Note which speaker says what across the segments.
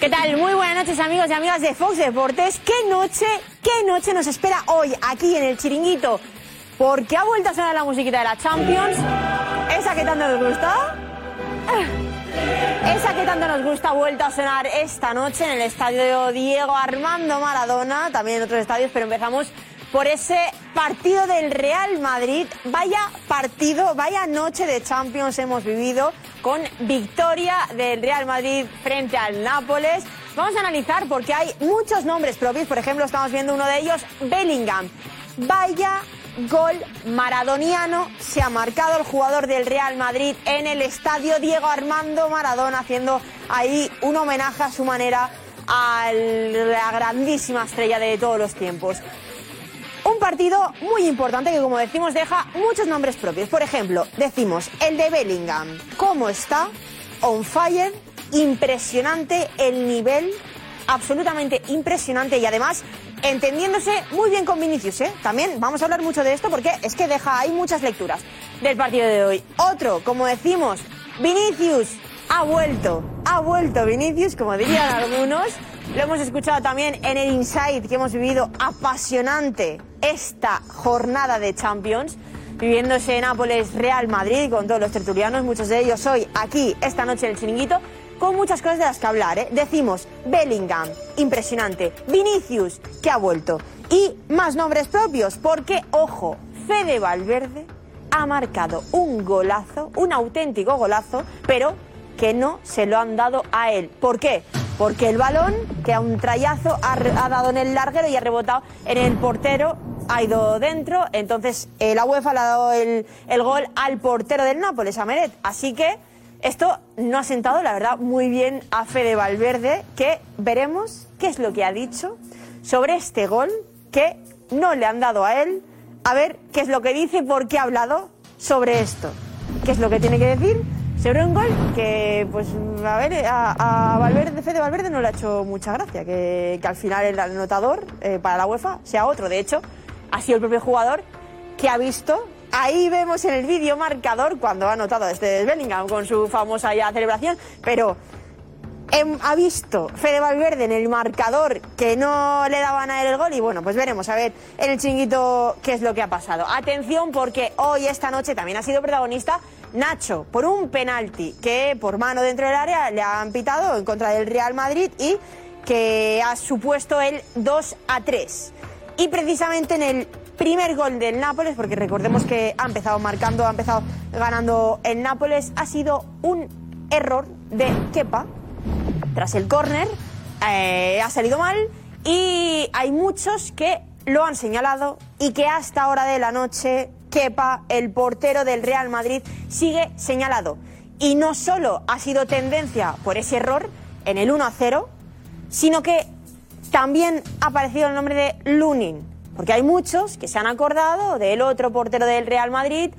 Speaker 1: ¿Qué tal? Muy buenas noches amigos y amigas de Fox Deportes. ¿Qué noche, qué noche nos espera hoy aquí en el chiringuito? Porque ha vuelto a sonar la musiquita de la Champions, esa que tanto nos gusta. Esa que tanto nos gusta ha vuelto a sonar esta noche en el estadio Diego Armando Maradona, también en otros estadios, pero empezamos por ese partido del Real Madrid. Vaya partido, vaya noche de Champions hemos vivido con victoria del Real Madrid frente al Nápoles. Vamos a analizar porque hay muchos nombres propios, por ejemplo, estamos viendo uno de ellos, Bellingham. Vaya gol maradoniano se ha marcado el jugador del Real Madrid en el estadio Diego Armando Maradona, haciendo ahí un homenaje a su manera a la grandísima estrella de todos los tiempos. Un partido muy importante que, como decimos, deja muchos nombres propios. Por ejemplo, decimos el de Bellingham. ¿Cómo está? On fire. Impresionante el nivel. Absolutamente impresionante. Y además, entendiéndose muy bien con Vinicius. ¿eh? También vamos a hablar mucho de esto porque es que deja ahí muchas lecturas del partido de hoy. Otro, como decimos, Vinicius ha vuelto. Ha vuelto Vinicius, como dirían algunos. Lo hemos escuchado también en el Inside que hemos vivido apasionante esta jornada de Champions, viviéndose en Nápoles Real Madrid con todos los tertulianos, muchos de ellos hoy aquí esta noche en el chiringuito, con muchas cosas de las que hablar. ¿eh? Decimos Bellingham, impresionante, Vinicius, que ha vuelto, y más nombres propios, porque, ojo, Fede Valverde ha marcado un golazo, un auténtico golazo, pero que no se lo han dado a él. ¿Por qué? porque el balón, que a un trayazo ha, re- ha dado en el larguero y ha rebotado en el portero, ha ido dentro. Entonces, eh, la UEFA le ha dado el, el gol al portero del Nápoles, a Meret. Así que esto no ha sentado, la verdad, muy bien a Fede Valverde, que veremos qué es lo que ha dicho sobre este gol que no le han dado a él. A ver qué es lo que dice, por qué ha hablado sobre esto. ¿Qué es lo que tiene que decir? Sobre un gol que, pues, a ver, a, a Valverde, Fede Valverde no le ha hecho mucha gracia, que, que al final el anotador eh, para la UEFA sea otro. De hecho, ha sido el propio jugador que ha visto. Ahí vemos en el vídeo marcador cuando ha anotado este Bellingham con su famosa ya celebración, pero em, ha visto Fede Valverde en el marcador que no le daban a él el gol y bueno, pues veremos a ver en el chinguito qué es lo que ha pasado. Atención porque hoy, esta noche, también ha sido protagonista Nacho por un penalti que por mano dentro del área le han pitado en contra del Real Madrid y que ha supuesto el 2 a 3. Y precisamente en el primer gol del Nápoles, porque recordemos que ha empezado marcando, ha empezado ganando el Nápoles, ha sido un error de Kepa, tras el córner, eh, ha salido mal y hay muchos que lo han señalado y que hasta ahora de la noche Kepa, el portero del Real Madrid, sigue señalado. Y no solo ha sido tendencia por ese error en el 1-0, sino que también ha aparecido el nombre de Lunin, porque hay muchos que se han acordado del otro portero del Real Madrid,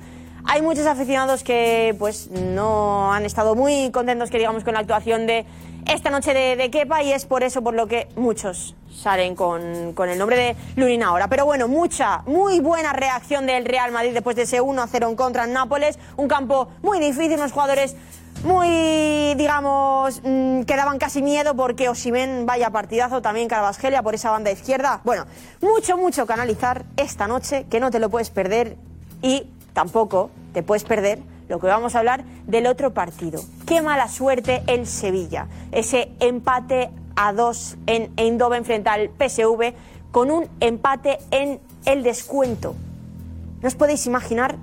Speaker 1: hay muchos aficionados que pues no han estado muy contentos que digamos con la actuación de esta noche de, de Kepa y es por eso por lo que muchos salen con, con el nombre de Lunin ahora. Pero bueno, mucha, muy buena reacción del Real Madrid después de ese 1-0 en contra en Nápoles, un campo muy difícil, unos jugadores muy, digamos, mm, que daban casi miedo porque Osimen vaya partidazo, también Carvajal por esa banda izquierda. Bueno, mucho, mucho que analizar esta noche, que no te lo puedes perder y tampoco te puedes perder lo que vamos a hablar del otro partido. Qué mala suerte el Sevilla. Ese empate a dos en Eindhoven frente al PSV con un empate en el descuento. No os podéis imaginar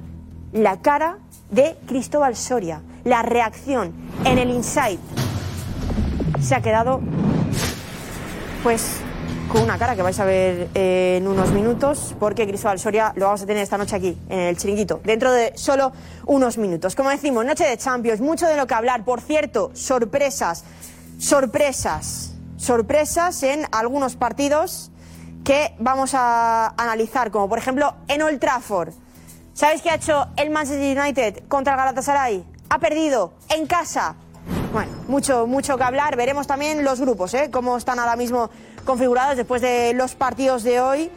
Speaker 1: la cara de Cristóbal Soria, la reacción en el inside. Se ha quedado pues con una cara que vais a ver eh, en unos minutos, porque Cristóbal Soria lo vamos a tener esta noche aquí, en el chiringuito, dentro de solo unos minutos. Como decimos, noche de Champions, mucho de lo que hablar. Por cierto, sorpresas, sorpresas, sorpresas en algunos partidos que vamos a analizar, como por ejemplo en Old Trafford. ¿Sabéis qué ha hecho el Manchester United contra el Galatasaray? Ha perdido en casa. Bueno, mucho, mucho que hablar. Veremos también los grupos, ¿eh? cómo están ahora mismo configurados después de los partidos de hoy.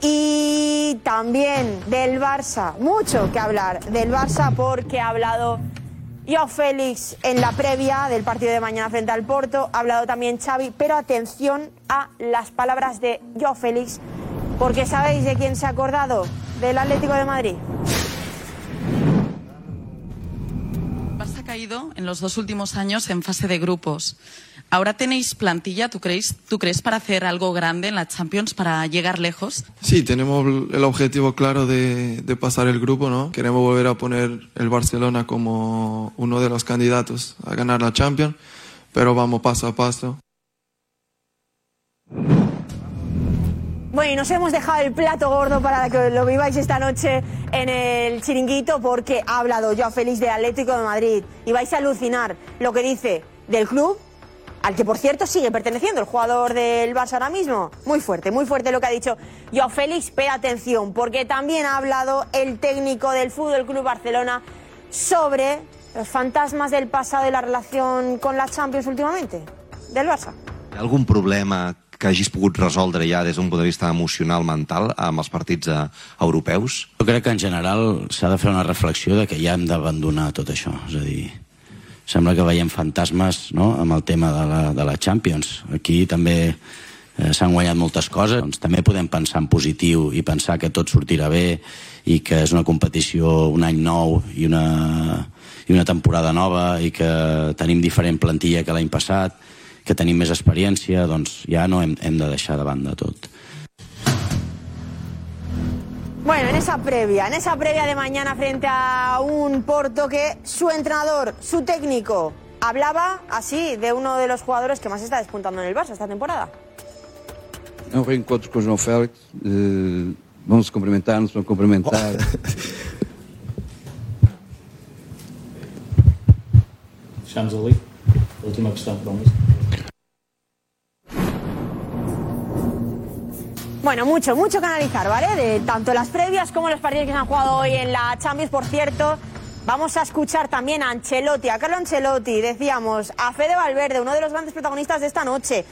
Speaker 1: Y también del Barça, mucho que hablar del Barça porque ha hablado Joao Félix en la previa del partido de mañana frente al Porto. Ha hablado también Xavi, pero atención a las palabras de Joao Félix, porque ¿sabéis de quién se ha acordado? Del Atlético de Madrid.
Speaker 2: Barça ha caído en los dos últimos años en fase de grupos. Ahora tenéis plantilla, ¿tú crees, ¿tú crees para hacer algo grande en la Champions para llegar lejos?
Speaker 3: Sí, tenemos el objetivo claro de, de pasar el grupo, ¿no? Queremos volver a poner el Barcelona como uno de los candidatos a ganar la Champions, pero vamos paso a paso.
Speaker 1: Bueno, y nos hemos dejado el plato gordo para que lo viváis esta noche en el chiringuito porque ha hablado Joao Félix del Atlético de Madrid y vais a alucinar lo que dice del club, al que por cierto sigue perteneciendo el jugador del Barça ahora mismo. Muy fuerte, muy fuerte lo que ha dicho Joao Félix, pero atención porque también ha hablado el técnico del Fútbol Club Barcelona sobre los fantasmas del pasado y la relación con la Champions últimamente del Barça.
Speaker 4: Hi ha algun problema que hagis pogut resoldre ja des d'un punt de vista emocional, mental, amb els partits eh, europeus?
Speaker 5: Jo crec que en general s'ha de fer una reflexió de que ja hem d'abandonar tot això, és a dir, sembla que veiem fantasmes no? amb el tema de la, de la Champions. Aquí també eh, s'han guanyat moltes coses, doncs també podem pensar en positiu i pensar que tot sortirà bé i que és una competició un any nou i una, i una temporada nova i que tenim diferent plantilla que l'any passat que tenim més experiència, doncs ja no hem, hem de deixar de banda tot.
Speaker 1: Bueno, en esa previa, en esa previa de mañana frente a un Porto que su entrenador, su técnico, hablaba así de uno de los jugadores que más está despuntando en el Barça esta temporada.
Speaker 6: É um reencontro com o João Félix. eh, vamos cumprimentar, nos vão cumprimentar.
Speaker 7: Fechamos ali. A última questão, vamos.
Speaker 1: Bueno, mucho, mucho que analizar, ¿vale? De tanto las previas como los partidos que se han jugado hoy en la Champions, por cierto. Vamos a escuchar también a Ancelotti, a Carlo Ancelotti, decíamos, a Fede Valverde, uno de los grandes protagonistas de esta noche.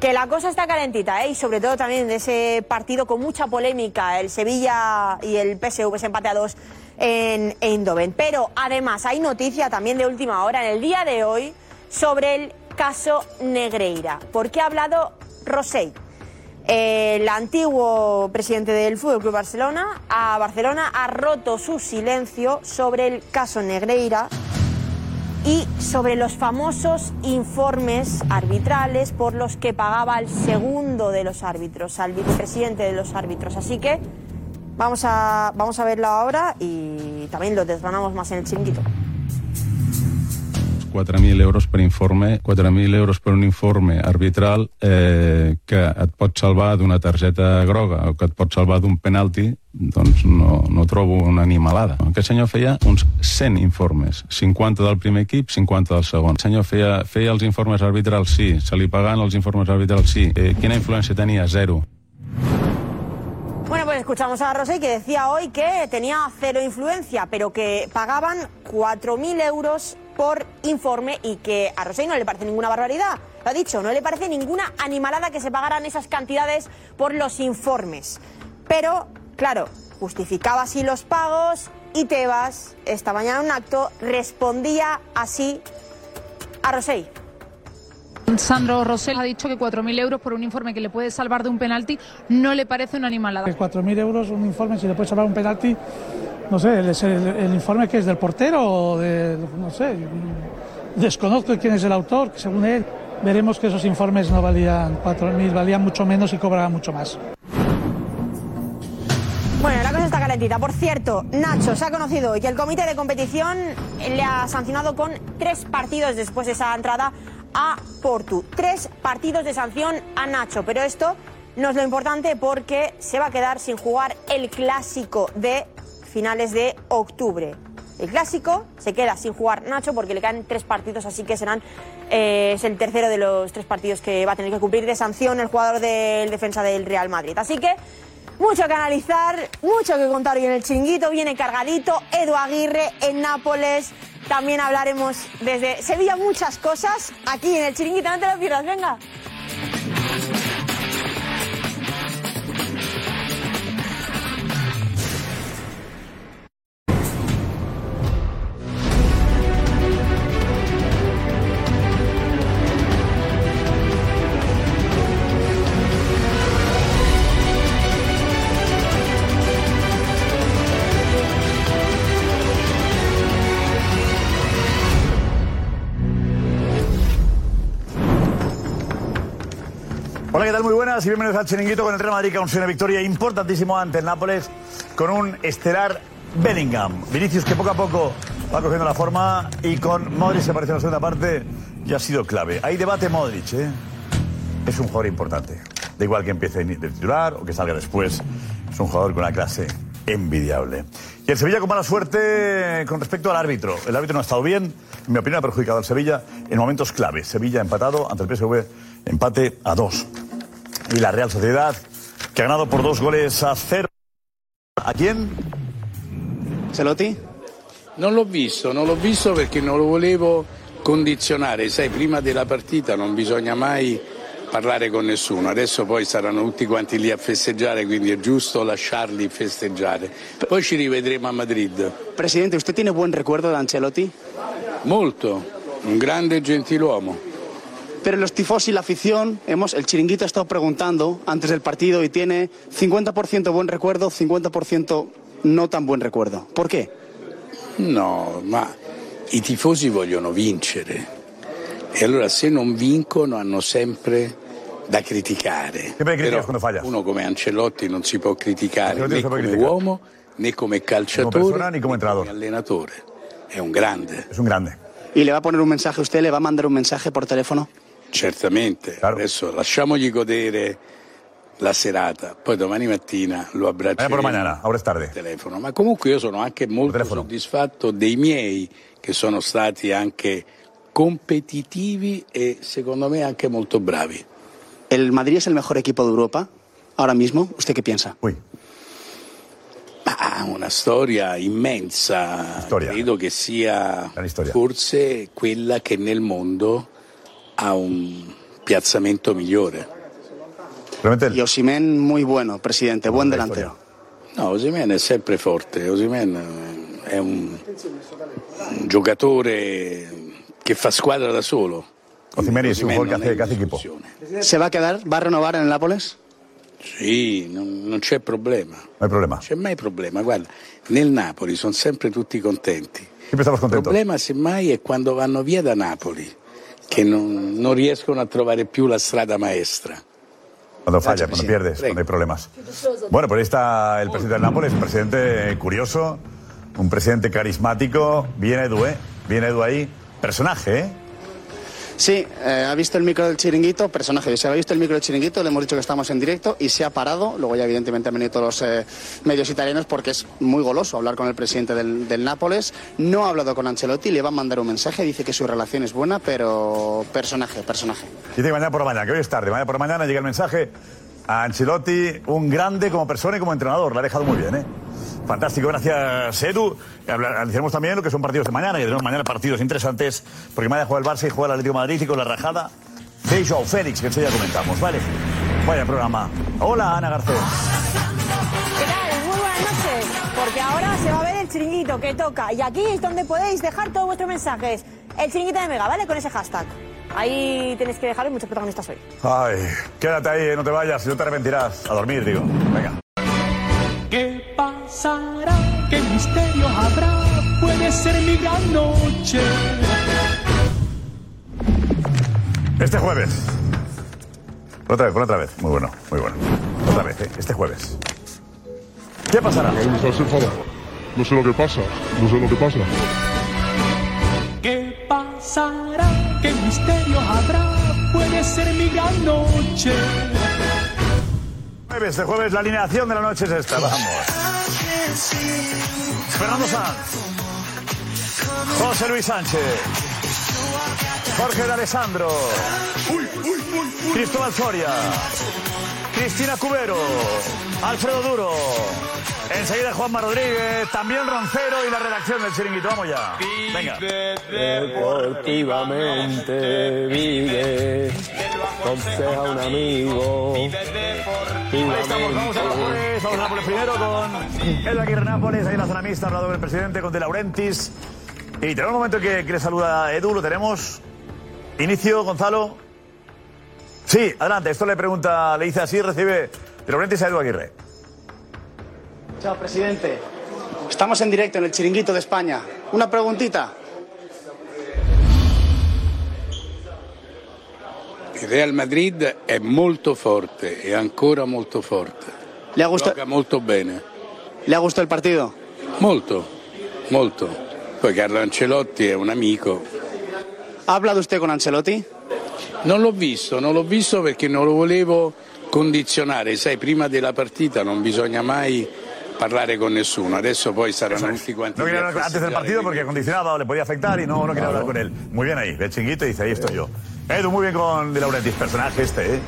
Speaker 1: Que la cosa está calentita, ¿eh? Y sobre todo también de ese partido con mucha polémica, el Sevilla y el PSV, ese empate a dos en Eindhoven. Pero además hay noticia también de última hora, en el día de hoy, sobre el caso Negreira. Porque ha hablado Rosell el antiguo presidente del Fútbol Club Barcelona a Barcelona ha roto su silencio sobre el caso Negreira y sobre los famosos informes arbitrales por los que pagaba al segundo de los árbitros, al vicepresidente de los árbitros. Así que vamos a, vamos a verlo ahora y también lo desvanamos más en el chiringuito.
Speaker 8: 4.000 euros per informe, 4.000 euros per un informe arbitral eh, que et pot salvar d'una targeta groga o que et pot salvar d'un penalti, doncs no, no trobo una animalada. Aquest senyor feia uns 100 informes, 50 del primer equip, 50 del segon. El senyor feia, feia els informes arbitrals, sí. Se li pagaven els informes arbitrals, sí. Eh, quina influència tenia? Zero.
Speaker 1: Bueno, pues escuchamos a Rosé que decía hoy que tenía cero influencia, pero que pagaban 4.000 euros por informe y que a Rosé no le parece ninguna barbaridad. Lo ha dicho, no le parece ninguna animalada que se pagaran esas cantidades por los informes. Pero, claro, justificaba así los pagos y Tebas, esta mañana en un acto, respondía así a Rosé.
Speaker 9: Sandro Rosell ha dicho que 4.000 euros por un informe que le puede salvar de un penalti no le parece una animalada.
Speaker 10: Que 4.000 euros un informe, si le puedes salvar un penalti, no sé, el, el- el informe que es del portero o de, no sé, desconozco quién es el autor, que según él veremos que esos informes no valían 4.000, valían mucho menos y cobraban mucho más.
Speaker 1: Bueno, la cosa está calentita. Por cierto, Nacho, se ha conocido hoy que el comité de competición le ha sancionado con tres partidos después de esa entrada a Portu. Tres partidos de sanción a Nacho. Pero esto no es lo importante porque se va a quedar sin jugar el clásico de finales de octubre. El clásico se queda sin jugar Nacho porque le quedan tres partidos, así que serán eh, es el tercero de los tres partidos que va a tener que cumplir de sanción el jugador del defensa del Real Madrid. Así que mucho que analizar, mucho que contar hoy en el chinguito. Viene cargadito Edu Aguirre en Nápoles. También hablaremos desde Sevilla muchas cosas aquí en el chiringuito. No te lo pierdas, venga.
Speaker 11: Hola, ¿qué tal? Muy buenas y bienvenidos al Chiringuito con el Real Madrid que consigue una victoria importantísima ante el Nápoles con un estelar Bellingham. Vinicius que poco a poco va cogiendo la forma y con Modric se apareció en la segunda parte y ha sido clave. Hay debate Modric, ¿eh? Es un jugador importante. Da igual que empiece de titular o que salga después. Es un jugador con una clase envidiable. Y el Sevilla con mala suerte con respecto al árbitro. El árbitro no ha estado bien. En mi opinión ha perjudicado al Sevilla en momentos clave. Sevilla empatado ante el PSV. Empate a dos. Y la Real Sociedad que ha ganado por dos goles a cero. ¿A quién?
Speaker 12: Celotti? Non l'ho visto, non l'ho visto perché non lo volevo condizionare. Sai, prima della partita non bisogna mai parlare con nessuno. Adesso poi saranno tutti quanti lì a festeggiare, quindi è giusto lasciarli festeggiare. Poi ci rivedremo a Madrid.
Speaker 13: Presidente, ¿usted tiene buen recuerdo de Ancelotti?
Speaker 12: Molto, un grande gentiluomo.
Speaker 13: Pero los tifos y la afición, hemos, el chiringuito ha estado preguntando antes del partido y tiene 50% buen recuerdo, 50% no tan buen recuerdo. ¿Por qué?
Speaker 12: No, ma i tifosi vogliono vincere. E allora se non vincono hanno sempre da criticare.
Speaker 11: Sempre criticas
Speaker 12: Però
Speaker 11: quando falla.
Speaker 12: Uno come Ancelotti non si può criticare
Speaker 11: Ancelotti
Speaker 12: né
Speaker 11: non si può
Speaker 12: come
Speaker 11: criticare.
Speaker 12: uomo, né come calciatore,
Speaker 11: persona,
Speaker 12: né come allenatore. È un grande.
Speaker 11: Es un grande.
Speaker 13: ¿Y le va a poner un mensaje a usted? ¿Le va a mandar un mensaje por teléfono?
Speaker 12: Certamente, adesso lasciamogli godere la serata, poi domani mattina lo abbracceremo.
Speaker 11: Mañana por la mañana, ahora es tarde.
Speaker 12: telefono, ma comunque io sono anche molto soddisfatto dei miei che sono stati anche competitivi e secondo me anche molto bravi.
Speaker 13: ¿El Madrid es el mejor equipo de Europa ahora mismo? ¿Usted qué piensa?
Speaker 12: Ha una storia immensa, credo che sia forse quella che nel mondo ha un piazzamento migliore.
Speaker 13: Y Osimhen, muy bueno, presidente, buen delantero.
Speaker 12: No, Osimen è sempre forte, Osimen è un, un giocatore che fa squadra da solo.
Speaker 11: Osimhen es un
Speaker 12: Osimhen
Speaker 11: jugador que
Speaker 12: non è
Speaker 11: hace,
Speaker 12: in
Speaker 11: que hace equipo.
Speaker 13: ¿Se va a quedar? ¿Va a renovar en el Nápoles?
Speaker 12: Sì, non, non c'è problema. Non
Speaker 11: hay problema.
Speaker 12: c'è mai problema, guarda, nel Napoli sono sempre tutti contenti.
Speaker 11: Il
Speaker 12: problema semmai è quando vanno via da Napoli, che non, non riescono a trovare più la strada maestra.
Speaker 11: Cuando fallas, cuando pierdes, cuando hay problemas. Bueno, pues ahí está el presidente del Nápoles, un presidente curioso, un presidente carismático. Viene Edu, ¿eh? Viene Edu ahí. Personaje, ¿eh?
Speaker 13: Sí, eh, ha visto el micro del chiringuito, personaje, se ha visto el micro del chiringuito, le hemos dicho que estamos en directo y se ha parado, luego ya evidentemente han venido todos los eh, medios italianos porque es muy goloso hablar con el presidente del, del Nápoles, no ha hablado con Ancelotti, le va a mandar un mensaje, dice que su relación es buena, pero personaje, personaje.
Speaker 11: Dice que mañana por la mañana, que hoy es tarde. Mañana por la mañana llega el mensaje a Ancelotti, un grande como persona y como entrenador. La ha dejado muy bien, ¿eh? Fantástico, gracias Edu. Habla- Analizaremos también lo que son partidos de mañana, que tenemos mañana partidos interesantes, porque mañana juega el Barça y juega el Atlético de Madrid y con la rajada de Joao Félix, que enseguida comentamos, ¿vale? Vaya programa. Hola Ana Garcés.
Speaker 1: ¿Qué tal? Muy buenas noches, porque ahora se va a ver el chiringuito que toca. Y aquí es donde podéis dejar todos vuestros mensajes. El chiringuito de Mega, ¿vale? Con ese hashtag. Ahí tenéis que dejarlo y muchos protagonistas hoy.
Speaker 11: Ay, quédate ahí, eh, no te vayas, si no te arrepentirás. A dormir, digo. Venga.
Speaker 14: ¿Qué pasará? ¿Qué misterio habrá? Puede ser mi gran noche.
Speaker 11: Este jueves. Otra vez, por otra vez. Muy bueno, muy bueno. Otra vez, ¿eh? este jueves. ¿Qué pasará?
Speaker 15: No sé lo que pasa, no sé lo que pasa.
Speaker 14: ¿Qué pasará? ¿Qué misterio habrá? Puede ser mi gran noche.
Speaker 11: Jueves, de jueves, la alineación de la noche es esta, vamos. Fernando Sanz. José Luis Sánchez. Jorge de Alessandro. Cristóbal Soria. Cristina Cubero. Alfredo Duro. Enseguida Juanma Rodríguez, también Roncero y la redacción del Chiringuito. Vamos ya. Venga.
Speaker 16: Deportivamente vive, conseja un amigo.
Speaker 11: Ahí estamos, vamos a Nápoles, vamos a Nápoles primero con Edu Aguirre Nápoles, ahí la zona mixta, ha hablado con el presidente, con De Laurentiis. Y tenemos un momento que, que le saluda a Edu, lo tenemos. Inicio, Gonzalo. Sí, adelante, esto le pregunta, le dice así, recibe De Laurentiis a Edu Aguirre.
Speaker 13: Chao, presidente. Estamos en directo en el chiringuito de España. Una preguntita.
Speaker 12: Il Real Madrid è molto forte, è ancora molto forte.
Speaker 13: Le ha gustato-
Speaker 12: Gioca molto bene.
Speaker 13: ¿Le ha gustado el partido?
Speaker 12: Molto, molto. Poi Carlo Ancelotti è un amico.
Speaker 13: ¿Ha hablado usted con Ancelotti?
Speaker 12: Non l'ho visto, non l'ho visto perché non lo volevo condizionare. Sai, prima della partita non bisogna mai parlare con nessuno. Adesso poi saranno tutti quanti.
Speaker 11: No quería
Speaker 12: lì a
Speaker 11: hablar antes del
Speaker 12: festeggiare.
Speaker 11: partido porque condicionaba o le podía afectar y no, no quería hablar con él. Muy bien ahí, el chinguito dice, ahí estoy yo. Edu, muy bien con De Laurentiis, personaje este, ¿eh?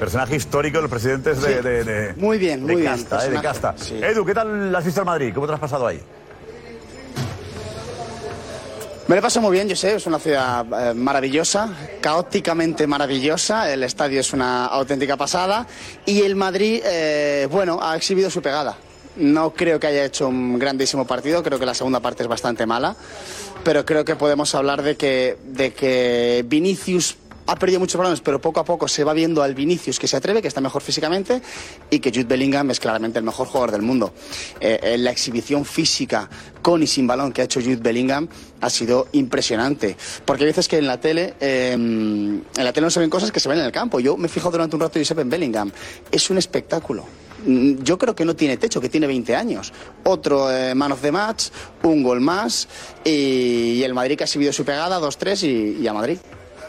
Speaker 11: Personaje histórico de los presidentes de...
Speaker 13: Sí.
Speaker 11: de- de-
Speaker 13: Muy bien,
Speaker 11: de
Speaker 13: muy bien,
Speaker 11: casta, ¿eh? De
Speaker 13: personaje,
Speaker 11: casta.
Speaker 13: sí.
Speaker 11: Edu, ¿qué tal has visto al Madrid? ¿Cómo te lo has pasado ahí?
Speaker 13: Me lo paso muy bien, yo sé, es una ciudad eh, maravillosa, caóticamente maravillosa, el estadio es una auténtica pasada y el Madrid, eh, bueno, ha exhibido su pegada. No creo que haya hecho un grandísimo partido, creo que la segunda parte es bastante mala, pero creo que podemos hablar de que, de que Vinicius ha perdido muchos balones, pero poco a poco se va viendo al Vinicius que se atreve, que está mejor físicamente y que Jude Bellingham es claramente el mejor jugador del mundo. Eh, eh, la exhibición física con y sin balón que ha hecho Jude Bellingham ha sido impresionante, porque hay veces que en la tele eh, en la tele no se ven cosas que se ven en el campo. Yo me he fijado durante un rato y se ven Bellingham. Es un espectáculo. Mm, Yo creo que no tiene techo, que tiene 20 años. Otro eh, man of the match, un gol más y, y el Madrid que ha exhibido su pegada, 2-3 y- y a Madrid.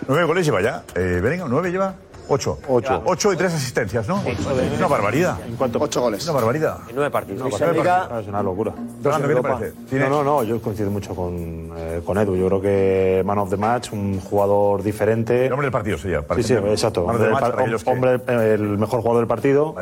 Speaker 11: Nueve goles lleva ya. Eh, Bellingham, nueve lleva. Ocho. Ocho. Ocho y tres asistencias, ¿no? Es una barbaridad.
Speaker 13: Ocho goles.
Speaker 11: Es una barbaridad.
Speaker 17: eh, En nueve partidos. Ah,
Speaker 11: Nueve partidos.
Speaker 17: Es una locura.
Speaker 11: Fernando, ¿qué te
Speaker 17: Europa.
Speaker 11: parece?
Speaker 17: No, no, no, yo coincido mucho con, eh, con Edu. Yo creo que Man of the Match, un jugador diferente. El
Speaker 11: hombre del partido sería. para
Speaker 17: Sí, sí,
Speaker 11: ejemplo.
Speaker 17: exacto.
Speaker 11: Man of the
Speaker 17: Hombre del
Speaker 11: match
Speaker 17: par-
Speaker 11: para aquellos que-
Speaker 17: hombre, eh, el mejor jugador del partido.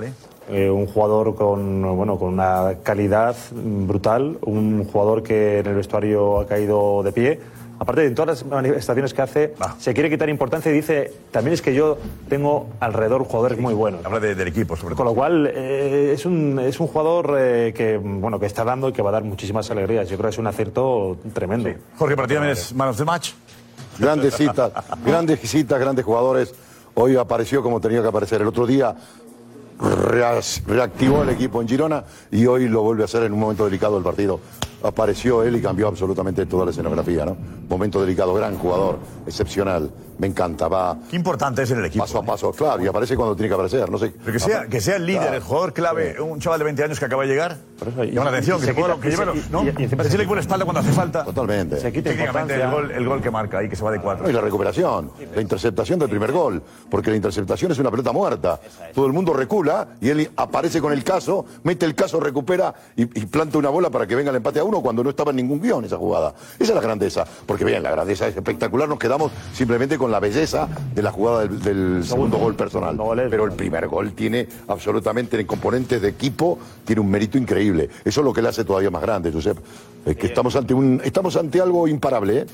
Speaker 17: Eh, un jugador con, bueno, con una calidad mm, brutal. Un jugador que en el vestuario ha caído de pie. Aparte de todas las manifestaciones que hace, se quiere quitar importancia y dice, también es que yo tengo alrededor jugadores muy buenos.
Speaker 11: Habla de- del equipo, sobre todo.
Speaker 17: Con lo cual, eh, es, un, es un jugador eh, que, bueno, que está dando y que va a dar muchísimas alegrías. Yo creo que es un acierto tremendo.
Speaker 11: Jorge, para ti también es Man of the Match.
Speaker 18: Grandes citas, grandes citas, grandes jugadores. Hoy apareció como tenía que aparecer. El otro día reas- reactivó el equipo en Girona y hoy lo vuelve a hacer en un momento delicado del partido. Apareció él y cambió absolutamente toda la escenografía, ¿no? Momento delicado, gran jugador, excepcional, me encanta, va.
Speaker 11: Qué importante es en el equipo. ¿eh?
Speaker 18: Paso a paso, claro, y aparece cuando tiene que aparecer, no sé.
Speaker 11: Pero que sea, que sea el líder, el jugador clave, un chaval de 20 años que acaba de llegar. Llama la atención,
Speaker 18: y
Speaker 11: que
Speaker 18: se
Speaker 11: se pueda-
Speaker 18: quita-
Speaker 11: que
Speaker 18: y se-
Speaker 11: lleve los-
Speaker 18: y-
Speaker 11: ¿no?
Speaker 18: y- y encima se
Speaker 11: Que se le
Speaker 18: quita-
Speaker 11: con la espalda cuando hace falta.
Speaker 18: Totalmente. Se quita
Speaker 11: Técnicamente, el
Speaker 18: importancia.
Speaker 11: gol, el gol que marca ahí, que se va de cuatro.
Speaker 18: No, y la recuperación, la interceptación del primer gol, porque la interceptación es una pelota muerta. Todo el mundo recula y él aparece con el caso, mete el caso, recupera y, y planta una bola para que venga el empate a uno cuando no estaba en ningún guión esa jugada. Esa es la grandeza, porque bien, la grandeza es espectacular, nos quedamos simplemente con la belleza de la jugada del, del segundo gol personal. Pero el primer gol tiene absolutamente en componentes de equipo, tiene un mérito increíble. Eso es lo que le hace todavía más grande, Josep. Es que estamos ante, un, estamos ante algo imparable, ¿eh?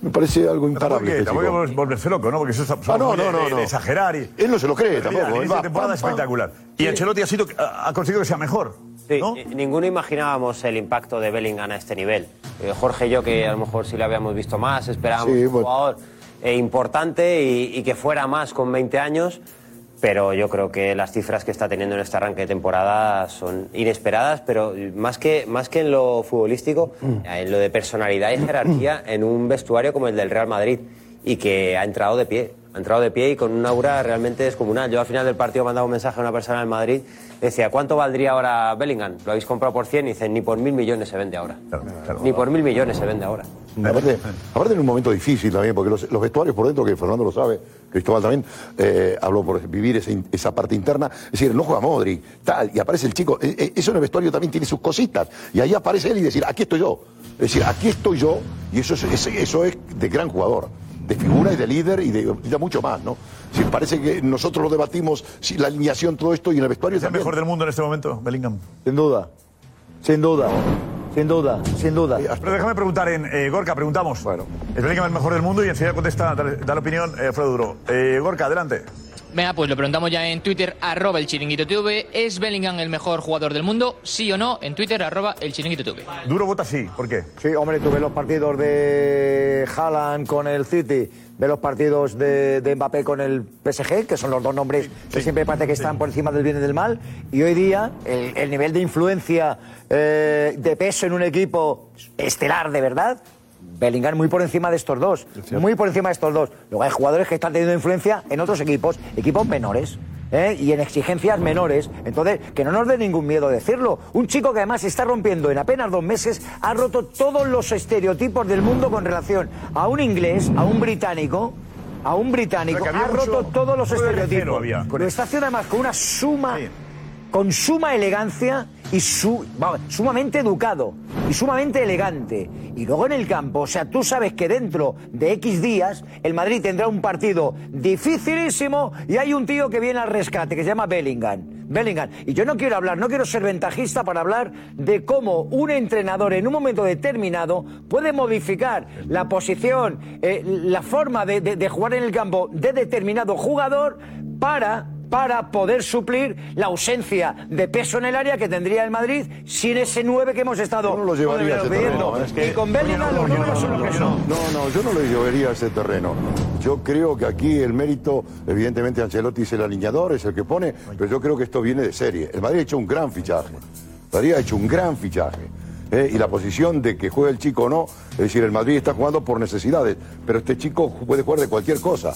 Speaker 18: Me parece algo
Speaker 11: Tampoco
Speaker 18: imparable.
Speaker 11: hay que-
Speaker 18: este
Speaker 11: tampoco hay
Speaker 18: chico.
Speaker 11: que volverse loco, ¿no? Porque eso es
Speaker 18: Ah, no,
Speaker 11: muy de-
Speaker 18: no, no,
Speaker 11: de-
Speaker 18: no.
Speaker 11: de exagerar. Y,
Speaker 18: Él no se lo cree
Speaker 11: Mira,
Speaker 18: tampoco,
Speaker 11: el
Speaker 18: él
Speaker 11: inicio
Speaker 18: va,
Speaker 11: de temporada
Speaker 18: pam, pam.
Speaker 11: espectacular. Y Ancelotti ha, sido, ha ha conseguido que sea mejor.
Speaker 17: Sí,
Speaker 11: eh,
Speaker 17: ninguno imaginábamos el impacto de Bellingham a este nivel.
Speaker 19: Eh, Jorge y yo, que a lo mejor sí lo habíamos visto más, esperábamos
Speaker 18: Sí,
Speaker 19: un
Speaker 18: bueno.
Speaker 19: jugador eh, importante y, y que fuera más con 20 años, pero yo creo que las cifras que está teniendo en este arranque de temporada son inesperadas, pero más que, más que en lo futbolístico, en lo de personalidad y jerarquía, en un vestuario como el del Real Madrid, y que ha entrado de pie. Ha entrado de pie y con un aura realmente descomunal. Yo al final del partido mandaba un mensaje a una persona en Madrid, decía, ¿cuánto valdría ahora Bellingham? Lo habéis comprado por 100 y dicen, ni por mil millones se vende ahora. Ni por mil millones se vende ahora.
Speaker 18: Aparte, aparte en un momento difícil también, porque los, los vestuarios por dentro, que Fernando lo sabe, Cristóbal también eh, habló por vivir esa, in- esa parte interna, es decir, no juega Modri, tal, y aparece el chico, eh, eh, eso en el vestuario también tiene sus cositas, y ahí aparece él y decir, aquí estoy yo, es decir, aquí estoy yo, y eso es, es- eso es de gran jugador, de figura y de líder y de, y de mucho más, ¿no? Si parece que nosotros lo debatimos, si la alineación, todo esto, y en el vestuario
Speaker 11: ¿Es el
Speaker 18: también.
Speaker 11: mejor del mundo en este momento, Bellingham?
Speaker 18: Sin duda, sin duda, sin duda, sin duda.
Speaker 11: Eh, Pero déjame preguntar en eh, Gorka, preguntamos. Bueno. Es Bellingham el mejor del mundo y enseguida contesta, da, da la opinión eh, Fred Duro. Eh, Gorka, adelante.
Speaker 20: Venga, pues lo preguntamos ya en Twitter, arroba el chiringuito TV. ¿Es Bellingham el mejor jugador del mundo? Sí o no, en Twitter, arroba el chiringuito TV.
Speaker 11: Duro vota sí, ¿por qué?
Speaker 21: Sí, hombre, tú ves los partidos de Haaland con el City, ves los partidos de, de Mbappé con el PSG, que son los dos nombres que siempre parece que están por encima del bien y del mal, y hoy día el, el nivel de influencia, eh, de peso en un equipo estelar de verdad, Bellingham muy por encima de estos dos. Muy por encima de estos dos. Luego hay jugadores que están teniendo influencia en otros equipos, equipos menores. ¿eh? Y en exigencias menores. Entonces, que no nos dé ningún miedo decirlo. Un chico que además está rompiendo en apenas dos meses, ha roto todos los estereotipos del mundo con relación a un inglés, a un británico, a un británico.
Speaker 11: Pero que había
Speaker 21: Ha roto
Speaker 11: mucho
Speaker 21: todos los
Speaker 11: nueve de cero
Speaker 21: estereotipos.
Speaker 11: había.
Speaker 21: Lo está haciendo además con una suma, con suma elegancia y su, vamos, sumamente educado y sumamente elegante. Y luego en el campo, o sea, tú sabes que dentro de X días el Madrid tendrá un partido dificilísimo y hay un tío que viene al rescate que se llama Bellingham. Bellingham. Y yo no quiero hablar, no quiero ser ventajista para hablar de cómo un entrenador en un momento determinado puede modificar la posición, eh, la forma de- de- de jugar en el campo de determinado jugador para para poder suplir la ausencia de peso en el área que tendría el Madrid sin ese 9 que hemos estado
Speaker 18: No lo llevaría a ese
Speaker 21: viendo.
Speaker 18: terreno. ¿eh?
Speaker 21: y con Bellingham los números son los que son.
Speaker 18: No, no, yo no lo llevaría a ese terreno. Yo creo que aquí el mérito, evidentemente Ancelotti es el alineador, es el que pone, pero yo creo que esto viene de serie. El Madrid ha hecho un gran fichaje. El Madrid ha hecho un gran fichaje. ¿eh? y la posición de que juegue el chico o no, es decir, el Madrid está jugando por necesidades, pero este chico puede jugar de cualquier cosa.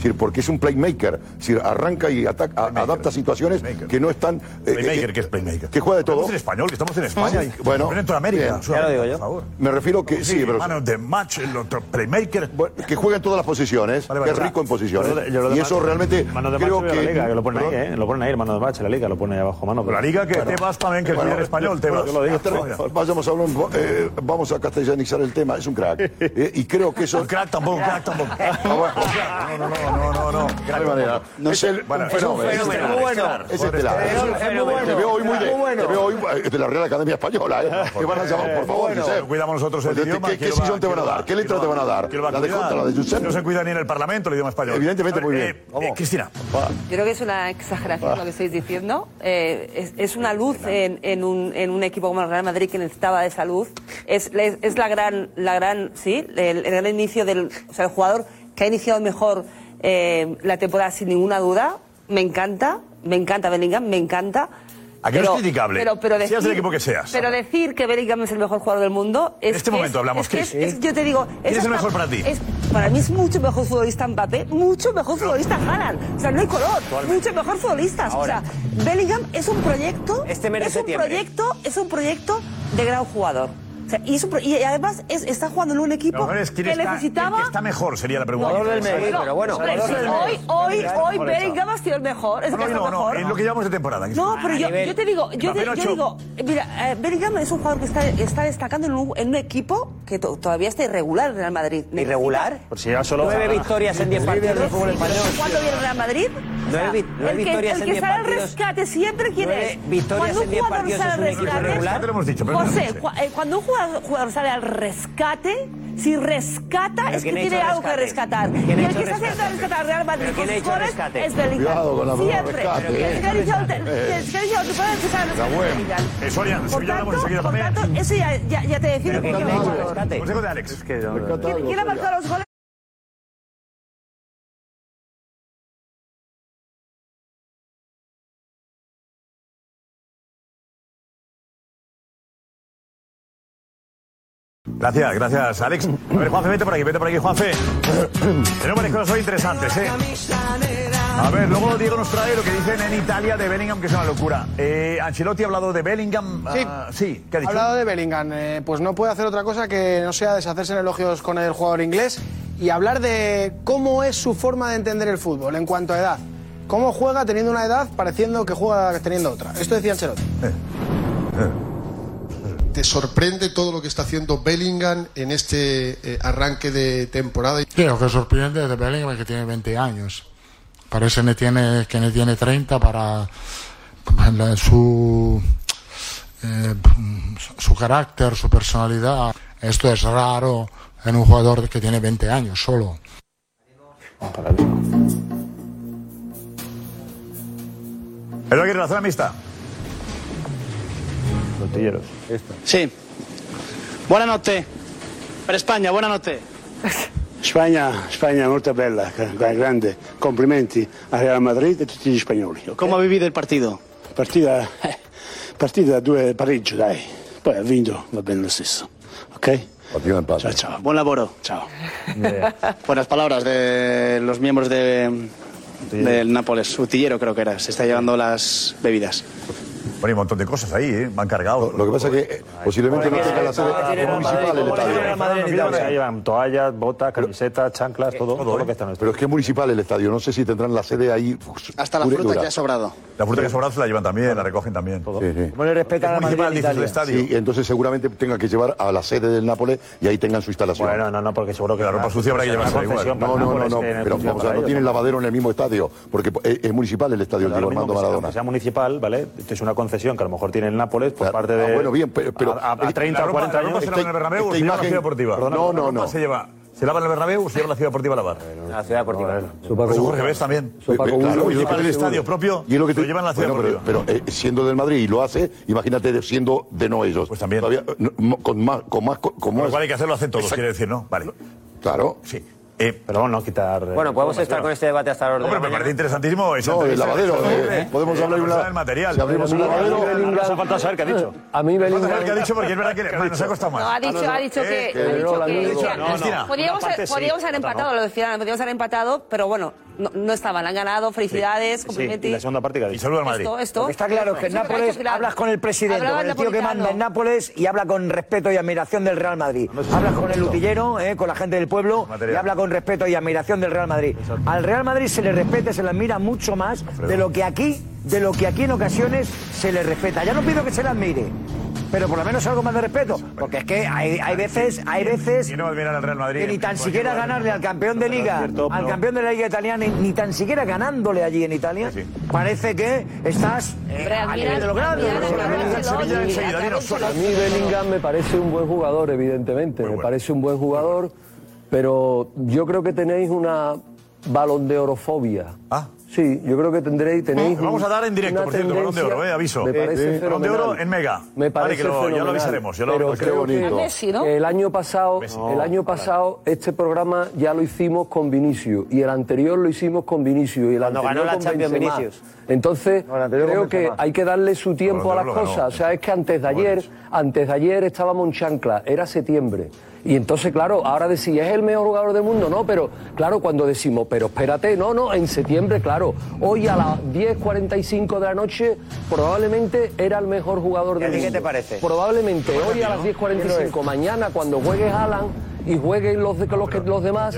Speaker 18: Es decir, porque es un playmaker, es decir, arranca y ataca, adapta situaciones que no están... eh,
Speaker 11: Playmaker,
Speaker 18: eh,
Speaker 11: ¿qué es playmaker?
Speaker 18: Que juega de todo. Ah,
Speaker 11: Estamos en español, que estamos en España.
Speaker 18: Sí,
Speaker 11: y-
Speaker 18: bueno,
Speaker 11: pero en toda América.
Speaker 18: bien.
Speaker 11: en Sudamérica,
Speaker 18: Ya lo digo yo.
Speaker 11: por favor.
Speaker 18: Me refiero que sí, pero-
Speaker 11: Man of the match, el otro playmaker.
Speaker 18: que juega en todas las posiciones, que es rico en posiciones. y eso realmente
Speaker 17: Mano de
Speaker 18: creo
Speaker 17: macho de
Speaker 18: que...
Speaker 17: la liga, que lo ponen ahí,
Speaker 18: Perdón.
Speaker 17: ¿eh? Lo ponen ahí, el mano de macho, la liga, lo ponen ahí abajo, mano. pero-
Speaker 18: Pero
Speaker 17: Bueno.
Speaker 18: Bueno, bueno,
Speaker 17: Yo lo digo.
Speaker 18: Hasta luego. Vayamos a hablar un po- eh, vamos a castellanizar el tema, es un crack. Eh, y creo que eso. Un crack
Speaker 11: tampoco, un crack tampoco.
Speaker 18: No, no, no, no, no. De manera. es el,
Speaker 11: Bueno,
Speaker 18: un
Speaker 11: es un
Speaker 18: fenómeno.
Speaker 11: fenómeno.
Speaker 18: Es estelar. Es estelar.
Speaker 11: Es un fenómeno.
Speaker 18: Te veo hoy muy de,
Speaker 11: Muy bueno.
Speaker 18: te veo hoy eh, de la Real Academia Española, ¿eh? Que van a llamar, por favor, Josep.
Speaker 11: Cuidamos nosotros el
Speaker 18: Porque te-
Speaker 11: idioma.
Speaker 18: ¿Qué, qué
Speaker 11: ¿quién lo va-
Speaker 18: sillón te van a
Speaker 11: quién lo
Speaker 18: dar?
Speaker 11: va-
Speaker 18: ¿Qué letra te
Speaker 11: quién
Speaker 18: van
Speaker 11: lo
Speaker 18: a
Speaker 11: va-
Speaker 18: dar?
Speaker 11: quién lo va a
Speaker 18: ¿La de
Speaker 11: cuidar?
Speaker 18: contra, la de Josep?
Speaker 11: No se cuida ni en el Parlamento el idioma español.
Speaker 18: Evidentemente,
Speaker 11: A ver,
Speaker 18: muy
Speaker 11: eh,
Speaker 18: bien.
Speaker 11: eh, Cristina.
Speaker 22: Yo creo que es una exageración lo que estáis diciendo. Eh, es, es una luz en, en un, en un equipo como el Real Madrid que necesitaba de esa luz. Es, es, es la gran, la gran, sí, el, el gran inicio del o sea, el jugador que ha iniciado mejor eh, la temporada sin ninguna duda. Me encanta, me encanta Bellingham, me encanta.
Speaker 11: Aquí no es criticable,
Speaker 22: Pero, pero
Speaker 11: seas
Speaker 22: decir,
Speaker 11: del equipo que seas.
Speaker 22: Pero decir que Bellingham es el mejor jugador del mundo es.
Speaker 11: En este
Speaker 22: que
Speaker 11: momento
Speaker 22: es-
Speaker 11: hablamos,
Speaker 22: es que
Speaker 11: Cris.
Speaker 22: es- es- yo te digo.
Speaker 11: ¿Quién es
Speaker 22: esa
Speaker 11: el mejor
Speaker 22: pa-
Speaker 11: para ti?
Speaker 22: es- para mí es mucho mejor futbolista Mbappé, mucho mejor futbolista Haaland. O sea, no hay color. Mucho mejor futbolistas.
Speaker 19: Ahora.
Speaker 22: O sea, Bellingham es un proyecto. Este
Speaker 19: mes de
Speaker 22: es un
Speaker 19: septiembre.
Speaker 22: proyecto, es un proyecto de gran jugador. O sea, y, es un pro- y además es- está jugando en un
Speaker 11: Lo
Speaker 22: equipo
Speaker 11: mejor es quién
Speaker 22: que
Speaker 11: está,
Speaker 22: necesitaba.
Speaker 11: el que está mejor, sería la pregunta.
Speaker 22: Jugador del
Speaker 11: ¿Sabes?
Speaker 22: medio, pero bueno,
Speaker 11: Hombre,
Speaker 22: pero
Speaker 11: sí,
Speaker 22: sí, hoy, hoy, hoy Bellingham ha sido el mejor. Es el
Speaker 11: No,
Speaker 22: que ha
Speaker 11: no,
Speaker 22: sido
Speaker 11: no,
Speaker 22: mejor.
Speaker 11: en lo que llevamos de temporada.
Speaker 22: No, pero
Speaker 11: A
Speaker 22: yo,
Speaker 11: nivel-
Speaker 22: yo te digo, yo,
Speaker 11: Mbappé
Speaker 22: te-
Speaker 11: lo ha
Speaker 22: yo
Speaker 11: hecho-
Speaker 22: digo, mira, eh, Bellingham es un jugador que está, está destacando en un, en un equipo que to- todavía está irregular en Real Madrid.
Speaker 19: ¿Irregular?
Speaker 17: Por si ya solo.
Speaker 19: Nueve victorias en diez partidos del fútbol español.
Speaker 22: ¿Cuándo viene el Real Madrid? O sea,
Speaker 19: Nueve vi- nueve
Speaker 22: el que,
Speaker 19: victorias
Speaker 22: el
Speaker 19: en
Speaker 22: que
Speaker 19: diez
Speaker 22: sale
Speaker 19: partidos.
Speaker 22: al rescate siempre, ¿quién
Speaker 19: Nueve
Speaker 22: es?
Speaker 19: victorias
Speaker 22: Cuando
Speaker 19: en
Speaker 22: un
Speaker 19: diez
Speaker 22: jugador
Speaker 19: partidos
Speaker 22: sale al
Speaker 19: es un equipo
Speaker 22: rescate,
Speaker 19: irregular. Ya te lo hemos dicho, pero no lo
Speaker 22: José,
Speaker 19: sé.
Speaker 22: cua- eh, cuando un jugador, jugador sale al rescate, si rescata
Speaker 19: ¿Pero
Speaker 22: es que
Speaker 19: quién ha hecho
Speaker 22: tiene algo que
Speaker 19: rescate?
Speaker 22: rescatar.
Speaker 19: ¿Quién ha
Speaker 22: Y el
Speaker 19: hecho
Speaker 22: que está haciendo
Speaker 19: rescate?
Speaker 22: rescatar al Real Madrid
Speaker 19: ¿Pero
Speaker 22: con
Speaker 19: quién ha
Speaker 22: sus
Speaker 19: hecho
Speaker 22: goles
Speaker 19: rescate?
Speaker 22: es Bellingham.
Speaker 18: Cuidado con la palabra
Speaker 22: Siempre.
Speaker 18: rescate,
Speaker 22: El que
Speaker 18: eh.
Speaker 22: ha dicho- el
Speaker 18: Eh.
Speaker 22: que ha dicho al temporada que sale al
Speaker 18: La
Speaker 22: rescate es
Speaker 18: buena.
Speaker 22: Bellingham. Por
Speaker 11: Eh, Soria, enseguida hablamos
Speaker 22: tanto,
Speaker 11: enseguida
Speaker 22: por
Speaker 11: también.
Speaker 22: tanto, eso ya, ya, ya te define. por
Speaker 11: Pero ¿quién
Speaker 22: qué
Speaker 11: ha hecho
Speaker 22: es mejor.
Speaker 11: rescate? Consejo de Alex.
Speaker 22: ¿Quién quién ha marcado los goles?
Speaker 11: Gracias, gracias, Alex. A ver, Juanfe, vete por aquí, vete por aquí, Juanfe. Tenemos varias cosas hoy interesantes, ¿eh? A ver, luego Diego nos trae lo que dicen en Italia de Bellingham, que es una locura. Eh, Ancelotti ha hablado de Bellingham.
Speaker 23: Sí.
Speaker 11: ah, sí, ¿qué ha
Speaker 23: Ha
Speaker 11: dicho?
Speaker 23: hablado de Bellingham, eh, pues no puede hacer otra cosa que no sea deshacerse en elogios con el jugador inglés y hablar de cómo es su forma de entender el fútbol en cuanto a edad. Cómo juega teniendo una edad pareciendo que juega teniendo otra. Esto decía Ancelotti.
Speaker 24: ¿Te sorprende todo lo que está haciendo Bellingham en este eh, arranque de temporada?
Speaker 25: Sí, lo que sorprende de Bellingham es que tiene 20 años. Parece que tiene, que ne tiene 30 para la- su, eh, su carácter, su personalidad. Esto es raro en un jugador que tiene 20 años solo.
Speaker 11: Pero hay relación amistad.
Speaker 17: Tortilleros.
Speaker 7: Sí. Buenas noches. Per Spagna, buenas noches.
Speaker 26: Spagna, Spagna è molto bella, gra- grande. Complimenti al Real Madrid e a tutti gli spagnoli.
Speaker 7: Come vivi del partito?
Speaker 26: Partita, eh, partita da due pareggio, dai. Poi ha vinto, va bene lo stesso. Ok?
Speaker 18: Partido de empate.
Speaker 7: Chao, chao. Buon lavoro. Chao.
Speaker 13: Buenas palabras de los miembros de, del Nápoles. Utillero creo que era. Se está llevando las bebidas.
Speaker 11: Bueno, hay un montón de cosas ahí, ¿eh? Van cargados.
Speaker 18: Lo que pasa es que eh, posiblemente no tenga la sede municipal el
Speaker 17: O sea,
Speaker 18: estadio.
Speaker 17: llevan toallas, botas, camisetas, chanclas, todo, todo lo que está en el
Speaker 18: Pero es que es municipal el estadio, no sé si tendrán la sede ahí. pues,
Speaker 13: Hasta la
Speaker 18: pura y
Speaker 13: fruta
Speaker 18: dura.
Speaker 13: que ha sobrado.
Speaker 11: La fruta que ha sobrado se la llevan también, la recogen también.
Speaker 18: Sí, sí.
Speaker 21: ¿Cómo le respetan a la Madrid en Italia?
Speaker 18: Sí, entonces seguramente tenga que llevar a la sede del Nápoles y ahí tengan su instalación.
Speaker 17: Bueno, no, no, porque seguro que
Speaker 18: la
Speaker 17: ropa sucia habrá que llevarse ahí, igual.
Speaker 18: No, no, no, no,
Speaker 17: En el
Speaker 18: pero
Speaker 17: futuro
Speaker 18: o sea,
Speaker 17: para
Speaker 18: no
Speaker 17: ellos,
Speaker 18: tienen
Speaker 17: ¿no?
Speaker 18: lavadero en el mismo estadio, porque es, es municipal el estadio
Speaker 17: Pero
Speaker 18: de
Speaker 17: ahora mismo,
Speaker 18: Armando
Speaker 17: aunque sea-
Speaker 18: Maradona.
Speaker 17: aunque sea municipal, ¿vale? Esto es una concesión que a lo mejor tiene el Nápoles por parte de.
Speaker 18: Ah, bueno, bien, pero- pero-
Speaker 17: a, a- a 30
Speaker 11: la
Speaker 17: o
Speaker 11: ropa-
Speaker 17: 40
Speaker 11: la ropa
Speaker 17: años.
Speaker 11: se lava en el Bernabéu, o se lleva a la ciudad deportiva.
Speaker 17: Perdona,
Speaker 11: no, no,
Speaker 17: perdona,
Speaker 11: no. Se lleva, se lava en el Bernabéu, o se lleva a la ciudad deportiva a lavar.
Speaker 19: La ciudad deportiva.
Speaker 11: Por eso Jorge Vélez Pues también.
Speaker 18: Claro,
Speaker 11: Claro,
Speaker 18: y
Speaker 11: y
Speaker 18: lo
Speaker 11: llevan
Speaker 18: que
Speaker 11: el
Speaker 18: te-
Speaker 11: estadio propio,
Speaker 18: Y es lo que
Speaker 11: se
Speaker 18: te-
Speaker 11: lo llevan a la ciudad
Speaker 18: Bueno,
Speaker 11: deportiva.
Speaker 18: pero, pero, eh, siendo del Madrid y lo hace, imagínate siendo de no ellos. Pues también. con más. Con más con
Speaker 11: Con
Speaker 18: más-
Speaker 11: lo cual hay que hacerlo, hacen todos,
Speaker 18: Exacto.
Speaker 11: quiere decir, ¿no? Vale.
Speaker 18: Claro.
Speaker 11: Sí. Eh,
Speaker 17: pero vamos a quitar.
Speaker 19: Bueno, podemos estar con este debate hasta la hora de
Speaker 11: Hombre,
Speaker 19: la
Speaker 11: me
Speaker 19: mañana.
Speaker 11: parece interesantísimo esa
Speaker 19: No, del
Speaker 11: entrevista que
Speaker 19: lavadero,
Speaker 11: ha hecho,
Speaker 19: eh,
Speaker 11: ¿eh?
Speaker 19: podemos
Speaker 11: Eh, la
Speaker 19: hablar de
Speaker 11: persona
Speaker 19: una-
Speaker 11: del material.
Speaker 19: si
Speaker 11: Eh,
Speaker 19: abrimos un lavadero,
Speaker 11: nos
Speaker 19: Bellingham-
Speaker 11: ha faltado saber qué ha dicho. Nos
Speaker 26: A mí
Speaker 11: ha faltado
Speaker 26: Bellingham-
Speaker 11: saber qué ha dicho porque es verdad que nos ha costado más.
Speaker 22: No, ha dicho, ha dicho que.
Speaker 11: Eh,
Speaker 22: ha dicho
Speaker 11: no,
Speaker 22: que-
Speaker 11: no,
Speaker 22: decía-
Speaker 11: no, no. Cristina.
Speaker 22: Podríamos,
Speaker 11: Una parte sí,
Speaker 22: podríamos haber
Speaker 11: otra no.
Speaker 22: empatado, lo decía, podríamos haber empatado, pero bueno, no, no estaban, han ganado, felicidades, cumplimientos.
Speaker 17: segunda parte que
Speaker 11: Y saluda al Madrid.
Speaker 22: Esto, esto.
Speaker 21: Lo que está claro es que en
Speaker 22: Eso lo ha
Speaker 21: Nápoles
Speaker 22: hecho Pilar.
Speaker 21: hablas con el presidente,
Speaker 22: Hablaba
Speaker 21: con el tío que
Speaker 22: napolitano.
Speaker 21: manda en Nápoles y habla con respeto y admiración del Real Madrid. Hablas con el utillero, eh, con la gente del pueblo y habla con respeto y admiración del Real Madrid. Al Real Madrid se le respeta, se le admira mucho más de lo que aquí, de lo que aquí en ocasiones se le respeta. Ya no pido que se le admire. Pero por lo menos algo más de respeto, porque es que hay, hay veces, hay veces que ni tan siquiera ganarle al campeón de liga, al campeón de la liga italiana, ni- ni tan siquiera ganándole allí en Italia, parece que estás eh, a nivel de lo grande.
Speaker 26: A mí Bellingham me parece un buen jugador, evidentemente. Me parece un buen jugador, pero yo creo que tenéis una balón de orofobia. Ah. Sí, yo creo que tendréis, tenéis.
Speaker 11: Lo vamos a dar en
Speaker 26: un-
Speaker 11: directo,
Speaker 26: una
Speaker 11: por cierto, balón de
Speaker 26: tendencia-
Speaker 11: oro, eh, aviso.
Speaker 26: Me parece
Speaker 11: Sí. Balón de
Speaker 26: fenomenal.
Speaker 11: oro en Mega.
Speaker 26: Me
Speaker 11: Vale,
Speaker 26: parece
Speaker 11: que lo- ya lo
Speaker 26: fenomenal,
Speaker 11: avisaremos, ya lo-
Speaker 26: pero
Speaker 11: Qué
Speaker 26: creo
Speaker 11: bonito.
Speaker 26: que-
Speaker 11: A Messi,
Speaker 26: que el año pasado,
Speaker 11: Messi.
Speaker 19: Oh,
Speaker 26: el año pasado este programa ya lo hicimos con Vinicio y el anterior lo hicimos con Vinicio y el
Speaker 19: Cuando
Speaker 26: anterior
Speaker 19: ganó la
Speaker 26: con
Speaker 19: Champions
Speaker 26: Benzema.
Speaker 19: Vinicius.
Speaker 26: Entonces,
Speaker 19: anterior
Speaker 26: creo
Speaker 19: con
Speaker 26: que
Speaker 19: Benzema.
Speaker 26: hay que darle su tiempo a las
Speaker 19: lo ganó.
Speaker 26: cosas. O sea, es que antes de ayer, antes de ayer estábamos en chancla, era septiembre. Y entonces, claro, ahora decís, es el mejor jugador del mundo, no, pero claro, cuando decimos, pero espérate, no, no, en septiembre, claro, hoy a las 10.45 de la noche probablemente era el mejor jugador
Speaker 19: ¿Y a
Speaker 26: del
Speaker 19: ti qué
Speaker 26: mundo.
Speaker 19: te parece?
Speaker 26: Probablemente hoy a las 10.45, mañana cuando juegue Alan y jueguen los, de, los, que- los demás,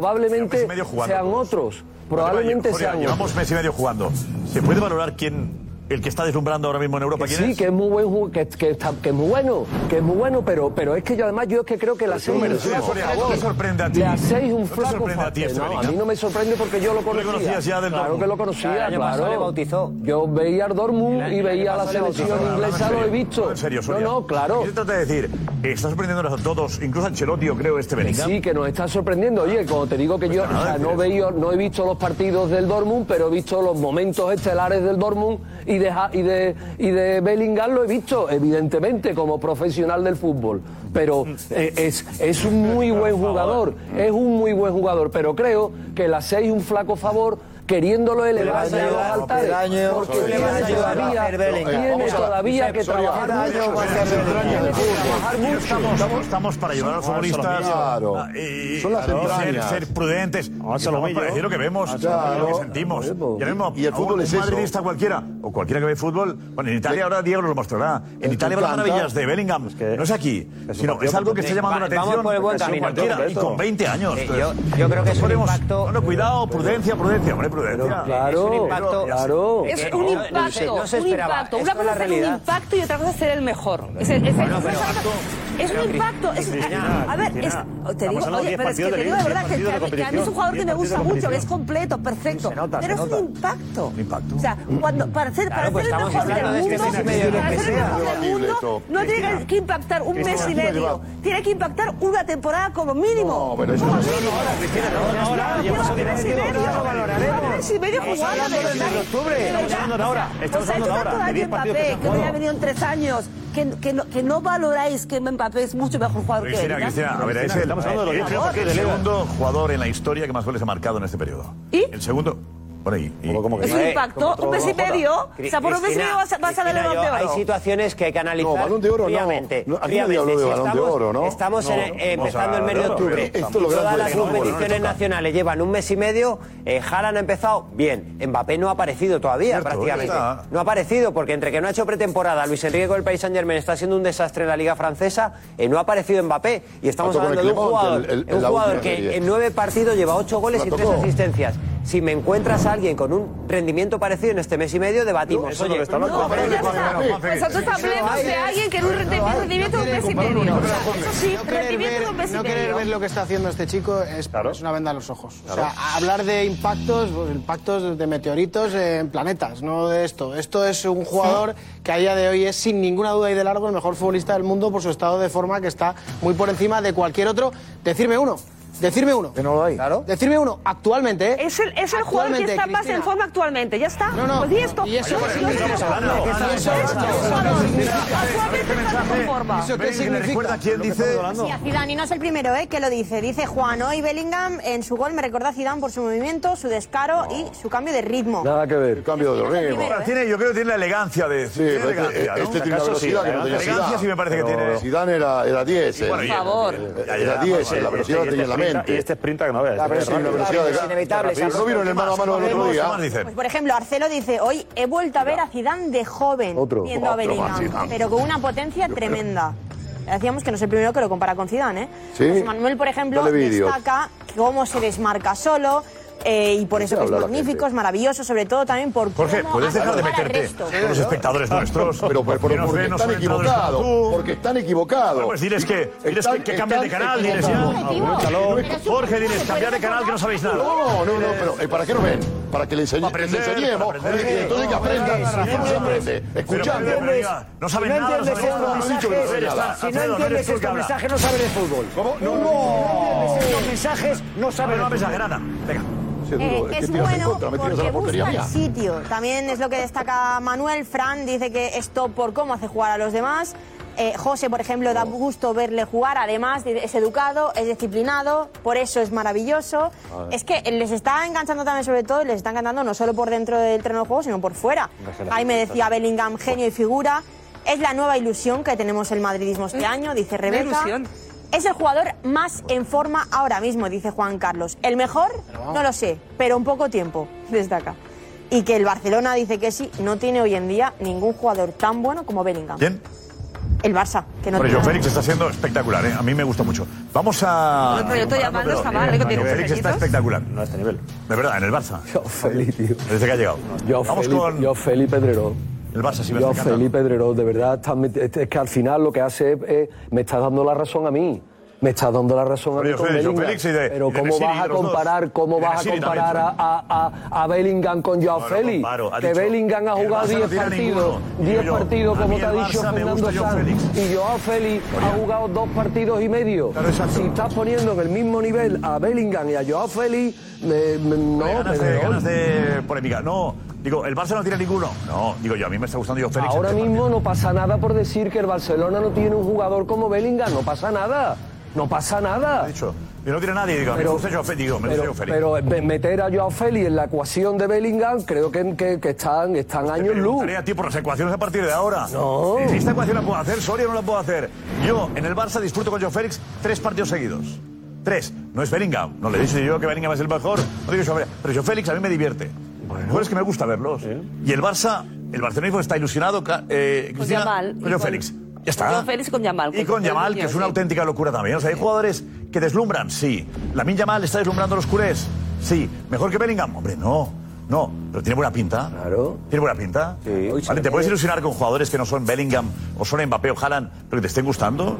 Speaker 26: probablemente sean otros. Probablemente
Speaker 11: Jorge,
Speaker 26: sean otros.
Speaker 11: Llevamos mes y medio jugando. ¿Se puede valorar quién, el que está deslumbrando ahora mismo en Europa,
Speaker 26: Que
Speaker 11: quién
Speaker 26: sí,
Speaker 11: es?
Speaker 26: que es muy buen ju- que, que está- que es muy bueno, que es muy bueno, pero, pero es que yo además yo es que creo que la
Speaker 11: tú,
Speaker 26: seis
Speaker 11: pero
Speaker 26: un
Speaker 11: tú,
Speaker 26: flaco
Speaker 11: Soria, ¿no
Speaker 26: favor.
Speaker 11: te sorprende a ti?
Speaker 26: Le hacéis un
Speaker 11: ¿No te
Speaker 26: flaco
Speaker 11: sorprende a ti
Speaker 26: favor.
Speaker 11: este
Speaker 26: No,
Speaker 11: Bellingham?
Speaker 26: a mí no me sorprende porque yo lo
Speaker 11: Tú le
Speaker 26: conocía.
Speaker 11: conocías ya del
Speaker 26: claro
Speaker 11: Dortmund.
Speaker 26: que lo conocía,
Speaker 11: El año
Speaker 26: claro.
Speaker 11: pasado le bautizó.
Speaker 26: Yo veía al Dortmund y veía a la selección inglesa, lo he visto.
Speaker 11: En serio,
Speaker 26: no,
Speaker 11: Soria.
Speaker 26: no, claro.
Speaker 11: Aquí se trata de decir, está sorprendiéndonos a todos, incluso a Ancelotti, yo creo, este
Speaker 26: Que
Speaker 11: Bellingham.
Speaker 26: sí, que nos está sorprendiendo. Oye, como te digo Pues que yo o sea, no, veía, no he visto los partidos del Dortmund, pero he visto los momentos estelares del Dortmund y de, Ha- y de, y de Bellingham lo he visto, evidentemente, como profesional del fútbol. Pero eh, es, es un muy buen jugador, es un muy buen jugador, pero creo que le hacéis un flaco favor queriéndolo elevar
Speaker 21: Peldaño,
Speaker 26: a los altares.
Speaker 21: peldaño,
Speaker 26: porque
Speaker 21: peldaño
Speaker 26: tiene
Speaker 21: va a
Speaker 26: todavía,
Speaker 21: hacer Bellingham.
Speaker 26: tiene
Speaker 21: Vamos a-
Speaker 26: todavía que
Speaker 21: Josep, Soria,
Speaker 26: trabajar
Speaker 21: peldaño
Speaker 26: mucho.
Speaker 21: va a hacer
Speaker 26: Tiene que trabajar
Speaker 11: Aquí no
Speaker 26: mucho.
Speaker 11: estamos, estamos, estamos para ayudar a los
Speaker 18: Son las
Speaker 11: futbolistas
Speaker 18: claro.
Speaker 11: a- y,
Speaker 18: Son las
Speaker 11: y ser,
Speaker 18: entrañas.
Speaker 11: ser prudentes. Estamos
Speaker 18: Salomillo.
Speaker 11: para decir lo que vemos,
Speaker 18: Claro.
Speaker 11: lo que sentimos. Y, ahora mismo
Speaker 18: Y el
Speaker 11: a
Speaker 18: fútbol
Speaker 11: un,
Speaker 18: es
Speaker 11: un
Speaker 18: eso.
Speaker 11: madridista cualquiera, o cualquiera que ve fútbol, bueno, en Italia ahora Diego nos lo mostrará. En Italia van las
Speaker 18: encanta.
Speaker 11: maravillas de Bellingham. no es aquí,
Speaker 18: es un
Speaker 11: sino
Speaker 18: partido
Speaker 11: es algo que está llamando la
Speaker 19: Vale, vamos
Speaker 11: atención.
Speaker 19: por el buen
Speaker 11: Pero si
Speaker 19: camino,
Speaker 11: cualquiera, y
Speaker 19: Beto.
Speaker 11: con 20 años.
Speaker 19: Eh,
Speaker 11: entonces,
Speaker 19: yo- yo creo que es un
Speaker 11: podemos-
Speaker 19: impacto-
Speaker 11: Bueno, cuidado, prudencia, prudencia, hombre, prudencia.
Speaker 19: Claro, Es un impacto- claro.
Speaker 22: Es
Speaker 19: Que
Speaker 22: un
Speaker 19: no-
Speaker 22: impacto,
Speaker 19: no se- no se
Speaker 22: un
Speaker 19: esperaba.
Speaker 22: impacto.
Speaker 19: Esto
Speaker 22: Una
Speaker 19: es
Speaker 22: cosa
Speaker 19: la
Speaker 22: es hacer un
Speaker 19: realidad.
Speaker 22: impacto y otra cosa es ser el mejor. Es, el- es el-
Speaker 19: Bueno,
Speaker 22: es
Speaker 19: pero-
Speaker 22: es
Speaker 19: pero
Speaker 22: un
Speaker 19: Cristina,
Speaker 22: impacto. Es,
Speaker 19: Cristina,
Speaker 22: a ver, es, te
Speaker 19: Cristina,
Speaker 22: digo,
Speaker 19: estamos hablando de
Speaker 22: oye,
Speaker 19: diez
Speaker 22: pero es que
Speaker 19: partidos
Speaker 22: te
Speaker 19: de
Speaker 22: digo de
Speaker 19: liga,
Speaker 22: verdad que, que a mí es
Speaker 19: diez partidos de
Speaker 22: un
Speaker 19: competición,
Speaker 22: jugador que me
Speaker 19: diez
Speaker 22: gusta
Speaker 19: partidos de
Speaker 22: mucho, que es
Speaker 19: competición.
Speaker 22: completo, perfecto.
Speaker 19: nota,
Speaker 22: pero es
Speaker 19: se
Speaker 22: un impacto.
Speaker 11: impacto.
Speaker 22: O sea, cuando, para ser,
Speaker 19: Claro,
Speaker 22: para
Speaker 19: pues
Speaker 22: ser el
Speaker 19: estamos
Speaker 22: mejor del
Speaker 19: hablando de
Speaker 22: mundo,
Speaker 19: este mes y medio, lo
Speaker 22: para
Speaker 19: que
Speaker 22: ser el
Speaker 19: sea.
Speaker 22: mejor del
Speaker 18: Debatible
Speaker 22: mundo,
Speaker 18: esto.
Speaker 22: no tiene
Speaker 18: Cristina.
Speaker 22: que impactar un
Speaker 18: Cristina,
Speaker 22: mes y
Speaker 18: Cristina,
Speaker 22: medio.
Speaker 18: lleva-
Speaker 22: Tiene que impactar una temporada como mínimo.
Speaker 18: pero eso
Speaker 22: Como
Speaker 18: no es
Speaker 22: mínimo. Mes y medio. Mes y medio jugada de verdad. De verdad. O
Speaker 19: Estamos
Speaker 22: sea,
Speaker 19: hablando
Speaker 22: yo me
Speaker 19: de ahora,
Speaker 22: acuerdo
Speaker 19: de
Speaker 22: de
Speaker 19: diez partidos que
Speaker 22: Mbappé,
Speaker 19: se han
Speaker 22: que hubiera
Speaker 19: jugado.
Speaker 22: venido en tres años, que, que, no, que no valoráis que Mbappé es mucho mejor jugador que
Speaker 11: Cristina,
Speaker 22: él. ¿no?
Speaker 11: Cristina, a ver, es el, Eh,
Speaker 17: Estamos hablando de lo
Speaker 11: es
Speaker 17: mismo,
Speaker 11: el
Speaker 17: porque le-
Speaker 11: segundo jugador en la historia que más goles ha marcado en este periodo. El segundo. Bueno, y, y-
Speaker 22: Es un impacto, un mes y medio. O sea, por un mes y
Speaker 19: Cristina,
Speaker 22: medio vas, a- vas a ver el
Speaker 19: Cristina,
Speaker 22: balón de oro.
Speaker 19: yo- Hay situaciones que hay que analizar.
Speaker 18: No, balón de oro no.
Speaker 19: fríamente,
Speaker 18: No, aquí nadie
Speaker 19: fríamente.
Speaker 18: habló de
Speaker 19: Si
Speaker 18: balón de
Speaker 19: estamos-
Speaker 18: oro, ¿no?
Speaker 19: Estamos
Speaker 18: No,
Speaker 19: en-
Speaker 18: no,
Speaker 19: eh,
Speaker 18: vamos a
Speaker 19: empezando el mes de
Speaker 18: hablar de
Speaker 19: octubre.
Speaker 18: oro. Esto es lo
Speaker 19: Todas
Speaker 18: grande
Speaker 19: las
Speaker 18: del fútbol, no le
Speaker 19: competiciones
Speaker 18: toca.
Speaker 19: nacionales llevan un mes y medio. Eh, Haaland ha empezado bien. Mbappé no ha aparecido todavía
Speaker 18: Cierto,
Speaker 19: prácticamente.
Speaker 18: está.
Speaker 19: No ha aparecido porque entre que no ha hecho pretemporada, Luis Enrique con el Paris Saint Germain está siendo un desastre en la Liga Francesa, eh, no ha aparecido Mbappé. Y estamos
Speaker 18: Mató con el
Speaker 19: hablando de un
Speaker 18: Clermont, el-
Speaker 19: jugador,
Speaker 18: el-
Speaker 19: un
Speaker 18: la
Speaker 19: jugador
Speaker 18: última
Speaker 19: que
Speaker 18: serie.
Speaker 19: en nueve partidos lleva ocho goles
Speaker 18: La
Speaker 19: y tres
Speaker 18: tocó.
Speaker 19: asistencias. Si me encuentras a alguien con un rendimiento parecido en este mes y medio, debatimos.
Speaker 18: eso no
Speaker 19: Oye,
Speaker 18: lo está hablando. No, pero ya está.
Speaker 3: Nosotros hablemos de alguien que en un rendimiento de un mes y medio. O sea, Eso sí,
Speaker 23: No querer,
Speaker 3: rendimiento de un
Speaker 23: ver,
Speaker 3: mes y
Speaker 23: no querer
Speaker 3: medio.
Speaker 23: ver lo que está haciendo este chico es, es una venda a los ojos. O
Speaker 18: Claro.
Speaker 23: sea, hablar de impactos, pues, impactos de meteoritos en planetas, no de esto. Esto es un jugador que a día de hoy es sin ninguna duda y de largo el mejor futbolista del mundo por su estado de forma que está muy por encima de cualquier otro. Decirme uno. Decirme uno. Que no lo hay. Claro. Decirme uno. Actualmente, ¿eh?
Speaker 22: Es el, es el jugador que
Speaker 23: Actualmente,
Speaker 22: está más
Speaker 23: Cristina.
Speaker 22: en forma actualmente. Ya está. pues di esto.
Speaker 23: Y eso
Speaker 22: Pues
Speaker 23: es
Speaker 22: di esto.
Speaker 23: ¿Eso qué
Speaker 11: Bellingham,
Speaker 23: significa?
Speaker 11: recuerda quién
Speaker 23: Lo que
Speaker 11: dice.
Speaker 23: estamos hablando.
Speaker 1: Sí, a Zidane, y no es el primero ¿eh? que lo dice. Dice Juan, hoy Bellingham en su gol me recordó a Zidane por su movimiento, su descaro y su cambio de ritmo.
Speaker 18: Nada que ver. Cambio de ritmo.
Speaker 11: Ahora tiene, yo creo que tiene la elegancia de. Sí,
Speaker 18: pero este- este tiene una velocidad que no tenía
Speaker 11: Elegancia
Speaker 18: Zidane.
Speaker 11: sí me parece que
Speaker 18: Pero
Speaker 11: tiene.
Speaker 18: Zidane era, era 10. eh.
Speaker 11: Por favor.
Speaker 18: Era 10, la velocidad la
Speaker 17: este
Speaker 18: tenía en la
Speaker 17: sprinta-
Speaker 18: mente.
Speaker 17: Y este sprinta que no veas.
Speaker 18: Ah, pero
Speaker 17: eh,
Speaker 18: es una
Speaker 17: rápido.
Speaker 18: velocidad de-
Speaker 17: Es inevitable,
Speaker 18: Pero no vieron el mano a mano del otro día.
Speaker 1: Pues por ejemplo, Arcelo dice, hoy he vuelto a ver a Zidane de joven
Speaker 18: Otro.
Speaker 1: viendo a
Speaker 18: Otro más
Speaker 1: Bellingham,
Speaker 18: Zidane.
Speaker 1: pero con una potencia tremenda. Decíamos que no es el primero que lo compara con Zidane, ¿eh?
Speaker 18: Sí.
Speaker 1: José Manuel, por ejemplo,
Speaker 18: Dale vídeos.
Speaker 1: destaca cómo se desmarca solo eh, y por
Speaker 18: ¿De
Speaker 1: eso
Speaker 18: qué
Speaker 1: que es
Speaker 18: habla la
Speaker 1: magnífico, es maravilloso, sobre todo también por
Speaker 11: Jorge,
Speaker 1: cómo
Speaker 11: ¿puedes
Speaker 1: hace
Speaker 11: dejar de
Speaker 1: jugar al
Speaker 11: meterte
Speaker 1: resto.
Speaker 11: con los espectadores nuestros?
Speaker 18: Ah, Pero, pero,
Speaker 11: Que nos
Speaker 18: porque
Speaker 11: ven, nos
Speaker 18: están
Speaker 11: ven entradores como
Speaker 18: equivocados.
Speaker 11: tú.
Speaker 18: Porque están equivocados.
Speaker 11: Bueno, pues diles que, diles
Speaker 18: Están-
Speaker 11: que, que cambies de
Speaker 18: están
Speaker 11: canal, diles ya.
Speaker 18: equivocados.
Speaker 11: Aguántalo. Jorge, diles, cambiar de canal que no sabéis nada.
Speaker 18: No, no, no, pero eh, ¿para qué nos ven? Para que les, ense- les enseñemos. y entonces que aprendan. ¿Cómo se aprende? Escuchando.
Speaker 11: Pero, pero, diga, no saben
Speaker 18: Si no
Speaker 11: nada, no
Speaker 18: entiendes este
Speaker 11: saben nada.
Speaker 18: mensaje,
Speaker 11: No dicho que no saben nada.
Speaker 18: si no
Speaker 11: Alfredo, eres
Speaker 18: entiendes
Speaker 11: tú el que
Speaker 18: este
Speaker 11: habla.
Speaker 18: mensaje,
Speaker 21: no sabes de fútbol.
Speaker 18: ¿Cómo?
Speaker 21: No,
Speaker 18: Estos
Speaker 21: mensajes no
Speaker 11: saben. No, no, mensaje, nada. Venga.
Speaker 1: Eh, es bueno porque busca el
Speaker 11: mía.
Speaker 1: sitio. También es lo que destaca Manuel. Fran dice que esto por cómo hace jugar a los demás. Eh, José, por ejemplo,
Speaker 27: Oh.
Speaker 1: da gusto verle jugar. Además, dice, es educado, es disciplinado, por eso es maravilloso.
Speaker 27: A ver.
Speaker 1: Es que les está enganchando también, sobre todo, les está encantando no solo por dentro del terreno de juego, sino por fuera.
Speaker 27: Es que la
Speaker 1: Jaime
Speaker 27: gente está-
Speaker 1: decía Bellingham, genio y figura. Es la nueva ilusión que tenemos el madridismo este año, dice
Speaker 22: Mm. Una
Speaker 1: Rebeca.
Speaker 22: ilusión.
Speaker 1: Es el jugador más en forma ahora mismo, dice Juan Carlos. ¿El mejor? No lo sé, pero en poco tiempo, destaca. Y que el Barcelona dice que sí, no tiene hoy en día ningún jugador tan bueno como Bellingham.
Speaker 11: ¿Quién?
Speaker 1: El Barça, que no
Speaker 11: Hombre,
Speaker 1: tiene.
Speaker 11: Joe Félix está siendo espectacular, ¿eh? A mí me gusta mucho. Vamos a.
Speaker 1: Hombre, pero yo estoy llamando,
Speaker 11: Pero,
Speaker 1: está mal, ¿eh? Que tiene
Speaker 11: Joe Félix
Speaker 1: detallitos.
Speaker 11: está espectacular. No, a este nivel. De verdad, en el Barça. Yo feliz, tío. Desde que ha llegado.
Speaker 26: Yo,
Speaker 11: Vamos
Speaker 26: Felipe,
Speaker 11: con.
Speaker 26: yo Felipe Pedreró.
Speaker 11: El Barça sí me
Speaker 26: Yo
Speaker 11: hace cantar.
Speaker 26: Felipe Pedreró, de verdad, estás met- es es que al final lo que hace es, es- me estás dando la razón a mí. Me estás dando la razón a mí
Speaker 11: Hombre,
Speaker 26: con
Speaker 11: yo Félix, yo
Speaker 26: Bellingham.
Speaker 11: Félix y de-
Speaker 26: Pero
Speaker 11: y de
Speaker 26: cómo
Speaker 11: Nesiri,
Speaker 26: vas a
Speaker 11: los dos.
Speaker 26: comparar, cómo
Speaker 11: Y de
Speaker 26: vas a
Speaker 11: Nesiri
Speaker 26: comparar a,
Speaker 11: también,
Speaker 26: a- a- a Bellingham con Joao
Speaker 11: No, no
Speaker 26: Félix.
Speaker 11: comparo, ha
Speaker 26: que
Speaker 11: dicho,
Speaker 26: Bellingham ha
Speaker 11: el
Speaker 26: jugado
Speaker 11: Barça no
Speaker 26: 10
Speaker 11: tiene
Speaker 26: partidos,
Speaker 11: ninguno. Digo
Speaker 26: 10
Speaker 11: yo,
Speaker 26: partidos,
Speaker 11: a
Speaker 26: como
Speaker 11: mí
Speaker 26: te ha
Speaker 11: el
Speaker 26: dicho
Speaker 11: Barça me
Speaker 26: Fernando
Speaker 11: gusta Joao
Speaker 26: Sanz.
Speaker 11: Félix.
Speaker 26: Y Joao Félix ha jugado dos partidos y medio. si estás poniendo en el mismo nivel a Bellingham y a Joao Félix, me- me- no,
Speaker 11: ganas, de,
Speaker 26: Pedrerol.
Speaker 11: ganas de polémica. No, digo, el Barça no tiene ninguno. No, digo yo, a mí me está gustando Joe Félix.
Speaker 26: Ahora mismo no pasa nada por decir que el Barcelona no tiene un jugador como Bellingham, no pasa nada. No pasa nada.
Speaker 11: Dicho. Y no tiene nadie, digo, me gusta Joao Félix, digo, me gusta Joao
Speaker 26: pero,
Speaker 11: Félix.
Speaker 26: pero me- meter a Joao Félix en la ecuación de Bellingham, creo que, que- que están, están años luz.
Speaker 11: Tarea, tío, por las ecuaciones a partir de ahora.
Speaker 26: No.
Speaker 11: Si Esta ecuación la puedo hacer, Soria no la puedo hacer. Yo, en el Barça, disfruto con Joe Félix tres partidos seguidos. Tres. No es Bellingham. No le he dicho yo que Bellingham es el mejor. No digo Joe Félix. Pero Joe Félix a mí me divierte. Lo mejor es que me gusta verlos. Y el Barça, el barcelonismo está ilusionado, ca- eh,
Speaker 22: Con
Speaker 11: Cristina,
Speaker 22: Yamal.
Speaker 11: con Joe Félix. Ya está.
Speaker 22: Con Félix y con Yamal.
Speaker 11: Y con Yamal, que es una auténtica locura también. O sea, hay jugadores que deslumbran, sí. Lamin Yamal está deslumbrando a los culés, sí. ¿Mejor que Bellingham? Hombre, no. No, pero tiene buena pinta. Claro. Tiene buena pinta. Vale, ¿Te
Speaker 17: ¿eh?
Speaker 11: puedes ilusionar con jugadores que no son Bellingham o son Mbappé o Haaland, pero que te estén gustando?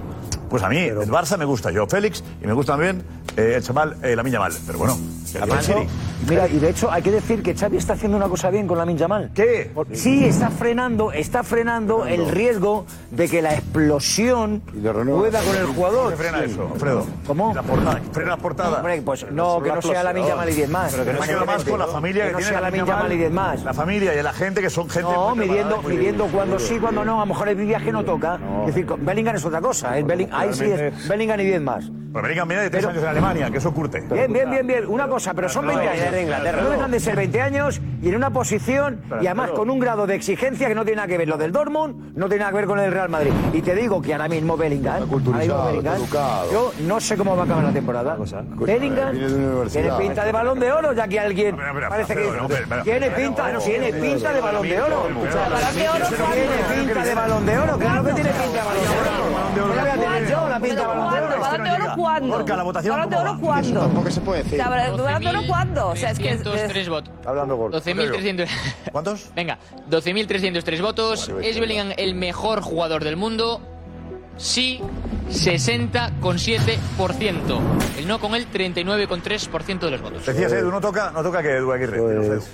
Speaker 11: Pues a mí, el Barça me gusta, yo Félix, y me gusta también eh, el chaval, eh, Lamin Yamal. Pero bueno, que
Speaker 21: Además,
Speaker 11: el City.
Speaker 21: ¿no? Mira, y de hecho hay que decir que Xavi está haciendo una cosa bien con la Minjamal.
Speaker 11: ¿Qué?
Speaker 21: Sí, está frenando, está frenando el riesgo de que la explosión pueda con el jugador.
Speaker 11: ¿Dónde frena eso,
Speaker 21: Sí.
Speaker 11: Alfredo? ¿Cómo? La portada. Frena la portada.
Speaker 21: Hombre, pues no, que no sea la
Speaker 11: Minja
Speaker 21: Minjamal y 10 más.
Speaker 11: Pero que no
Speaker 21: Me
Speaker 11: se
Speaker 21: quedo
Speaker 11: más con la familia que,
Speaker 21: no
Speaker 11: tiene
Speaker 21: sea la
Speaker 11: Lamin
Speaker 21: Minjamal y 10 más.
Speaker 11: La familia y la gente que son gente.
Speaker 21: No,
Speaker 11: muy preparada
Speaker 21: midiendo,
Speaker 11: y muy
Speaker 21: midiendo
Speaker 11: bien.
Speaker 21: cuando sí, cuando no. A lo mejor hay días que no toca. Es decir, con- Bellingham es otra cosa. el Belling- ahí sí es Bellingham y 10 más.
Speaker 11: Pero Bellingham viene de tres años en Alemania, que eso curte.
Speaker 21: Bien, bien, bien, bien. Una cosa, pero son
Speaker 11: No,
Speaker 21: 20
Speaker 11: no,
Speaker 21: años.
Speaker 11: era de Inglaterra,
Speaker 21: no
Speaker 11: no.
Speaker 21: dejan de ser 20 años y en una posición
Speaker 11: Pero,
Speaker 21: y además
Speaker 11: pero-
Speaker 21: con un grado de exigencia que no tiene nada que ver. Lo del Dortmund no tiene nada que ver con el Real Madrid. Y te digo que ahora mismo Bellingham, ahora mismo
Speaker 28: culturizado,
Speaker 21: Bellingham
Speaker 28: está educado.
Speaker 21: yo no sé cómo va a acabar la temporada. Bellingham
Speaker 28: viene de una universidad.
Speaker 21: tiene pinta de balón de oro, ya que alguien
Speaker 28: espera,
Speaker 21: parece que
Speaker 28: espera, espera, espera,
Speaker 21: tiene
Speaker 28: espera,
Speaker 21: pinta,
Speaker 28: espera,
Speaker 21: tiene
Speaker 28: espera,
Speaker 21: pinta de
Speaker 28: espera,
Speaker 21: balón de
Speaker 28: espera,
Speaker 21: oro.
Speaker 28: espera,
Speaker 21: Escucha,
Speaker 28: espera,
Speaker 21: Tiene pinta de balón de oro, claro que tiene pinta de balón de oro. No la voy a tener yo, la pinta de balón de oro.
Speaker 1: ¿Balón de oro cuándo? ¿Balón de oro
Speaker 21: Eso
Speaker 1: cuándo?
Speaker 21: tampoco se puede decir.
Speaker 1: O sea, ¿Balón de oro
Speaker 20: 12.303
Speaker 1: cuándo? O sea, es que... es-
Speaker 20: votos.
Speaker 21: Hablando gordo.
Speaker 20: 12.300.
Speaker 11: ¿Cuántos?
Speaker 20: Venga, 12.303 votos. ¿Es Bellingham el mejor jugador del mundo? Sí, 60,7%. El no con el 39,3% de los votos.
Speaker 11: Decías, Edu, no toca, no toca que Edu Aguirre.
Speaker 13: Pues,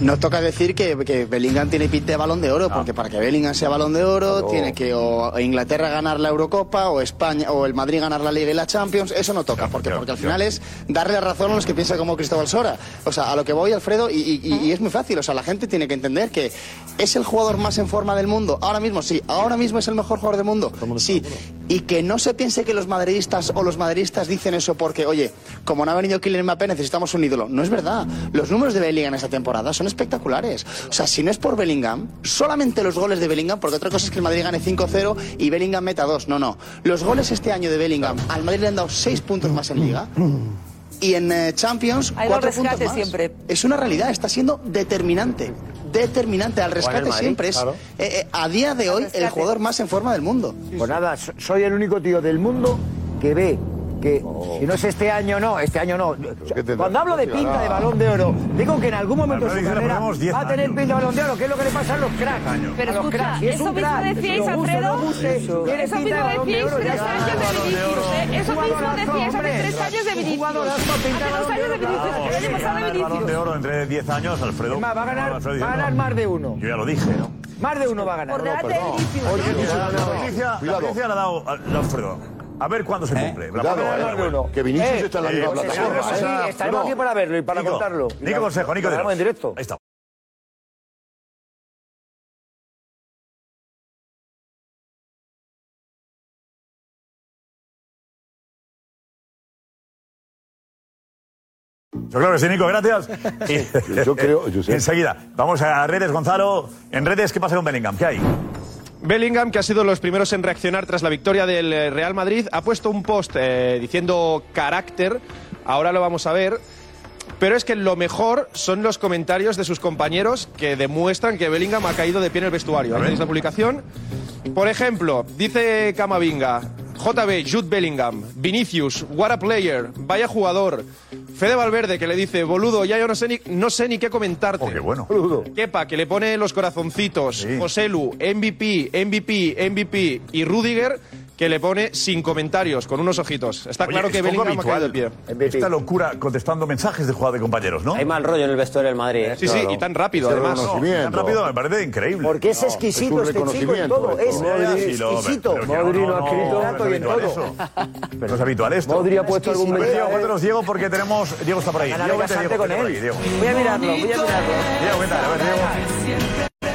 Speaker 13: Nos toca decir que, que Bellingham tiene pinta de balón de oro, porque para que Bellingham sea balón de oro, tiene que o Inglaterra ganar la Eurocopa, o España, o el Madrid ganar la Liga y la Champions, eso no toca, porque, porque al final es darle la razón a los que piensan como Cristóbal Sora. O sea, a lo que voy, Alfredo, y, y- y- y es muy fácil, o sea, la gente tiene que entender que es el jugador más en forma del mundo, ahora mismo sí, ahora mismo es el mejor jugador del mundo, sí, y que no se piense que los madridistas o los madridistas dicen eso porque, oye, como no ha venido Kylian Mbappé, necesitamos un ídolo. No es verdad. Los números de Bellingham esta temporada son espectaculares. O sea, si no es por Bellingham, solamente los goles de Bellingham, porque otra cosa es que el Madrid gane 5-0 y Bellingham meta 2. No, no. Los goles este año de Bellingham, al Madrid le han dado 6 puntos más en Liga. Y en eh, Champions,
Speaker 1: Ahí va el
Speaker 13: 4 puntos
Speaker 1: rescate
Speaker 13: más.
Speaker 1: siempre.
Speaker 13: Es una realidad, está siendo determinante. Determinante, al rescate
Speaker 21: Madrid,
Speaker 13: siempre es,
Speaker 21: claro.
Speaker 13: eh, eh, a día de hoy, el
Speaker 21: rescate.
Speaker 13: jugador más en forma del mundo.
Speaker 21: Pues nada, so- soy el único tío del mundo que ve que
Speaker 11: Oh.
Speaker 21: si no es este año no, este año no. Cuando hablo de pinta de balón de oro, digo que en algún momento de su carrera va a tener pinta de balón de oro, que es lo que le pasa a los cracks.
Speaker 22: Pero
Speaker 21: a los
Speaker 22: escucha,
Speaker 21: cracks. Y es
Speaker 22: eso
Speaker 21: un
Speaker 22: mismo
Speaker 21: crack.
Speaker 22: decíais,
Speaker 21: Lo guste o no
Speaker 22: Alfredo.
Speaker 21: guste,
Speaker 22: Eso.
Speaker 21: tiene
Speaker 22: Eso
Speaker 21: pinta de
Speaker 22: mismo
Speaker 21: balón de
Speaker 22: decíais
Speaker 21: oro, ya
Speaker 22: tres
Speaker 21: está.
Speaker 22: años de Vinicius, ¿eh? Eso mismo
Speaker 21: Jugadorazo,
Speaker 22: decíais hace
Speaker 21: hombre.
Speaker 22: tres años de Vinicius.
Speaker 21: Jugadorazo, pinta
Speaker 22: Hace dos
Speaker 21: balón de
Speaker 22: años de
Speaker 21: oro,
Speaker 22: Vinicius,
Speaker 21: claro.
Speaker 22: el año pasado de
Speaker 11: Ganar el balón de oro entre 10 años, Alfredo.
Speaker 21: Es más, va a ganar-
Speaker 11: No, Alfredo,
Speaker 21: va a
Speaker 11: yo
Speaker 21: ganar
Speaker 11: no.
Speaker 21: más de uno.
Speaker 11: Yo ya lo dije, ¿no?
Speaker 21: Más de uno va a ganar.
Speaker 11: Por delante de Vinicius. La noticia, la noticia la ha dado al- Alfredo. A ver cuándo se cumple. La
Speaker 28: Cuidado,
Speaker 11: palabra
Speaker 28: eh,
Speaker 11: de Alfredo.
Speaker 28: que Vinicius está en la misma
Speaker 11: pues,
Speaker 28: plataforma,
Speaker 11: estaremos
Speaker 28: eh.
Speaker 11: aquí-
Speaker 28: estaremos
Speaker 21: aquí para verlo y para
Speaker 11: Nico,
Speaker 21: contarlo.
Speaker 11: Nico Consejo, Nico
Speaker 21: Lo haremos
Speaker 11: de
Speaker 21: en directo.
Speaker 11: Ahí está. Yo creo que sí, Nico, gracias. Y-
Speaker 28: Yo creo- yo sé.
Speaker 11: Enseguida, vamos a redes, Gonzalo. En redes, ¿qué pasa con Bellingham? ¿Qué hay?
Speaker 29: Bellingham, que ha sido los primeros en reaccionar tras la victoria del eh, Real Madrid, ha puesto un post eh, diciendo carácter. Ahora lo vamos a ver. Pero es que lo mejor son los comentarios de sus compañeros que demuestran que Bellingham ha caído de pie en el vestuario. Ahí tenéis la publicación. Por ejemplo, dice Camavinga, JB, Jude Bellingham, Vinicius, what a player, vaya jugador. Fede Valverde que le dice, boludo, ya yo no sé ni, no sé ni qué comentarte.
Speaker 11: Oh,
Speaker 29: qué bueno. Kepa que le pone los corazoncitos. Joselu, MVP, MVP, MVP. Y Rudiger que le pone sin comentarios, con unos ojitos. Está
Speaker 11: Oye,
Speaker 29: claro que
Speaker 11: es poco
Speaker 29: Bellingham ha caído de pie.
Speaker 11: habitual Esta locura contestando mensajes de jugada de compañeros, ¿no? Hay
Speaker 19: mal rollo en el vestuario del Madrid. ¿eh?
Speaker 21: ¿eh?
Speaker 11: Sí, sí, y tan rápido,
Speaker 21: Este
Speaker 11: además. No, tan rápido me parece increíble.
Speaker 21: Porque es exquisito este chico en todo. Es exquisito.
Speaker 11: Modri no ha escrito
Speaker 21: Trato y en todo.
Speaker 11: No es habitual esto.
Speaker 21: Modri ha puesto algún
Speaker 11: Pues,
Speaker 21: mensaje,
Speaker 11: Diego, cuéntanos, Diego, porque tenemos... Diego está por ahí.
Speaker 21: Ganar
Speaker 11: Diego,
Speaker 21: de
Speaker 11: vete,
Speaker 21: casarte
Speaker 11: Diego,
Speaker 21: con
Speaker 11: vete por
Speaker 21: él.
Speaker 11: ahí, Diego.
Speaker 21: Voy a mirarlo, voy a mirarlo.
Speaker 11: Diego, ¿qué tal? A ver, Diego.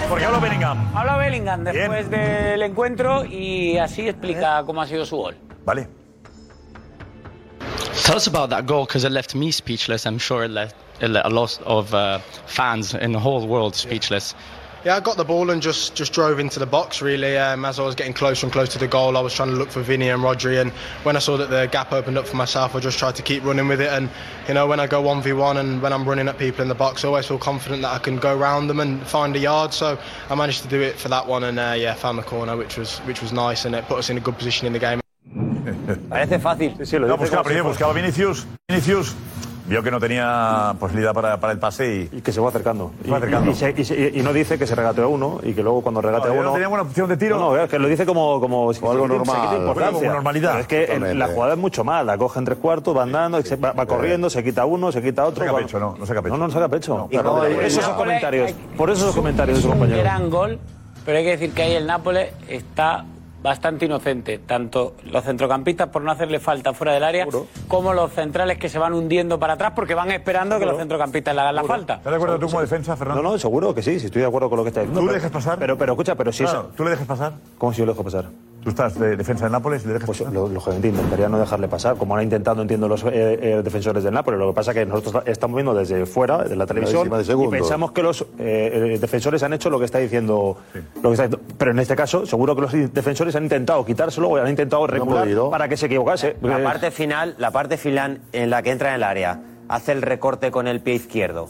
Speaker 11: ¿Por qué habla Bellingham?
Speaker 30: Habla Bellingham después del encuentro y así explica cómo ha sido su gol.
Speaker 11: Vale.
Speaker 31: Tell us about that goal because it left me speechless. I'm sure it left, it left a lot of uh, fans in the whole world speechless.
Speaker 32: Yeah, I got the ball and just just drove into the box really. Um, as I was getting closer and closer to the goal, I was trying to look for Vinny and Rodri, and when I saw that the gap opened up for myself, I just tried to keep running with it. And you know, when I go one v one and when I'm running at people in the box, I always feel confident that I can go round them and find a yard. So I managed to do it for that one, and uh, yeah, found the corner, which was which was nice, and it put us in a good position in the game.
Speaker 11: Parece fácil. Sí, sí, lo no,
Speaker 32: dice
Speaker 11: buscaba,
Speaker 32: como si
Speaker 11: primero
Speaker 32: fuese-
Speaker 11: buscaba Vinicius. Vinicius vio que no tenía posibilidad para, para el pase y...
Speaker 17: que se va acercando.
Speaker 11: Se va acercando.
Speaker 17: Y, se- y se- y no dice que se regateó a uno y que luego cuando regatea
Speaker 11: No,
Speaker 17: a
Speaker 11: yo no
Speaker 17: uno.
Speaker 11: tenía buena opción de tiro.
Speaker 17: No, no, es que lo dice como, como si-
Speaker 28: algo
Speaker 17: si- si-
Speaker 28: normal.
Speaker 17: si- si- importancia.
Speaker 28: Como normalidad.
Speaker 17: Pero es que el- la
Speaker 28: Totalmente.
Speaker 17: jugada es mucho más. La coge en tres cuartos, va andando, se- va, va corriendo, se quita uno, se quita otro.
Speaker 11: saca
Speaker 17: va-
Speaker 11: pecho, no, no saca pecho.
Speaker 17: No, no saca pecho.
Speaker 31: Y
Speaker 17: Claro,
Speaker 31: no,
Speaker 17: por
Speaker 31: el-
Speaker 17: esos
Speaker 31: el-
Speaker 17: comentarios. Por esos comentarios de
Speaker 31: Es
Speaker 17: su
Speaker 31: un
Speaker 17: compañero.
Speaker 31: gran gol, pero hay que decir que ahí el Nápoles está bastante inocente, tanto los centrocampistas por no hacerle falta fuera del área, como los centrales que se van hundiendo para atrás porque van esperando que los centrocampistas le hagan la falta.
Speaker 11: ¿Estás de acuerdo tú como defensa, Fernando?
Speaker 17: No, no, seguro que sí, si estoy de acuerdo con lo que está diciendo.
Speaker 11: ¿Tú le
Speaker 17: pero-
Speaker 11: dejas pasar?
Speaker 17: Pero, pero escucha, pero si
Speaker 11: Claro, ¿Tú le dejas pasar?
Speaker 17: ¿Cómo si yo lo dejo pasar?
Speaker 11: Tú Tú estás de defensa del Nápoles, le dejas
Speaker 17: Pues lo- lógicamente intentaría no dejarle pasar, como han intentado, entiendo, los eh, eh, defensores del Nápoles. Lo que pasa es que nosotros estamos viendo desde fuera, de la televisión,
Speaker 18: décima de
Speaker 17: y
Speaker 18: segundo.
Speaker 17: pensamos que los eh, eh, defensores han hecho lo que está diciendo. Lo que está diciendo- Pero en este caso, seguro que los defensores han intentado quitárselo o han intentado recular
Speaker 19: podido.
Speaker 17: para que se equivocase.
Speaker 19: La
Speaker 17: Eh,
Speaker 19: parte final, la parte final en la que entra en el área, hace el recorte con el pie izquierdo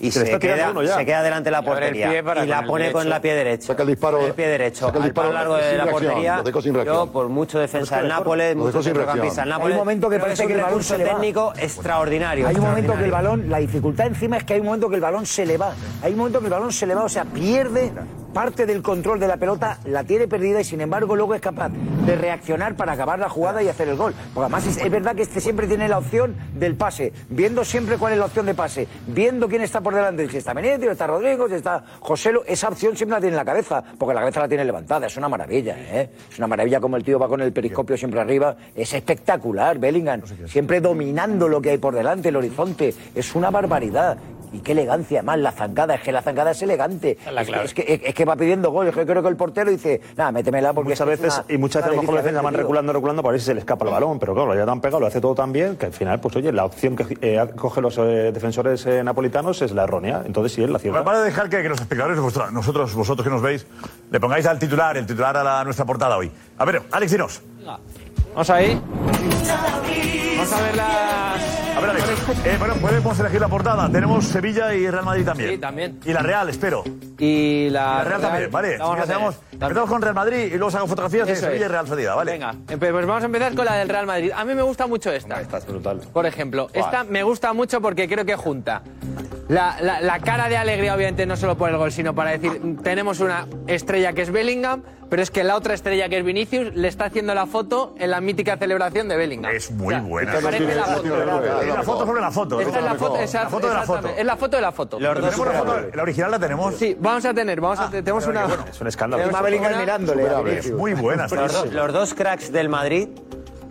Speaker 19: y
Speaker 18: Se le
Speaker 19: se,
Speaker 18: está tirando
Speaker 19: queda,
Speaker 18: uno ya.
Speaker 19: se queda delante de la
Speaker 18: Y abre el pie
Speaker 19: portería
Speaker 18: para
Speaker 19: y
Speaker 18: con
Speaker 19: la
Speaker 18: el
Speaker 19: pone
Speaker 18: derecho.
Speaker 19: con la pie derecha.
Speaker 18: Saca el disparo-
Speaker 19: Con el pie derecho.
Speaker 18: saca el
Speaker 19: Al
Speaker 18: disparo
Speaker 19: palo largo de
Speaker 18: sin
Speaker 19: la
Speaker 18: reacción,
Speaker 19: portería.
Speaker 18: lo dejó sin reacción.
Speaker 19: Yo, por mucho defensa
Speaker 18: Lo dejó
Speaker 19: del Nápoles,
Speaker 18: sin
Speaker 19: mucho
Speaker 18: reacción.
Speaker 19: centrocampista del
Speaker 18: Hay un
Speaker 19: Nápoles,
Speaker 21: momento que
Speaker 19: creo
Speaker 21: parece
Speaker 19: es
Speaker 21: que
Speaker 19: un
Speaker 21: el balón
Speaker 19: recurso
Speaker 21: se le va.
Speaker 19: técnico extraordinario.
Speaker 21: Hay un momento que el
Speaker 19: extraordinario.
Speaker 21: balón, la dificultad encima es que hay un momento que el balón se le va. Hay un momento que el balón se le va, o sea, pierde parte del control de la pelota, la tiene perdida y sin embargo luego es capaz de reaccionar para acabar la jugada y hacer el gol. Porque además es, es verdad que este siempre tiene la opción del pase, viendo siempre cuál es la opción de pase, viendo quién está por delante, si está Benetti, o está Rodrigo, si está José, esa opción siempre la tiene en la cabeza, porque la cabeza la tiene levantada, es una maravilla, ¿eh? Es una maravilla como el tío va con el periscopio siempre arriba, es espectacular, Bellingham, siempre dominando lo que hay por delante, el horizonte, es una barbaridad. Y qué elegancia, más la zancada, es que la zancada es elegante.
Speaker 17: Es la
Speaker 21: Es que-
Speaker 17: clave.
Speaker 21: es, que, es, que va pidiendo gol, es que creo que el portero dice, nada, métemela porque
Speaker 17: Muchas
Speaker 21: es que es
Speaker 17: veces,
Speaker 21: una-
Speaker 17: y muchas
Speaker 21: una
Speaker 17: veces a lo mejor los
Speaker 21: delicia
Speaker 17: defensas van
Speaker 21: verte, tío.
Speaker 17: reculando, reculando para ver si se le escapa el balón, pero claro, ya tan pegado, lo hace todo tan bien que al final, pues oye, la opción que eh, cogen los eh, defensores eh, napolitanos es la errónea. Entonces, sí, es la
Speaker 11: Para,
Speaker 17: cierta.
Speaker 11: para dejar que, que los espectadores, vosotros, nosotros, vosotros que nos veis, le pongáis al titular, el titular a la- nuestra portada hoy. A ver, Alex, dinos.
Speaker 33: Vamos ahí. Vamos a ver las.
Speaker 11: A ver, Alex. eh, bueno, podemos elegir la portada. Tenemos Sevilla y Real Madrid también. Sí, también. Y la Real, espero.
Speaker 33: Y
Speaker 11: La
Speaker 33: la.
Speaker 11: Real también, vale.
Speaker 33: la Vamos a
Speaker 11: Así que
Speaker 33: tener.
Speaker 11: hacemos- empezamos con Real Madrid y luego saco fotografías de
Speaker 33: Eso
Speaker 11: Sevilla
Speaker 33: es.
Speaker 11: y Real Sociedad, ¿vale? Venga.
Speaker 33: Empe- Pues vamos a empezar con la del Real Madrid. A mí me gusta mucho esta.
Speaker 11: Esta es brutal.
Speaker 33: Por ejemplo,
Speaker 11: Guau.
Speaker 33: esta me gusta mucho porque creo que junta la, la- la cara de alegría, obviamente, no solo por el gol, sino para decir, mm, tenemos una estrella que es Bellingham, pero es que la otra estrella que es Vinicius le está haciendo la foto en la mítica celebración de Bellingham. Es
Speaker 11: muy buena.
Speaker 17: Este
Speaker 33: Parece la foto.
Speaker 11: La foto sobre la foto.
Speaker 33: Esta es la foto, exact-
Speaker 11: La foto de la foto.
Speaker 33: exactamente, Es la foto de la foto.
Speaker 11: Los dos Tenemos la foto, superables. la original la tenemos. Ah,
Speaker 33: Sí, vamos a tener, vamos a te- tenemos una.
Speaker 17: Es un escándalo.
Speaker 19: pues,
Speaker 33: Encima Bellingham
Speaker 17: Una-
Speaker 33: mirándole,
Speaker 17: superable.
Speaker 33: Es muy buena, está
Speaker 19: Los, do-
Speaker 33: buenísima.
Speaker 19: los dos cracks del Madrid,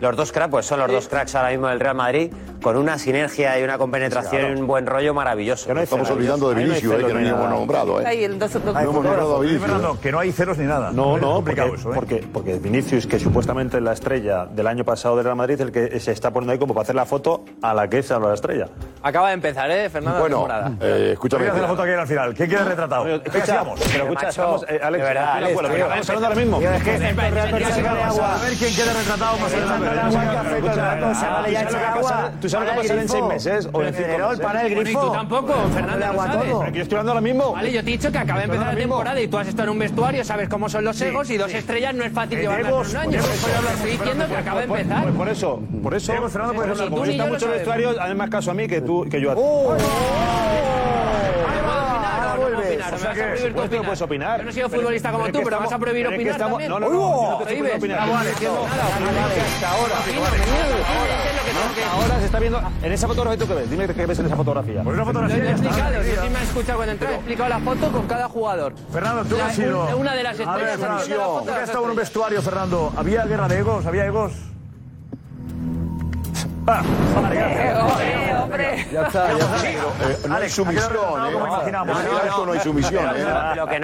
Speaker 19: los dos cracks, pues son los dos cracks ahora mismo del Real Madrid, con una sinergia y una compenetración y un buen rollo maravilloso.
Speaker 18: Estamos olvidando de Vinicius, eh, que no hemos nombrado. Eh.
Speaker 22: Ahí el dos- dos-
Speaker 11: que no hay ceros ni nada.
Speaker 17: No, no, porque,
Speaker 11: ¿eh?
Speaker 17: porque, porque Vinicius, que supuestamente es la estrella del año pasado del Real Madrid, el que se está poniendo ahí como para hacer la foto a la que es ahora la estrella.
Speaker 33: Acaba de empezar, ¿eh? Fernando
Speaker 17: Bueno,
Speaker 33: temporada.
Speaker 17: eh, escúchame.
Speaker 11: Voy a hacer la foto aquí al final. ¿Quién queda retratado? Venga, sigamos.
Speaker 17: pero escucha, estamos, eh, Alex,
Speaker 11: De verdad,
Speaker 17: estoy de
Speaker 11: Alex,
Speaker 17: acuerdo,
Speaker 11: tío.
Speaker 17: pero vamos a hablar ahora mismo.
Speaker 11: Tío, es que-
Speaker 17: Venga,
Speaker 11: A ver quién queda retratado más
Speaker 17: ¿Tú sabes lo que va a pasar- ¿Tú sabes lo que va a pasar en seis meses o en cinco meses?
Speaker 8: Bueno, y tú tampoco, Fernando, lo sabes.
Speaker 17: Pero aquí estoy hablando ahora mismo.
Speaker 8: Vale, yo te he dicho que acaba de empezar la temporada y tú has estado en un vestuario, sabes cómo son los egos y dos estrellas no es fácil
Speaker 17: Eh,
Speaker 8: llevarlas por
Speaker 17: egos,
Speaker 8: un año.
Speaker 17: egos,
Speaker 8: Por eso te estoy diciendo que acaba de empezar.
Speaker 17: Pues por eso, por eso.
Speaker 8: Diego Fernando puede
Speaker 17: Pero
Speaker 8: ser
Speaker 17: si
Speaker 8: loco.
Speaker 17: tú está
Speaker 8: Ni yo
Speaker 17: mucho
Speaker 8: lo
Speaker 17: en el vestuario, hazme más caso a mí que tú que yo a ti.
Speaker 11: Oh,
Speaker 17: Pues,
Speaker 8: opinar, me vas a prohibir
Speaker 11: pues
Speaker 8: tú
Speaker 17: Tú no puedes opinar.
Speaker 8: Yo no he sido futbolista como
Speaker 17: es
Speaker 8: tú,
Speaker 17: que
Speaker 8: pero vas a prohibir
Speaker 17: pero es que
Speaker 8: opinar
Speaker 17: estamos-
Speaker 8: también.
Speaker 17: No, no, no,
Speaker 8: ¡Uy!
Speaker 11: Oh.
Speaker 17: yo no te estoy
Speaker 8: Prohíbe.
Speaker 17: prohibiendo
Speaker 8: Bravo,
Speaker 17: opinar.
Speaker 8: Alex,
Speaker 17: No,
Speaker 8: nada,
Speaker 17: no, que
Speaker 8: bravo, Alex.
Speaker 17: hasta ahora. Ahora se está viendo. En esa fotografía, ¿tú qué ves? Dime qué ves en esa fotografía. Pues
Speaker 11: una
Speaker 8: Lo he explicado, yo sí me he escuchado cuando entré, he explicado la foto con cada jugador.
Speaker 11: Fernando, tú
Speaker 8: La-
Speaker 11: has sido.
Speaker 8: Una de las
Speaker 11: A ver,
Speaker 8: estrellas.
Speaker 11: Fernando,
Speaker 8: ha sido la foto
Speaker 11: tú
Speaker 8: de
Speaker 11: que has
Speaker 8: las
Speaker 11: estado en un vestuario, Fernando. ¿Había guerra de egos? ¿Había egos? Ah, vale, gracias.
Speaker 18: Ya está, ya está. no hay sumisión, ¿eh?
Speaker 11: como imaginamos.
Speaker 18: En el acto no hay sumisión, ¿eh?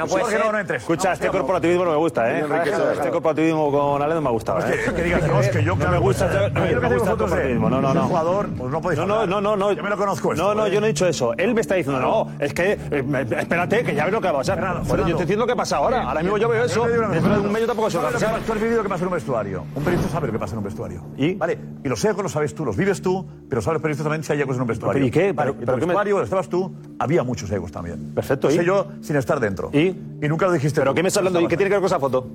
Speaker 11: Jorge, no, no entres.
Speaker 17: Escucha, este corporativismo no me gusta, ¿eh?
Speaker 18: Enrique, se ha
Speaker 17: Este
Speaker 18: dejado.
Speaker 17: corporativismo con Ale no me gusta, ¿eh?
Speaker 11: Que digas, no, es que yo,
Speaker 17: No me gusta,
Speaker 11: yo
Speaker 17: no me
Speaker 11: lo que hacéis
Speaker 17: gusta el
Speaker 11: vosotros es,
Speaker 17: corporativismo. No, no,
Speaker 11: es un
Speaker 17: no.
Speaker 11: jugador, pues no podéis
Speaker 17: No, no, no, no, no. Yo me lo conozco No,
Speaker 11: ¿eh?
Speaker 17: no, yo no he dicho eso. Él me está diciendo, no, es que eh, me- espérate, que ya ves lo que va a pasar. Pero yo te entiendo lo que pasa ahora. Ahora mismo yo veo eso. ¿eh? Dentro de un medio tampoco se va a pasar.
Speaker 11: Tú has vivido lo que pasa en un vestuario. Un periodista sabe lo que pasa en un vestuario. ¿Y? Vale, y los egos los sabes tú, los vives tú, pero sabes periodista también si hay egos en un vestuario.
Speaker 17: ¿Y qué?
Speaker 11: Vale,
Speaker 17: ¿Pero-
Speaker 11: en
Speaker 17: pero
Speaker 11: el
Speaker 17: qué me-
Speaker 11: vestuario donde estabas tú, había muchos egos también.
Speaker 17: Perfecto,
Speaker 11: Lo
Speaker 17: ¿y?
Speaker 11: Sé yo sin estar dentro. ¿Y? Y nunca lo dijiste
Speaker 17: ¿Pero
Speaker 11: tú.
Speaker 17: qué me estás hablando? ¿Y qué tiene que ver con esa foto?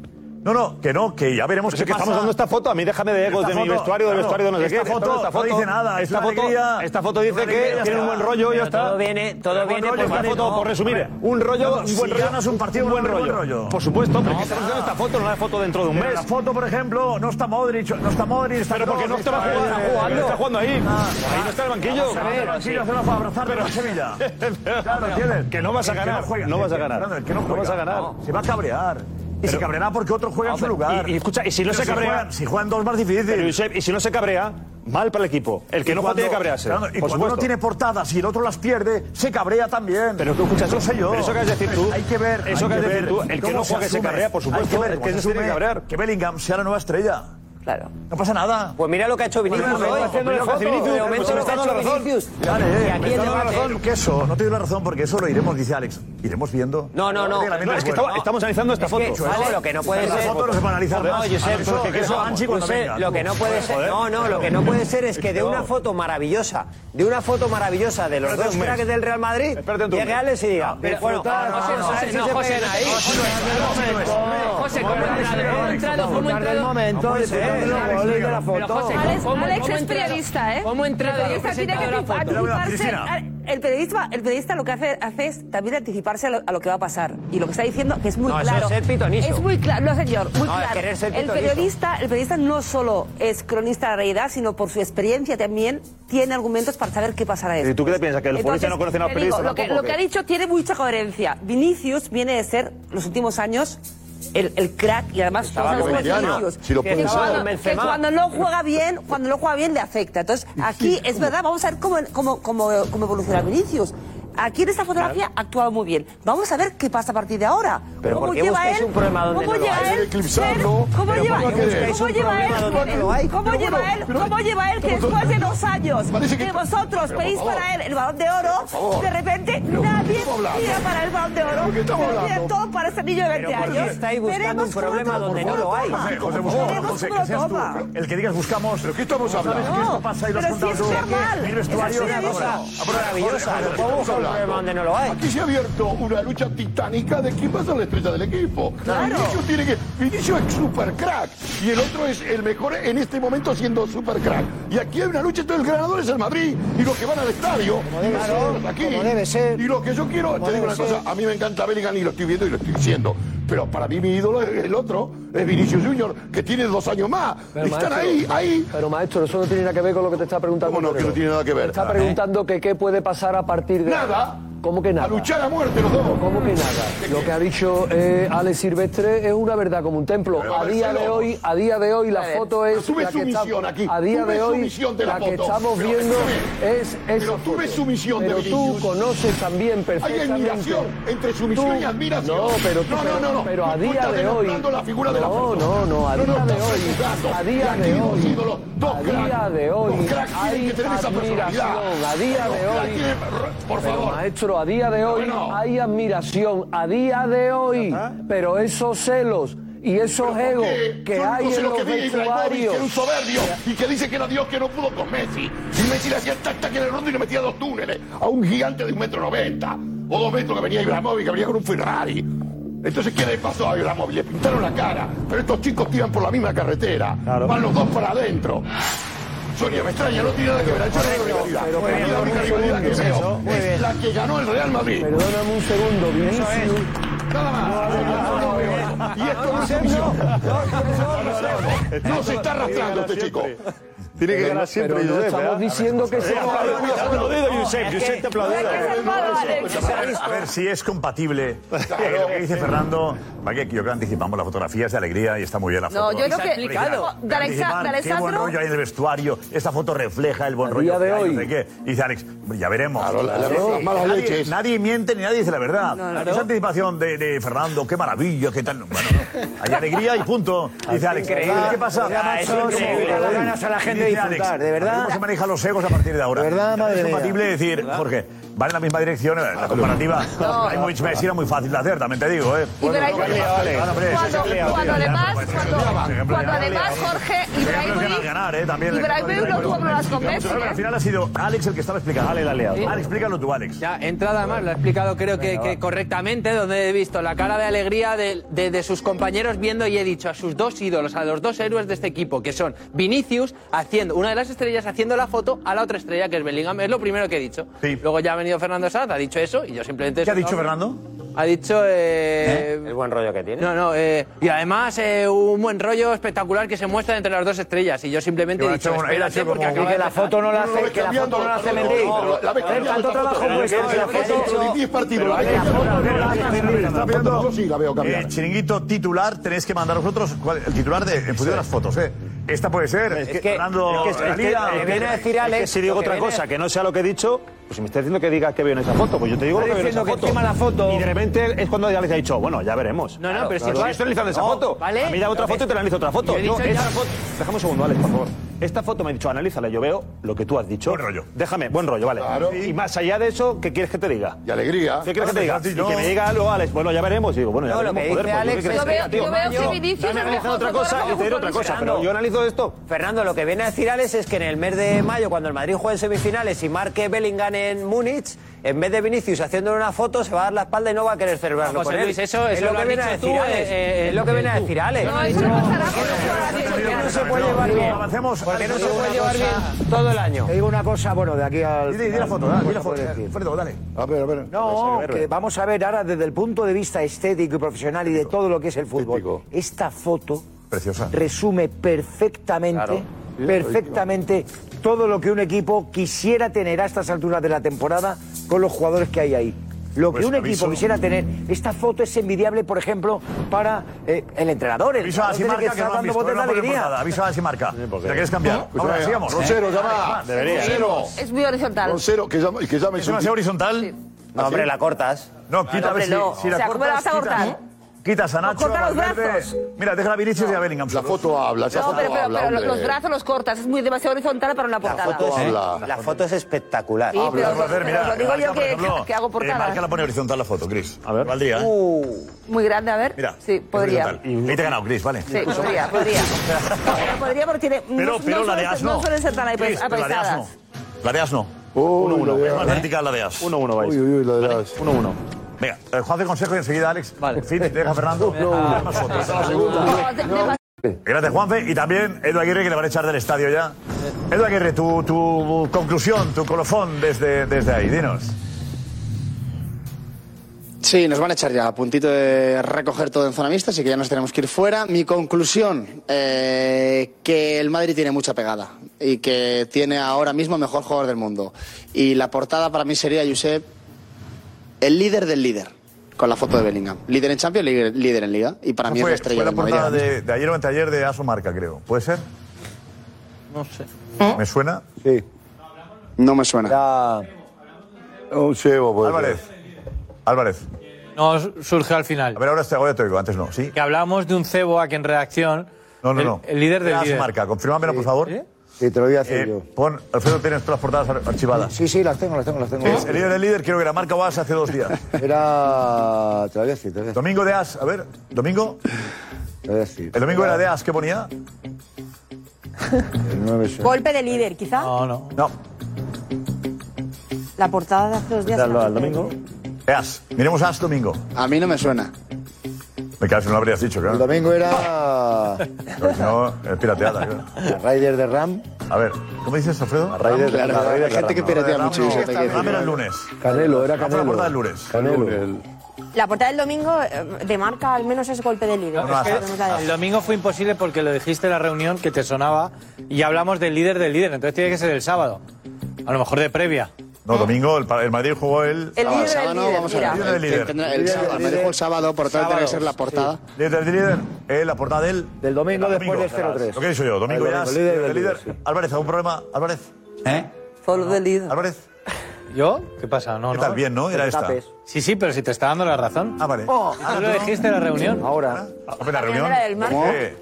Speaker 11: No, no, que no, que ya veremos qué
Speaker 17: Pues es que
Speaker 11: pasa.
Speaker 17: estamos dando esta foto, a mí déjame de egos
Speaker 11: Esta
Speaker 17: de mi
Speaker 11: foto,
Speaker 17: vestuario, del
Speaker 11: claro,
Speaker 17: vestuario de no sé
Speaker 11: esta
Speaker 17: qué.
Speaker 11: foto
Speaker 17: Entonces,
Speaker 11: no dice nada, es
Speaker 17: esta
Speaker 11: una
Speaker 17: foto,
Speaker 11: alegría,
Speaker 17: esta foto
Speaker 11: una
Speaker 17: dice
Speaker 11: alegría,
Speaker 17: que
Speaker 11: ya
Speaker 17: tiene un
Speaker 11: está.
Speaker 17: buen rollo, ya
Speaker 11: Pero
Speaker 17: está.
Speaker 11: todo viene- todo
Speaker 17: Buen
Speaker 11: viene
Speaker 17: rollo,
Speaker 11: por
Speaker 17: esta
Speaker 11: ganar,
Speaker 17: foto,
Speaker 11: ¿no?
Speaker 17: por resumir,
Speaker 11: Hombre,
Speaker 17: un rollo,
Speaker 11: no,
Speaker 17: un buen
Speaker 11: si
Speaker 17: rollo.
Speaker 11: ganas un partido,
Speaker 17: un buen
Speaker 11: no,
Speaker 17: rollo.
Speaker 11: buen rollo.
Speaker 17: Por supuesto,
Speaker 11: No,
Speaker 17: pero es que estamos haciendo esta foto, no la foto dentro de un
Speaker 11: Pero
Speaker 17: mes.
Speaker 11: La foto, por ejemplo, no está Modric, no está Modric, está
Speaker 17: Pero porque no
Speaker 11: Kroos,
Speaker 17: está jugando,
Speaker 11: eh,
Speaker 17: está jugando ahí.
Speaker 11: Ah,
Speaker 17: Ahí no está el banquillo.
Speaker 11: Vamos a ver, el banquillo hace una fue a abrazar pero Sevilla. Claro, ¿entiendes?
Speaker 17: Que no vas a
Speaker 11: El que
Speaker 17: ganar,
Speaker 11: juega,
Speaker 17: no vas
Speaker 11: el
Speaker 17: a
Speaker 11: que-
Speaker 17: ganar.
Speaker 11: Fernando, el que no,
Speaker 17: No
Speaker 11: juega,
Speaker 17: vas a ganar.
Speaker 11: Se va a cabrear. Y se cabreará porque otro juega en su
Speaker 17: Hombre,
Speaker 11: lugar.
Speaker 17: Y, y escucha, y si no
Speaker 11: Pero
Speaker 17: se cabrea.
Speaker 11: juegan- si juegan dos más difícil.
Speaker 17: Pero, Josep, y si no se cabrea, Mal para el equipo. El que
Speaker 28: Y
Speaker 17: no juega
Speaker 28: cuando-
Speaker 17: tiene que cabrearse.
Speaker 28: Fernando, y
Speaker 17: por
Speaker 28: cuando
Speaker 17: supuesto.
Speaker 28: uno tiene portadas y el otro las pierde, se cabrea también. Pero
Speaker 17: que escuchas-
Speaker 28: eso sé yo.
Speaker 17: pero eso que has de decir tú.
Speaker 28: Hay que ver.
Speaker 17: Eso
Speaker 28: hay
Speaker 17: que has de
Speaker 28: ver
Speaker 17: decir tú. El que
Speaker 28: cómo
Speaker 17: no juega que se
Speaker 28: asume.
Speaker 17: cabrea, por
Speaker 28: Hay
Speaker 17: supuesto,
Speaker 28: que ver
Speaker 17: el que se
Speaker 28: cómo
Speaker 17: tiene que
Speaker 28: asume
Speaker 17: cabrear.
Speaker 28: Que Bellingham sea la nueva estrella.
Speaker 22: Claro.
Speaker 28: No pasa nada.
Speaker 19: Pues mira lo que ha hecho Vinicius.
Speaker 28: Bueno,
Speaker 19: ¿no? Mira
Speaker 28: haciéndole
Speaker 19: lo que hace
Speaker 28: foto.
Speaker 19: Vinicius.
Speaker 28: De
Speaker 19: Pues
Speaker 28: momento
Speaker 19: me
Speaker 28: no
Speaker 19: está
Speaker 28: está
Speaker 19: dando la
Speaker 11: eh,
Speaker 19: razón.
Speaker 28: Vale,
Speaker 19: Y
Speaker 28: eh,
Speaker 19: aquí
Speaker 28: me
Speaker 19: el
Speaker 28: está dando la
Speaker 19: debate-
Speaker 28: razón, que eso, no te doy la razón porque eso lo iremos, dice Alex. Iremos viendo.
Speaker 19: No, no, no.
Speaker 28: La regla
Speaker 19: No, es que
Speaker 28: buena.
Speaker 19: estaba- estamos analizando esta
Speaker 28: Es que,
Speaker 19: foto.
Speaker 28: ¿sabes?
Speaker 19: Vale, lo que no puede
Speaker 28: Esta
Speaker 19: ser-
Speaker 28: foto no se puede analizar
Speaker 19: Joder,
Speaker 28: más.
Speaker 19: oye, Josep,
Speaker 28: Eso-
Speaker 19: porque
Speaker 28: eso
Speaker 19: eso-
Speaker 28: Anchi cuando
Speaker 19: Josep,
Speaker 28: venga,
Speaker 19: lo
Speaker 28: tú.
Speaker 19: que no puede ser,
Speaker 28: Joder.
Speaker 19: no, no, lo que no puede ser es que de una foto maravillosa, de una foto maravillosa de los
Speaker 28: Espérate
Speaker 19: dos
Speaker 28: un mes.
Speaker 19: craques del Real Madrid,
Speaker 28: Espérate un
Speaker 19: llegue
Speaker 28: mes.
Speaker 19: Alex y diga,
Speaker 28: Pero-
Speaker 19: bueno,
Speaker 28: No, no, no,
Speaker 19: a ver si
Speaker 28: no,
Speaker 19: se
Speaker 28: José,
Speaker 19: pegan
Speaker 28: no,
Speaker 19: ahí.
Speaker 28: José,
Speaker 19: José,
Speaker 28: no, José, no,
Speaker 19: José,
Speaker 28: José,
Speaker 19: José,
Speaker 28: José,
Speaker 26: entrado,
Speaker 28: no,
Speaker 26: fue muy
Speaker 28: tarda el
Speaker 26: entrado.
Speaker 28: momento,
Speaker 26: No puede
Speaker 28: le
Speaker 26: ser.
Speaker 28: pone los goles de
Speaker 26: Pero,
Speaker 28: la foto.
Speaker 26: José,
Speaker 22: Alex,
Speaker 26: ¿cómo-
Speaker 22: Alex
Speaker 26: cómo
Speaker 22: es
Speaker 26: entra-
Speaker 22: periodista, ¿eh?
Speaker 26: ¿Cómo entra
Speaker 22: El periodista tiene que
Speaker 26: presentador
Speaker 22: anticiparse.
Speaker 26: a la foto?
Speaker 22: a- El periodista, el periodista lo que hace, hace es también anticiparse a lo, a lo que va a pasar. Y lo que está diciendo que es muy
Speaker 19: No, eso
Speaker 22: claro.
Speaker 19: es ser pitoniso.
Speaker 22: Es muy claro, no señor, muy
Speaker 19: No, es
Speaker 22: claro.
Speaker 19: querer ser
Speaker 22: el,
Speaker 19: pitoniso.
Speaker 22: periodista, el periodista no solo es cronista de la realidad, sino por su experiencia también tiene argumentos para saber qué pasará después.
Speaker 17: ¿Y tú qué te piensas? ¿Que el futbolista no conoce a los
Speaker 22: te digo,
Speaker 17: periodistas
Speaker 22: Lo, que,
Speaker 17: tampoco,
Speaker 22: lo
Speaker 17: o
Speaker 22: que
Speaker 17: qué?
Speaker 22: ha dicho tiene mucha coherencia. Vinicius viene de ser, los últimos años, el, el crack y además
Speaker 19: Estaba
Speaker 22: todos
Speaker 19: con
Speaker 22: los
Speaker 19: Benzema.
Speaker 22: Vinicius.
Speaker 19: Si lo
Speaker 22: Que
Speaker 19: puede
Speaker 22: cuando-
Speaker 19: usar.
Speaker 22: que
Speaker 19: Benzema.
Speaker 22: cuando no juega bien, cuando no juega bien le afecta. Entonces, aquí es verdad, vamos a ver cómo, cómo, cómo, cómo evoluciona Vinicius. Aquí en esta fotografía ha actuado muy bien. Vamos a ver qué pasa a partir de ahora.
Speaker 19: Pero
Speaker 22: ¿Cómo
Speaker 19: ¿por qué
Speaker 22: lleva
Speaker 19: buscáis
Speaker 22: él?
Speaker 19: un problema donde
Speaker 22: ¿Cómo
Speaker 19: no lo
Speaker 22: lleva
Speaker 19: hay?
Speaker 22: él?
Speaker 19: Eclipsarlo.
Speaker 22: ¿Cómo
Speaker 19: Pero
Speaker 22: lleva
Speaker 19: ¿por qué
Speaker 22: él?
Speaker 19: buscáis
Speaker 22: ¿Cómo
Speaker 19: un
Speaker 22: lleva él?
Speaker 19: problema donde no lo hay?
Speaker 22: ¿Cómo
Speaker 19: Pero
Speaker 22: lleva
Speaker 19: bueno,
Speaker 22: él?
Speaker 19: pero-
Speaker 22: ¿Cómo lleva él que
Speaker 19: pero-
Speaker 22: después de dos años
Speaker 19: Parece que-
Speaker 22: que vosotros
Speaker 19: Pero, por
Speaker 22: pedís
Speaker 19: favor.
Speaker 22: para él el balón de
Speaker 19: Pero, por
Speaker 22: oro,
Speaker 19: favor.
Speaker 22: de repente nadie pide para el balón de oro?
Speaker 19: ¿Pero qué estamos
Speaker 22: Se lo pide
Speaker 19: hablando?
Speaker 22: todo para este niño de 20
Speaker 19: Pero ¿por qué
Speaker 22: años.
Speaker 19: estáis buscando
Speaker 22: Veremos
Speaker 19: un
Speaker 22: cómo
Speaker 19: problema
Speaker 22: te lo
Speaker 19: donde no
Speaker 22: toma.
Speaker 19: lo hay?
Speaker 28: José, José, por favor,
Speaker 22: Veremos
Speaker 28: José,
Speaker 22: cómo
Speaker 28: que
Speaker 22: lo
Speaker 28: seas tú
Speaker 22: toma.
Speaker 28: el que digas buscamos. ¿Pero
Speaker 34: qué estamos
Speaker 28: hablando? ¿Qué pasa y lo has
Speaker 22: Pero si es
Speaker 28: contado.
Speaker 22: normal.
Speaker 28: Mil
Speaker 19: Es
Speaker 28: vestuarios.
Speaker 19: una cosa maravillosa. No puedo
Speaker 34: Estamos
Speaker 19: buscar un problema donde no lo hay.
Speaker 34: Aquí se ha abierto una lucha titánica de quién va a ser la estrella del equipo.
Speaker 19: Claro.
Speaker 34: Vinicius, tiene que, Vinicius es super crack y el otro es el mejor en este momento siendo super crack. Y aquí hay una lucha, entonces el ganador es el Madrid y los que van al estadio.
Speaker 11: Como debe
Speaker 34: y los
Speaker 11: ser,
Speaker 34: otros aquí.
Speaker 11: como debe ser.
Speaker 34: Y lo que yo quiero,
Speaker 11: Como
Speaker 34: te digo una
Speaker 11: debe
Speaker 34: cosa, a mí me encanta Bellingham y lo estoy viendo y lo estoy diciendo. Pero para mí mi ídolo es el otro, es Vinicius Junior, que tiene dos años más.
Speaker 26: Pero,
Speaker 34: Y están
Speaker 26: maestro,
Speaker 34: ahí, ahí.
Speaker 26: Pero maestro, eso no tiene nada que ver con lo que te está preguntando.
Speaker 34: ¿Cómo no, que
Speaker 26: Torero.
Speaker 34: no tiene nada que ver?
Speaker 26: Te está
Speaker 34: Nada.
Speaker 26: preguntando que qué puede pasar a partir de.
Speaker 34: Nada.
Speaker 26: ¿Cómo que nada?
Speaker 34: A luchar a muerte los dos.
Speaker 26: ¿Cómo que nada? Lo que ha dicho eh, Alex Silvestre es una verdad como un templo.
Speaker 34: Pero,
Speaker 26: A día de
Speaker 34: Marcelo,
Speaker 26: hoy, a día de hoy la
Speaker 34: a ver,
Speaker 26: foto es
Speaker 34: asume
Speaker 26: la
Speaker 34: su
Speaker 26: que
Speaker 34: misión
Speaker 26: estamos-
Speaker 34: aquí,
Speaker 26: A día
Speaker 34: asume
Speaker 26: de
Speaker 34: su
Speaker 26: hoy
Speaker 34: misión de la
Speaker 26: que
Speaker 34: foto.
Speaker 26: estamos
Speaker 34: Pero,
Speaker 26: viendo
Speaker 34: escúchame,
Speaker 26: es esa
Speaker 34: pero asume
Speaker 26: foto.
Speaker 34: su misión de
Speaker 26: Pero tú
Speaker 34: Vinicius.
Speaker 26: conoces también perfectamente.
Speaker 34: admiración entre sumisión y admiración.
Speaker 26: No, pero tú-
Speaker 34: No, no, no, no.
Speaker 26: Pero a
Speaker 34: Tú
Speaker 26: día
Speaker 34: estás
Speaker 26: de hoy.
Speaker 34: denotando la figura de la
Speaker 26: no,
Speaker 34: persona.
Speaker 26: no, no.
Speaker 34: No,
Speaker 26: A
Speaker 34: no,
Speaker 26: día de
Speaker 34: estás
Speaker 26: hoy.
Speaker 34: juzgando.
Speaker 26: A
Speaker 34: Y
Speaker 26: día
Speaker 34: aquí
Speaker 26: de
Speaker 34: dos
Speaker 26: hoy.
Speaker 34: ídolos, dos
Speaker 26: a
Speaker 34: cracks,
Speaker 26: día de
Speaker 34: dos
Speaker 26: hoy.
Speaker 34: cracks tienen
Speaker 26: hay
Speaker 34: que tener esa personalidad.
Speaker 26: admiración, A día
Speaker 34: Dos
Speaker 26: de
Speaker 34: cracks
Speaker 26: hoy.
Speaker 34: tienen- por
Speaker 26: Pero,
Speaker 34: favor.
Speaker 26: maestro, a día de hoy hay admiración, a día de hoy, pero esos celos y esos egos
Speaker 34: qué?
Speaker 26: que
Speaker 34: Yo no
Speaker 26: hay
Speaker 34: sé
Speaker 26: en
Speaker 34: lo
Speaker 26: los
Speaker 34: que diga Ibrahimovic, que
Speaker 26: vestuarios.
Speaker 34: era un soberbio y que dice que era Dios que no pudo con Messi. Y Messi le hacía tac tac en el rondo y le metía dos túneles a un gigante de un metro noventa o dos metros que venía Ibrahimovic, que venía con un Ferrari. Entonces, ¿qué le pasó a Ibrahimovic? Le pintaron la cara, pero estos chicos tiran por la misma carretera. Van los dos para adentro. Sonia, me extraña, no tiene nada que ver. Yo no veo rivalidad. la única rivalidad que veo es la que ganó el Real Madrid.
Speaker 26: Perdóname un segundo, Vinicius.
Speaker 34: Nada más. No, no veo eso. Y esto no es sumisión. No se está arrastrando este chico.
Speaker 11: Tiene que ganar ¿eh?
Speaker 26: siempre Pero no Josep, estamos ¿verdad? diciendo que sea-
Speaker 11: Te aplaudido, Josep, Josep, te ha aplaudido.
Speaker 26: no hay que ser malo, Alex.
Speaker 11: A ver, A ver si es compatible eh, lo que dice Fernando. Vale, que yo creo que anticipamos la fotografía, es de alegría y está muy bien la
Speaker 35: No,
Speaker 11: foto.
Speaker 35: yo creo que-
Speaker 11: Anticipar,
Speaker 35: de Alexa-
Speaker 11: anticipar,
Speaker 35: de
Speaker 11: Qué buen
Speaker 35: Alessandro-
Speaker 11: rollo hay en el vestuario. Esta foto refleja el buen
Speaker 26: A
Speaker 11: rollo
Speaker 26: día de
Speaker 11: que hay,
Speaker 26: hoy.
Speaker 11: no sé qué. Y dice Alex, ya veremos.
Speaker 34: Claro, la- la-
Speaker 11: Sí.
Speaker 34: las malas
Speaker 11: nadie,
Speaker 34: leches.
Speaker 11: nadie miente ni nadie dice la verdad.
Speaker 34: No, no,
Speaker 11: Esa
Speaker 34: no.
Speaker 11: anticipación de, de Fernando, qué maravilla, qué tal. Bueno, no. hay alegría y punto. Dice Alex, Ah, Increíble. ¿qué pasa? Ya, macho, ¿Cómo- increíble. cómo- Le ganas a la gente Dice disfrutar, Alex, de verdad. ¿Cómo se manejan los egos a partir de ahora? verdad, madre Es mía. compatible decir, Jorge, van en la misma dirección, eh, la comparativa.
Speaker 35: No.
Speaker 11: Ibrahimovic Messi era muy fácil de hacer, también te digo, ¿eh?
Speaker 35: Y
Speaker 11: Bueno,
Speaker 35: Ibrahimovic-
Speaker 11: no, vale,
Speaker 28: Ah,
Speaker 11: vale.
Speaker 35: Cuando-
Speaker 11: Vale, hombre,
Speaker 35: cuando
Speaker 11: sí, sí,
Speaker 35: además-
Speaker 11: sí, sí,
Speaker 35: cuando-
Speaker 11: sí, sí,
Speaker 35: cuando
Speaker 11: sí,
Speaker 35: además,
Speaker 11: sí,
Speaker 35: Jorge,
Speaker 11: sí,
Speaker 35: Ibrahimovic-
Speaker 11: sí, sí, sí, ganar, ¿eh? También le-
Speaker 35: Ibrahimovic no tuvo problemas con Messi,
Speaker 11: Pero, pero Al
Speaker 35: ¿eh?
Speaker 11: final ha sido Alex el que estaba explicando.
Speaker 33: Dale, dale, dale.
Speaker 11: Alex, explícalo tú, Alex.
Speaker 33: Ya, entrada más, lo ha explicado creo que, que correctamente, donde he visto la cara de alegría de, de- de sus compañeros viendo y he dicho a sus dos ídolos, a los dos héroes de este equipo, que son Vinicius, haciendo, una de las estrellas haciendo la foto a la otra estrella, que es Bellingham, es lo primero que he dicho. Luego ya ha venido Fernando Sanz, ha dicho eso y yo simplemente...
Speaker 11: ¿Qué ha dicho Fernando?
Speaker 33: Ha dicho... eh,
Speaker 19: El buen rollo que tiene.
Speaker 33: No, no, eh, y además eh, un buen rollo espectacular que se muestra entre las dos estrellas y yo simplemente he
Speaker 11: Iba a
Speaker 33: dicho,
Speaker 11: ser una- iba a
Speaker 33: espérate
Speaker 11: ser
Speaker 33: porque
Speaker 11: como-
Speaker 33: acaba de
Speaker 11: que la
Speaker 33: empezar".
Speaker 11: foto no la hace-
Speaker 34: que la foto no la hace Mendy. La ves cambiando
Speaker 11: tanto
Speaker 34: esta
Speaker 11: trabajo
Speaker 34: foto.
Speaker 11: puede ser
Speaker 34: Pero
Speaker 11: que la
Speaker 34: que
Speaker 11: foto-
Speaker 34: en 10 partidos.
Speaker 11: Pero
Speaker 34: la ves
Speaker 11: la foto
Speaker 34: cambiando.
Speaker 11: no la hace Mendy.
Speaker 34: Está viendo- Yo sí la veo cambiar.
Speaker 11: Eh, chiringuito titular, tenéis que mandar vosotros cuál- el titular de, en función de las fotos, ¿eh? Esta puede ser.
Speaker 7: Es que- es
Speaker 11: Fernando
Speaker 7: que- es que-
Speaker 11: Alía,
Speaker 7: es que viene a decir
Speaker 11: es que
Speaker 7: Alex
Speaker 17: Si digo
Speaker 7: lo que
Speaker 17: otra
Speaker 7: viene-
Speaker 17: cosa, que no sea lo que he dicho, pues si me estás diciendo que digas que veo en esa foto, pues yo te digo lo
Speaker 7: Está
Speaker 17: que veo en esa
Speaker 7: diciendo que
Speaker 17: foto.
Speaker 7: encima la
Speaker 17: Y de repente es cuando ya les he dicho, bueno, ya veremos.
Speaker 7: No, no, pero si
Speaker 17: yo
Speaker 7: tú-
Speaker 17: estoy analizando esa
Speaker 7: No,
Speaker 17: foto.
Speaker 7: vale.
Speaker 17: A mí da otra
Speaker 7: Pero
Speaker 17: foto y te
Speaker 7: es-
Speaker 17: analizo otra foto.
Speaker 7: yo he
Speaker 17: No,
Speaker 7: dicho
Speaker 17: esta
Speaker 7: ya-
Speaker 17: foto. Déjame un segundo, Alex, por favor. Esta foto me ha dicho, analízala, yo veo lo que tú has dicho. Buen rollo. Déjame, buen rollo, vale. Y más allá de eso, ¿qué quieres que te diga? Y
Speaker 18: alegría.
Speaker 17: ¿Qué quieres que te diga?
Speaker 18: Fácil,
Speaker 17: Y
Speaker 18: no.
Speaker 17: que me diga algo, Alex, bueno, ya veremos. Y digo, bueno, ya
Speaker 18: No, lo
Speaker 17: veremos.
Speaker 18: que dice
Speaker 17: pues,
Speaker 18: Alex
Speaker 17: ¿qué quieres
Speaker 18: es-
Speaker 17: te diga,
Speaker 18: Yo
Speaker 17: tío?
Speaker 18: veo- yo veo que
Speaker 17: Yo-
Speaker 18: Vinicius
Speaker 17: dame
Speaker 18: es
Speaker 17: a analizar
Speaker 18: mejor
Speaker 17: otra cosa y te diré otra cosa, pero yo analizo esto.
Speaker 19: Fernando, lo que viene a decir Alex es que en el mes de mayo, cuando el Madrid juegue en semifinales y marque Bellingham en Múnich, en vez de Vinicius haciéndole una foto, se va a dar la espalda y no va a querer celebrarlo
Speaker 22: José
Speaker 19: con él.
Speaker 22: Luis, eso- eso
Speaker 19: lo,
Speaker 22: lo
Speaker 19: que
Speaker 22: has
Speaker 19: viene a
Speaker 22: dicho
Speaker 19: decir
Speaker 22: tú,
Speaker 19: Alex.
Speaker 22: eh, eh,
Speaker 19: es lo que viene a
Speaker 22: tú.
Speaker 19: decir Alex.
Speaker 22: No,
Speaker 28: eh.
Speaker 22: eso no pasará
Speaker 19: ¿Por qué no se puede llevar bien?
Speaker 11: Avancemos.
Speaker 19: ¿Por qué no se
Speaker 21: Te digo
Speaker 19: puede
Speaker 21: una
Speaker 19: llevar
Speaker 21: cosa-
Speaker 19: bien todo el año?
Speaker 21: Te digo una cosa, bueno, de aquí al. Dile- dile la foto, final, dale, no dile la puedo foto, decir. Fredo, dale.
Speaker 18: A ver, a ver.
Speaker 21: No, que vamos a ver ahora desde el punto de vista estético y profesional y de todo lo que es el fútbol. Esta foto
Speaker 11: Preciosa.
Speaker 21: resume perfectamente,
Speaker 11: Claro. Sí,
Speaker 21: perfectamente todo lo que un equipo quisiera tener a estas alturas de la temporada con los jugadores que hay ahí. Lo que
Speaker 11: Pues
Speaker 21: un
Speaker 11: aviso.
Speaker 21: equipo quisiera tener, esta foto es envidiable, por ejemplo, para eh, el entrenador, el
Speaker 11: Avisa a
Speaker 21: entrenador
Speaker 11: Simarca
Speaker 21: tiene
Speaker 11: que
Speaker 21: estar
Speaker 11: no han
Speaker 21: dando
Speaker 11: visto,
Speaker 21: botes
Speaker 11: no
Speaker 21: de
Speaker 11: ponemos
Speaker 21: alegría.
Speaker 11: nada. Avisa a Simarca. ¿Te quieres cambiar?
Speaker 18: Pues
Speaker 11: Ahora
Speaker 18: vaya.
Speaker 11: sigamos.
Speaker 18: Rosero, llama.
Speaker 11: Más, Debería.
Speaker 18: Rosero.
Speaker 3: Es muy horizontal.
Speaker 18: Rosero, que llame, que llame
Speaker 11: ¿Es
Speaker 18: su-
Speaker 11: una serie horizontal?
Speaker 18: No, hombre, la
Speaker 19: cortas.
Speaker 11: No, quita, a ver si,
Speaker 18: hombre, no.
Speaker 11: si la
Speaker 18: O sea,
Speaker 3: ¿cómo la vas a
Speaker 11: cortas,
Speaker 3: cortar?
Speaker 11: quitas- Quitas a Nacho.
Speaker 3: corta los
Speaker 11: Valverde.
Speaker 3: brazos.
Speaker 11: Mira, deja a Vinicius y a Bellingham.
Speaker 18: La foto habla, esa
Speaker 3: No,
Speaker 18: foto
Speaker 3: pero, pero-
Speaker 18: habla,
Speaker 3: pero
Speaker 18: hombre.
Speaker 3: los brazos los cortas, es muy demasiado horizontal para una portada. ¿Eh?
Speaker 18: habla.
Speaker 19: La foto es espectacular.
Speaker 3: Sí, pero-
Speaker 11: Habla, Valverde,
Speaker 3: pero
Speaker 11: mira,
Speaker 3: lo digo
Speaker 11: marca,
Speaker 3: yo
Speaker 11: por
Speaker 3: que-
Speaker 11: ejemplo,
Speaker 3: que hago
Speaker 11: eh,
Speaker 3: portadas.
Speaker 11: Marca la pone horizontal la foto, Cris. A ver. Valdría, ¿eh?
Speaker 3: Muy grande, a ver.
Speaker 11: Mira.
Speaker 3: Sí,
Speaker 11: es
Speaker 3: podría.
Speaker 11: horizontal. Ahí te he ganado, Cris, vale.
Speaker 3: Sí, podría, podría. Pero podría porque tiene.
Speaker 11: Pero,
Speaker 3: no,
Speaker 11: pero
Speaker 3: no
Speaker 11: la de
Speaker 3: suelen-
Speaker 11: Asno.
Speaker 3: No suelen ser tan ape-
Speaker 11: Cris, pero la de
Speaker 3: apesadas.
Speaker 11: Asno. La de Asno. 1-1. Es más vertical la de As.
Speaker 17: 1-1 vais.
Speaker 18: Uy, uy, uy, la de las-
Speaker 17: 1-1.
Speaker 11: Venga, eh, Juan de Consejo y enseguida Alex. Vale. Sí, te deja Fernando. No, más fotos. Gracias, Juanfe. Y también Edu Aguirre, que le van a echar del estadio ya. Edu Aguirre, tu, tu conclusión, tu colofón desde, desde ahí. Dinos.
Speaker 13: Sí, nos van a echar ya a puntito de recoger todo en zona mixta, así que ya nos tenemos que ir fuera. Mi conclusión, eh, que el Madrid tiene mucha pegada y que tiene ahora mismo mejor jugador del mundo. Y la portada para mí sería, Josep, el líder del líder, con la foto de Bellingham. Líder en Champions, líder, líder en Liga. Y para mí es la
Speaker 11: fue,
Speaker 13: estrella
Speaker 11: fue la
Speaker 13: del Madrid
Speaker 11: portada
Speaker 13: ahora mismo.
Speaker 11: de, de ayer o anteayer de Aso Marca, creo. ¿Puede ser?
Speaker 7: No sé.
Speaker 11: ¿Me suena?
Speaker 21: Sí.
Speaker 13: No me suena.
Speaker 18: Un cebo, puede
Speaker 11: Álvarez. Álvarez.
Speaker 7: No surge al final.
Speaker 11: A ver, ahora, te- ahora te oigo, antes no. ¿Sí?
Speaker 7: Que hablamos de un cebo aquí en redacción.
Speaker 11: No, no,
Speaker 7: el,
Speaker 11: no.
Speaker 7: El líder
Speaker 11: de
Speaker 7: del
Speaker 11: Aso
Speaker 7: líder. ¿Eh?
Speaker 11: Marca, confírmamelo, por favor.
Speaker 21: Sí, te lo voy a hacer
Speaker 11: Eh,
Speaker 21: yo.
Speaker 11: pon, Alfredo, tienes todas las portadas ar- archivadas.
Speaker 21: Sí, sí, las tengo, las tengo, las
Speaker 7: ¿Eh?
Speaker 21: tengo.
Speaker 11: Es el líder del líder, creo que era Marca o As hace dos días.
Speaker 21: Era. Te lo voy a decir, te lo voy a decir.
Speaker 11: Domingo de As, a ver, domingo.
Speaker 21: te lo voy a decir.
Speaker 11: El domingo era de As, ¿qué ponía?
Speaker 21: El 9 se-
Speaker 1: Golpe de líder, quizá.
Speaker 7: No, no.
Speaker 11: No.
Speaker 1: La portada de hace dos días. era golpe de líder.
Speaker 11: De As, miremos As domingo.
Speaker 13: A mí no me suena.
Speaker 11: Me cae si no lo habrías dicho,
Speaker 21: El
Speaker 11: claro.
Speaker 21: domingo era.
Speaker 11: Porque si no, es pirateada, claro.
Speaker 21: Raider de Ram.
Speaker 11: A ver, ¿cómo dices, Alfredo?
Speaker 21: Raider de
Speaker 13: Claro,
Speaker 21: Raider
Speaker 13: hay
Speaker 21: de
Speaker 13: gente que
Speaker 21: Ram.
Speaker 13: piratea
Speaker 11: Ram,
Speaker 13: mucho.
Speaker 11: no.
Speaker 13: Josep, hay que
Speaker 11: Ram
Speaker 13: decirlo.
Speaker 11: era el lunes.
Speaker 21: Canelo, era
Speaker 11: Ram fue
Speaker 21: Canelo.
Speaker 11: la portada del lunes.
Speaker 21: Canelo.
Speaker 1: La portada del domingo eh, de marca al menos es golpe de líder.
Speaker 7: Es que
Speaker 1: Vamos a ver.
Speaker 7: el domingo fue imposible porque lo dijiste en la reunión que te sonaba y hablamos del líder del líder, entonces tiene que ser el sábado. A lo mejor de previa.
Speaker 11: No, domingo el, pa- el Madrid jugó el...
Speaker 13: Ah, el sábado no, vamos a ver.
Speaker 11: El líder del
Speaker 13: El-
Speaker 11: líder.
Speaker 13: tendrá- el sábado, el Madrid juega el sábado, por lo tanto tiene que ser la portada.
Speaker 11: Líder del líder, eh, la portada del...
Speaker 21: Del domingo
Speaker 11: del
Speaker 21: después del 0-3.
Speaker 11: Lo que he dicho yo, domingo
Speaker 21: El
Speaker 11: ya
Speaker 21: domingo,
Speaker 11: es
Speaker 21: líder
Speaker 11: líder del
Speaker 21: del
Speaker 11: líder.
Speaker 21: líder,
Speaker 11: Álvarez, ¿algún problema? Álvarez.
Speaker 7: ¿Eh? Solo del líder.
Speaker 11: Álvarez.
Speaker 7: ¿Yo? ¿Qué pasa? No,
Speaker 11: ¿Qué
Speaker 7: no.
Speaker 11: tal? Bien, ¿no? Era esta.
Speaker 7: Sí, sí, pero si te está dando la razón.
Speaker 11: Ah, vale.
Speaker 7: Oh, tú lo dijiste en la reunión.
Speaker 21: Ahora.
Speaker 11: Ah, pues la reunión.
Speaker 1: era del mar.
Speaker 11: ¿Cómo? Eh,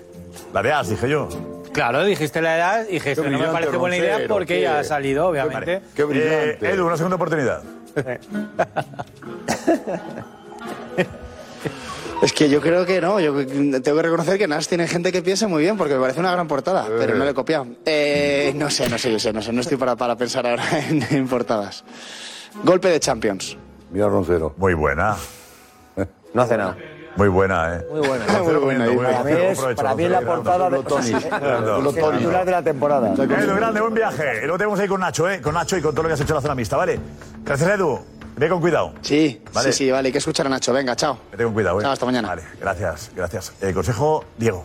Speaker 11: La de As, dije yo.
Speaker 7: Claro, dijiste la edad y dijiste, no me
Speaker 18: brillante,
Speaker 7: parece buena idea
Speaker 18: Roncero,
Speaker 7: porque
Speaker 18: qué-
Speaker 7: ya ha salido, obviamente.
Speaker 18: Qué
Speaker 11: Eh,
Speaker 18: brillante.
Speaker 11: Edu, una segunda oportunidad.
Speaker 13: Es que yo creo que no, yo tengo que reconocer que Nas tiene gente que piensa muy bien porque me parece una gran portada, pero no le he copiado. Eh, no sé, no sé, yo sé, no sé, no estoy para, para pensar ahora en, en portadas. Golpe de Champions.
Speaker 18: Mira Roncero.
Speaker 11: Muy buena.
Speaker 19: No hace nada.
Speaker 11: Muy buena, ¿eh?
Speaker 21: Muy bueno.
Speaker 13: Muy buena
Speaker 11: Muy
Speaker 13: idea.
Speaker 21: Para mí es, para mí es la portada de, o sea,
Speaker 11: Fernando.
Speaker 21: es el titular de la temporada.
Speaker 11: Edu, grande, buen viaje. Y luego tenemos ahí con Nacho, ¿eh? Con Nacho y con todo lo que has hecho en la zona mixta, ¿vale? Gracias, Edu. Ve con cuidado.
Speaker 13: Sí,
Speaker 11: Vale.
Speaker 13: sí, sí, vale, hay que escuchar a Nacho, venga, chao.
Speaker 11: Vete con cuidado, ¿eh?
Speaker 13: Chao, hasta mañana.
Speaker 11: Vale, gracias, gracias. Eh, consejo, Diego.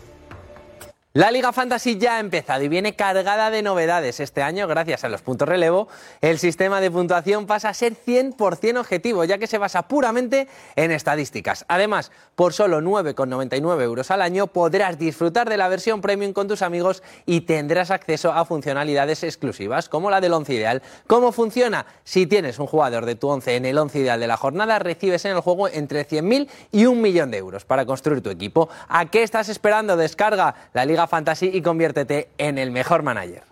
Speaker 33: La Liga Fantasy ya ha empezado y viene cargada de novedades. Este año, gracias a los puntos relevo, el sistema de puntuación pasa a ser 100% objetivo, ya que se basa puramente en estadísticas. Además, por solo 9,99 euros al año podrás disfrutar de la versión premium con tus amigos y tendrás acceso a funcionalidades exclusivas, como la del 11 ideal. ¿Cómo funciona? Si tienes un jugador de tu 11 en el 11 ideal de la jornada, recibes en el juego entre 100.000 y un millón de euros para construir tu equipo. ¿A qué estás esperando? Descarga la Liga Fantasy y conviértete en el mejor manager.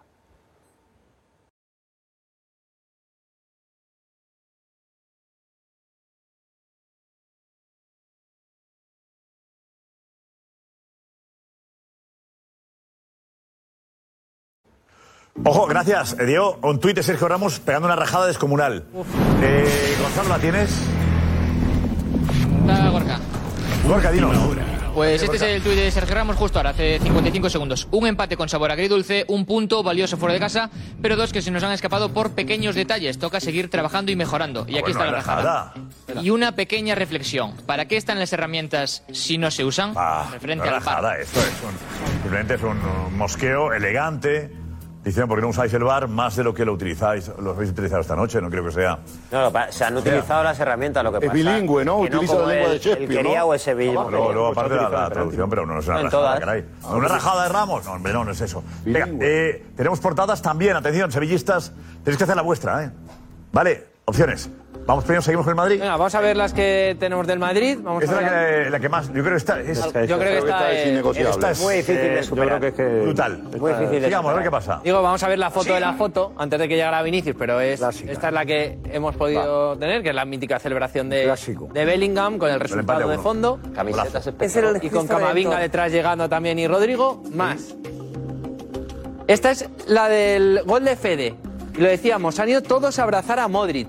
Speaker 11: Ojo, gracias, eh, Diego. Un tuit de Sergio Ramos pegando una rajada descomunal. Eh, Gonzalo, ¿la tienes?
Speaker 20: Está Gorka.
Speaker 11: Gorka, dilo.
Speaker 20: Pues este es el tuit de Sergio Ramos justo ahora, hace 55 segundos. Un empate con sabor agridulce, un punto valioso fuera de casa, pero dos que se nos han escapado por pequeños detalles. Toca seguir trabajando y mejorando. Y aquí
Speaker 11: bueno,
Speaker 20: está la
Speaker 11: rajada.
Speaker 20: rajada. Y una pequeña reflexión. ¿Para qué están las herramientas si no se usan?
Speaker 11: Ah,
Speaker 20: Referente
Speaker 11: Una
Speaker 20: al par.
Speaker 11: rajada, esto es un- simplemente es un uh, mosqueo elegante. Dicen, ¿por qué no usáis el bar más de lo que lo utilizáis? Lo habéis utilizado esta noche, no creo que sea.
Speaker 19: No, lo pa- se han utilizado las herramientas, lo que
Speaker 11: Es
Speaker 19: pasa.
Speaker 11: bilingüe, ¿no?
Speaker 19: que
Speaker 11: Utiliza la
Speaker 19: como
Speaker 11: lengua de
Speaker 19: el-
Speaker 11: Shakespeare,
Speaker 19: El quería
Speaker 11: ¿no?
Speaker 19: o ese bilingüe.
Speaker 11: No, luego, luego, aparte de la, la traducción, pero no es una
Speaker 19: No, en
Speaker 11: rajada,
Speaker 19: todas. Ah, pues
Speaker 11: caray. Una rajada de Ramos. No, hombre, no, no es eso. Venga, eh, tenemos portadas también. Atención, sevillistas, tenéis que hacer la vuestra, ¿eh? Vale, opciones. Vamos primero, seguimos con el Madrid.
Speaker 33: Venga, vamos a ver las que tenemos del Madrid. Vamos
Speaker 11: Esta
Speaker 33: a
Speaker 11: es
Speaker 33: ver.
Speaker 11: la que, la que más, yo creo que esta es.
Speaker 33: Yo creo que esta es innegociable.
Speaker 11: Esta es
Speaker 33: Muy difícil de
Speaker 11: eh, yo
Speaker 33: superar.
Speaker 11: creo que es que- brutal.
Speaker 33: Muy difícil de
Speaker 11: Pues Sigamos, a ver
Speaker 33: superar.
Speaker 11: qué pasa.
Speaker 33: Digo, vamos a ver la foto de la foto antes de que llegara Vinicius, pero es, esta es la que hemos podido tener, que es la mítica celebración de, de Bellingham con el resultado
Speaker 31: empate a
Speaker 33: de
Speaker 31: uno.
Speaker 33: fondo.
Speaker 31: Camisetas
Speaker 33: Es el-
Speaker 31: espectaculares.
Speaker 33: y con Camavinga detrás llegando también y Rodrigo, más. Esta es la del gol de Fede. Y lo decíamos, han ido todos a abrazar a Modric.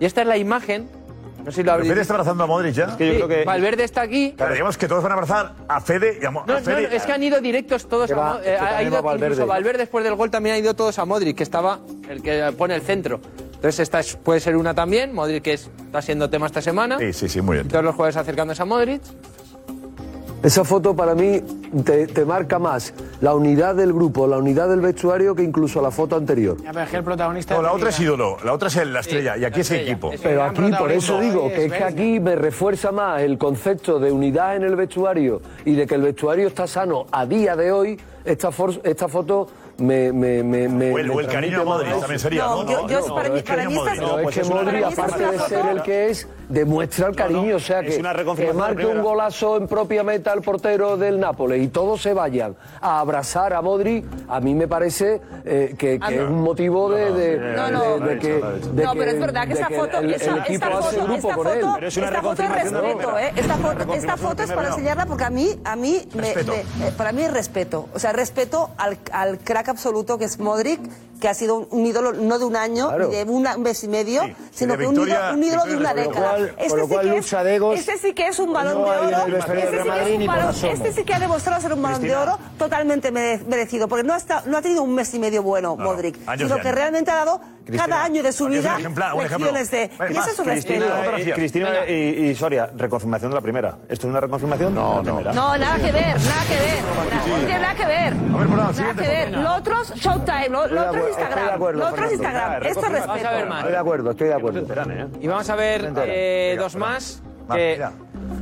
Speaker 33: Y esta es la imagen. No sé si lo habréis
Speaker 11: Valverde está
Speaker 33: visto.
Speaker 11: abrazando a Modric ya.
Speaker 33: Sí, Valverde está aquí.
Speaker 11: Claro, digamos que todos van a abrazar a Fede y a, Mo-
Speaker 33: No,
Speaker 11: a
Speaker 33: no, no,
Speaker 11: Fede.
Speaker 33: es que han ido directos todos
Speaker 11: Que
Speaker 33: a
Speaker 11: va-
Speaker 33: Mo- eh,
Speaker 11: que
Speaker 33: ha
Speaker 11: también
Speaker 33: ido
Speaker 11: va Valverde.
Speaker 33: incluso Valverde después del gol también ha ido todos a Modric, que estaba el que pone el centro. Entonces esta es- puede ser una también, Modric que es- está siendo tema esta semana.
Speaker 11: Sí, sí, sí, muy bien.
Speaker 33: Todos los jugadores acercándose a Modric.
Speaker 26: Esa foto para mí te, te marca más la unidad del grupo, la unidad del vestuario que incluso la foto anterior.
Speaker 23: Ya, pero es que el protagonista.
Speaker 11: No,
Speaker 23: de
Speaker 11: la otra
Speaker 23: Bellingham.
Speaker 11: es ídolo, la otra es el- la estrella y aquí es equipo.
Speaker 26: Pero aquí, por eso digo, que es que aquí me refuerza más el concepto de unidad en el vestuario y de que el vestuario está sano a día de hoy, esta, for- esta foto me... me, me, me-
Speaker 11: O el,
Speaker 26: me
Speaker 11: o el cariño a
Speaker 26: transmite
Speaker 11: Modric
Speaker 26: más.
Speaker 11: también sería, ¿no?
Speaker 26: yo- yo es para mí-
Speaker 11: el cariño
Speaker 26: para
Speaker 11: a
Speaker 26: mí
Speaker 11: Modric. Pues
Speaker 26: esta foto- Pero es que para mí Modric, esta aparte foto- de ser el que es, demuestra el cariño, o sea
Speaker 11: es
Speaker 26: que,
Speaker 11: una
Speaker 26: que
Speaker 11: reconfirmación
Speaker 26: marque
Speaker 11: primera.
Speaker 26: un golazo en propia meta al portero del Nápoles y todos se vayan a abrazar a Modri, a mí me parece eh, que, que
Speaker 11: Ah,
Speaker 26: es
Speaker 11: no.
Speaker 26: un motivo de, de,
Speaker 11: No, no.
Speaker 26: de-
Speaker 11: Lo ha
Speaker 26: de
Speaker 11: dicho,
Speaker 26: que,
Speaker 11: lo ha dicho.
Speaker 26: de
Speaker 11: No,
Speaker 26: que-
Speaker 11: pero es verdad que
Speaker 26: de
Speaker 11: esa foto-
Speaker 26: el, el
Speaker 11: esa-
Speaker 26: equipo
Speaker 11: esta
Speaker 26: hace
Speaker 11: foto-
Speaker 26: grupo
Speaker 11: esta
Speaker 26: con él.
Speaker 11: foto- Pero es una
Speaker 28: Esta foto es
Speaker 11: reconfirmación de la
Speaker 28: respeto,
Speaker 11: primera.
Speaker 28: ¿eh? Esta
Speaker 11: Es una
Speaker 28: foto, esta
Speaker 11: reconfirmación
Speaker 28: foto
Speaker 11: de
Speaker 28: es
Speaker 11: la
Speaker 28: para
Speaker 11: primera.
Speaker 28: enseñarla porque a mí, a mí, me-
Speaker 11: Respeto.
Speaker 28: me- eh, para mí es respeto. O sea, respeto al, al crack absoluto que es Modric, que ha sido un, un ídolo no de un año,
Speaker 26: Claro.
Speaker 28: ni de una- un mes y medio, sino
Speaker 26: de
Speaker 28: que un ídolo,
Speaker 26: Victoria-
Speaker 28: un ídolo de
Speaker 26: Victoria
Speaker 28: una
Speaker 26: Con lo
Speaker 28: década.
Speaker 26: cual-
Speaker 28: este,
Speaker 26: con lo
Speaker 28: sí
Speaker 26: cual
Speaker 28: que
Speaker 26: lucha
Speaker 28: es,
Speaker 26: de egos.
Speaker 28: este sí que es un
Speaker 26: Pues
Speaker 28: balón
Speaker 26: no
Speaker 28: de
Speaker 26: hay
Speaker 28: oro.
Speaker 26: en el vestuario
Speaker 28: Este sí,
Speaker 26: del
Speaker 28: que es
Speaker 26: Madrid
Speaker 28: un
Speaker 26: ni por
Speaker 28: balón-
Speaker 26: asomo.
Speaker 28: este sí que ha demostrado ser un balón
Speaker 26: Cristina.
Speaker 28: de oro totalmente mere- merecido, porque no ha, estado- no ha tenido un mes y medio bueno Modric,
Speaker 11: años
Speaker 28: sino
Speaker 11: ya.
Speaker 28: que realmente ha dado
Speaker 11: Cristina,
Speaker 28: cada año de su
Speaker 11: es un
Speaker 28: vida
Speaker 11: ejemplar, un ejemplo.
Speaker 28: lecciones de...
Speaker 11: Vale,
Speaker 28: Y
Speaker 11: más,
Speaker 28: eso es un
Speaker 11: Cristina,
Speaker 28: respeto.
Speaker 11: eh,
Speaker 17: Cristina y, y Soria, reconfirmación de la primera. ¿Esto es una reconfirmación? No, no.
Speaker 28: No, nada que ver, nada que ver. nada- No tiene nada que ver. Nada que ver. Lo otro es Showtime, lo, lo otro es Instagram. Lo otro es Instagram. Esto es respeto.
Speaker 33: Vamos a ver más.
Speaker 26: Estoy de acuerdo, estoy de acuerdo.
Speaker 33: Y vamos a ver eh, dos más. que-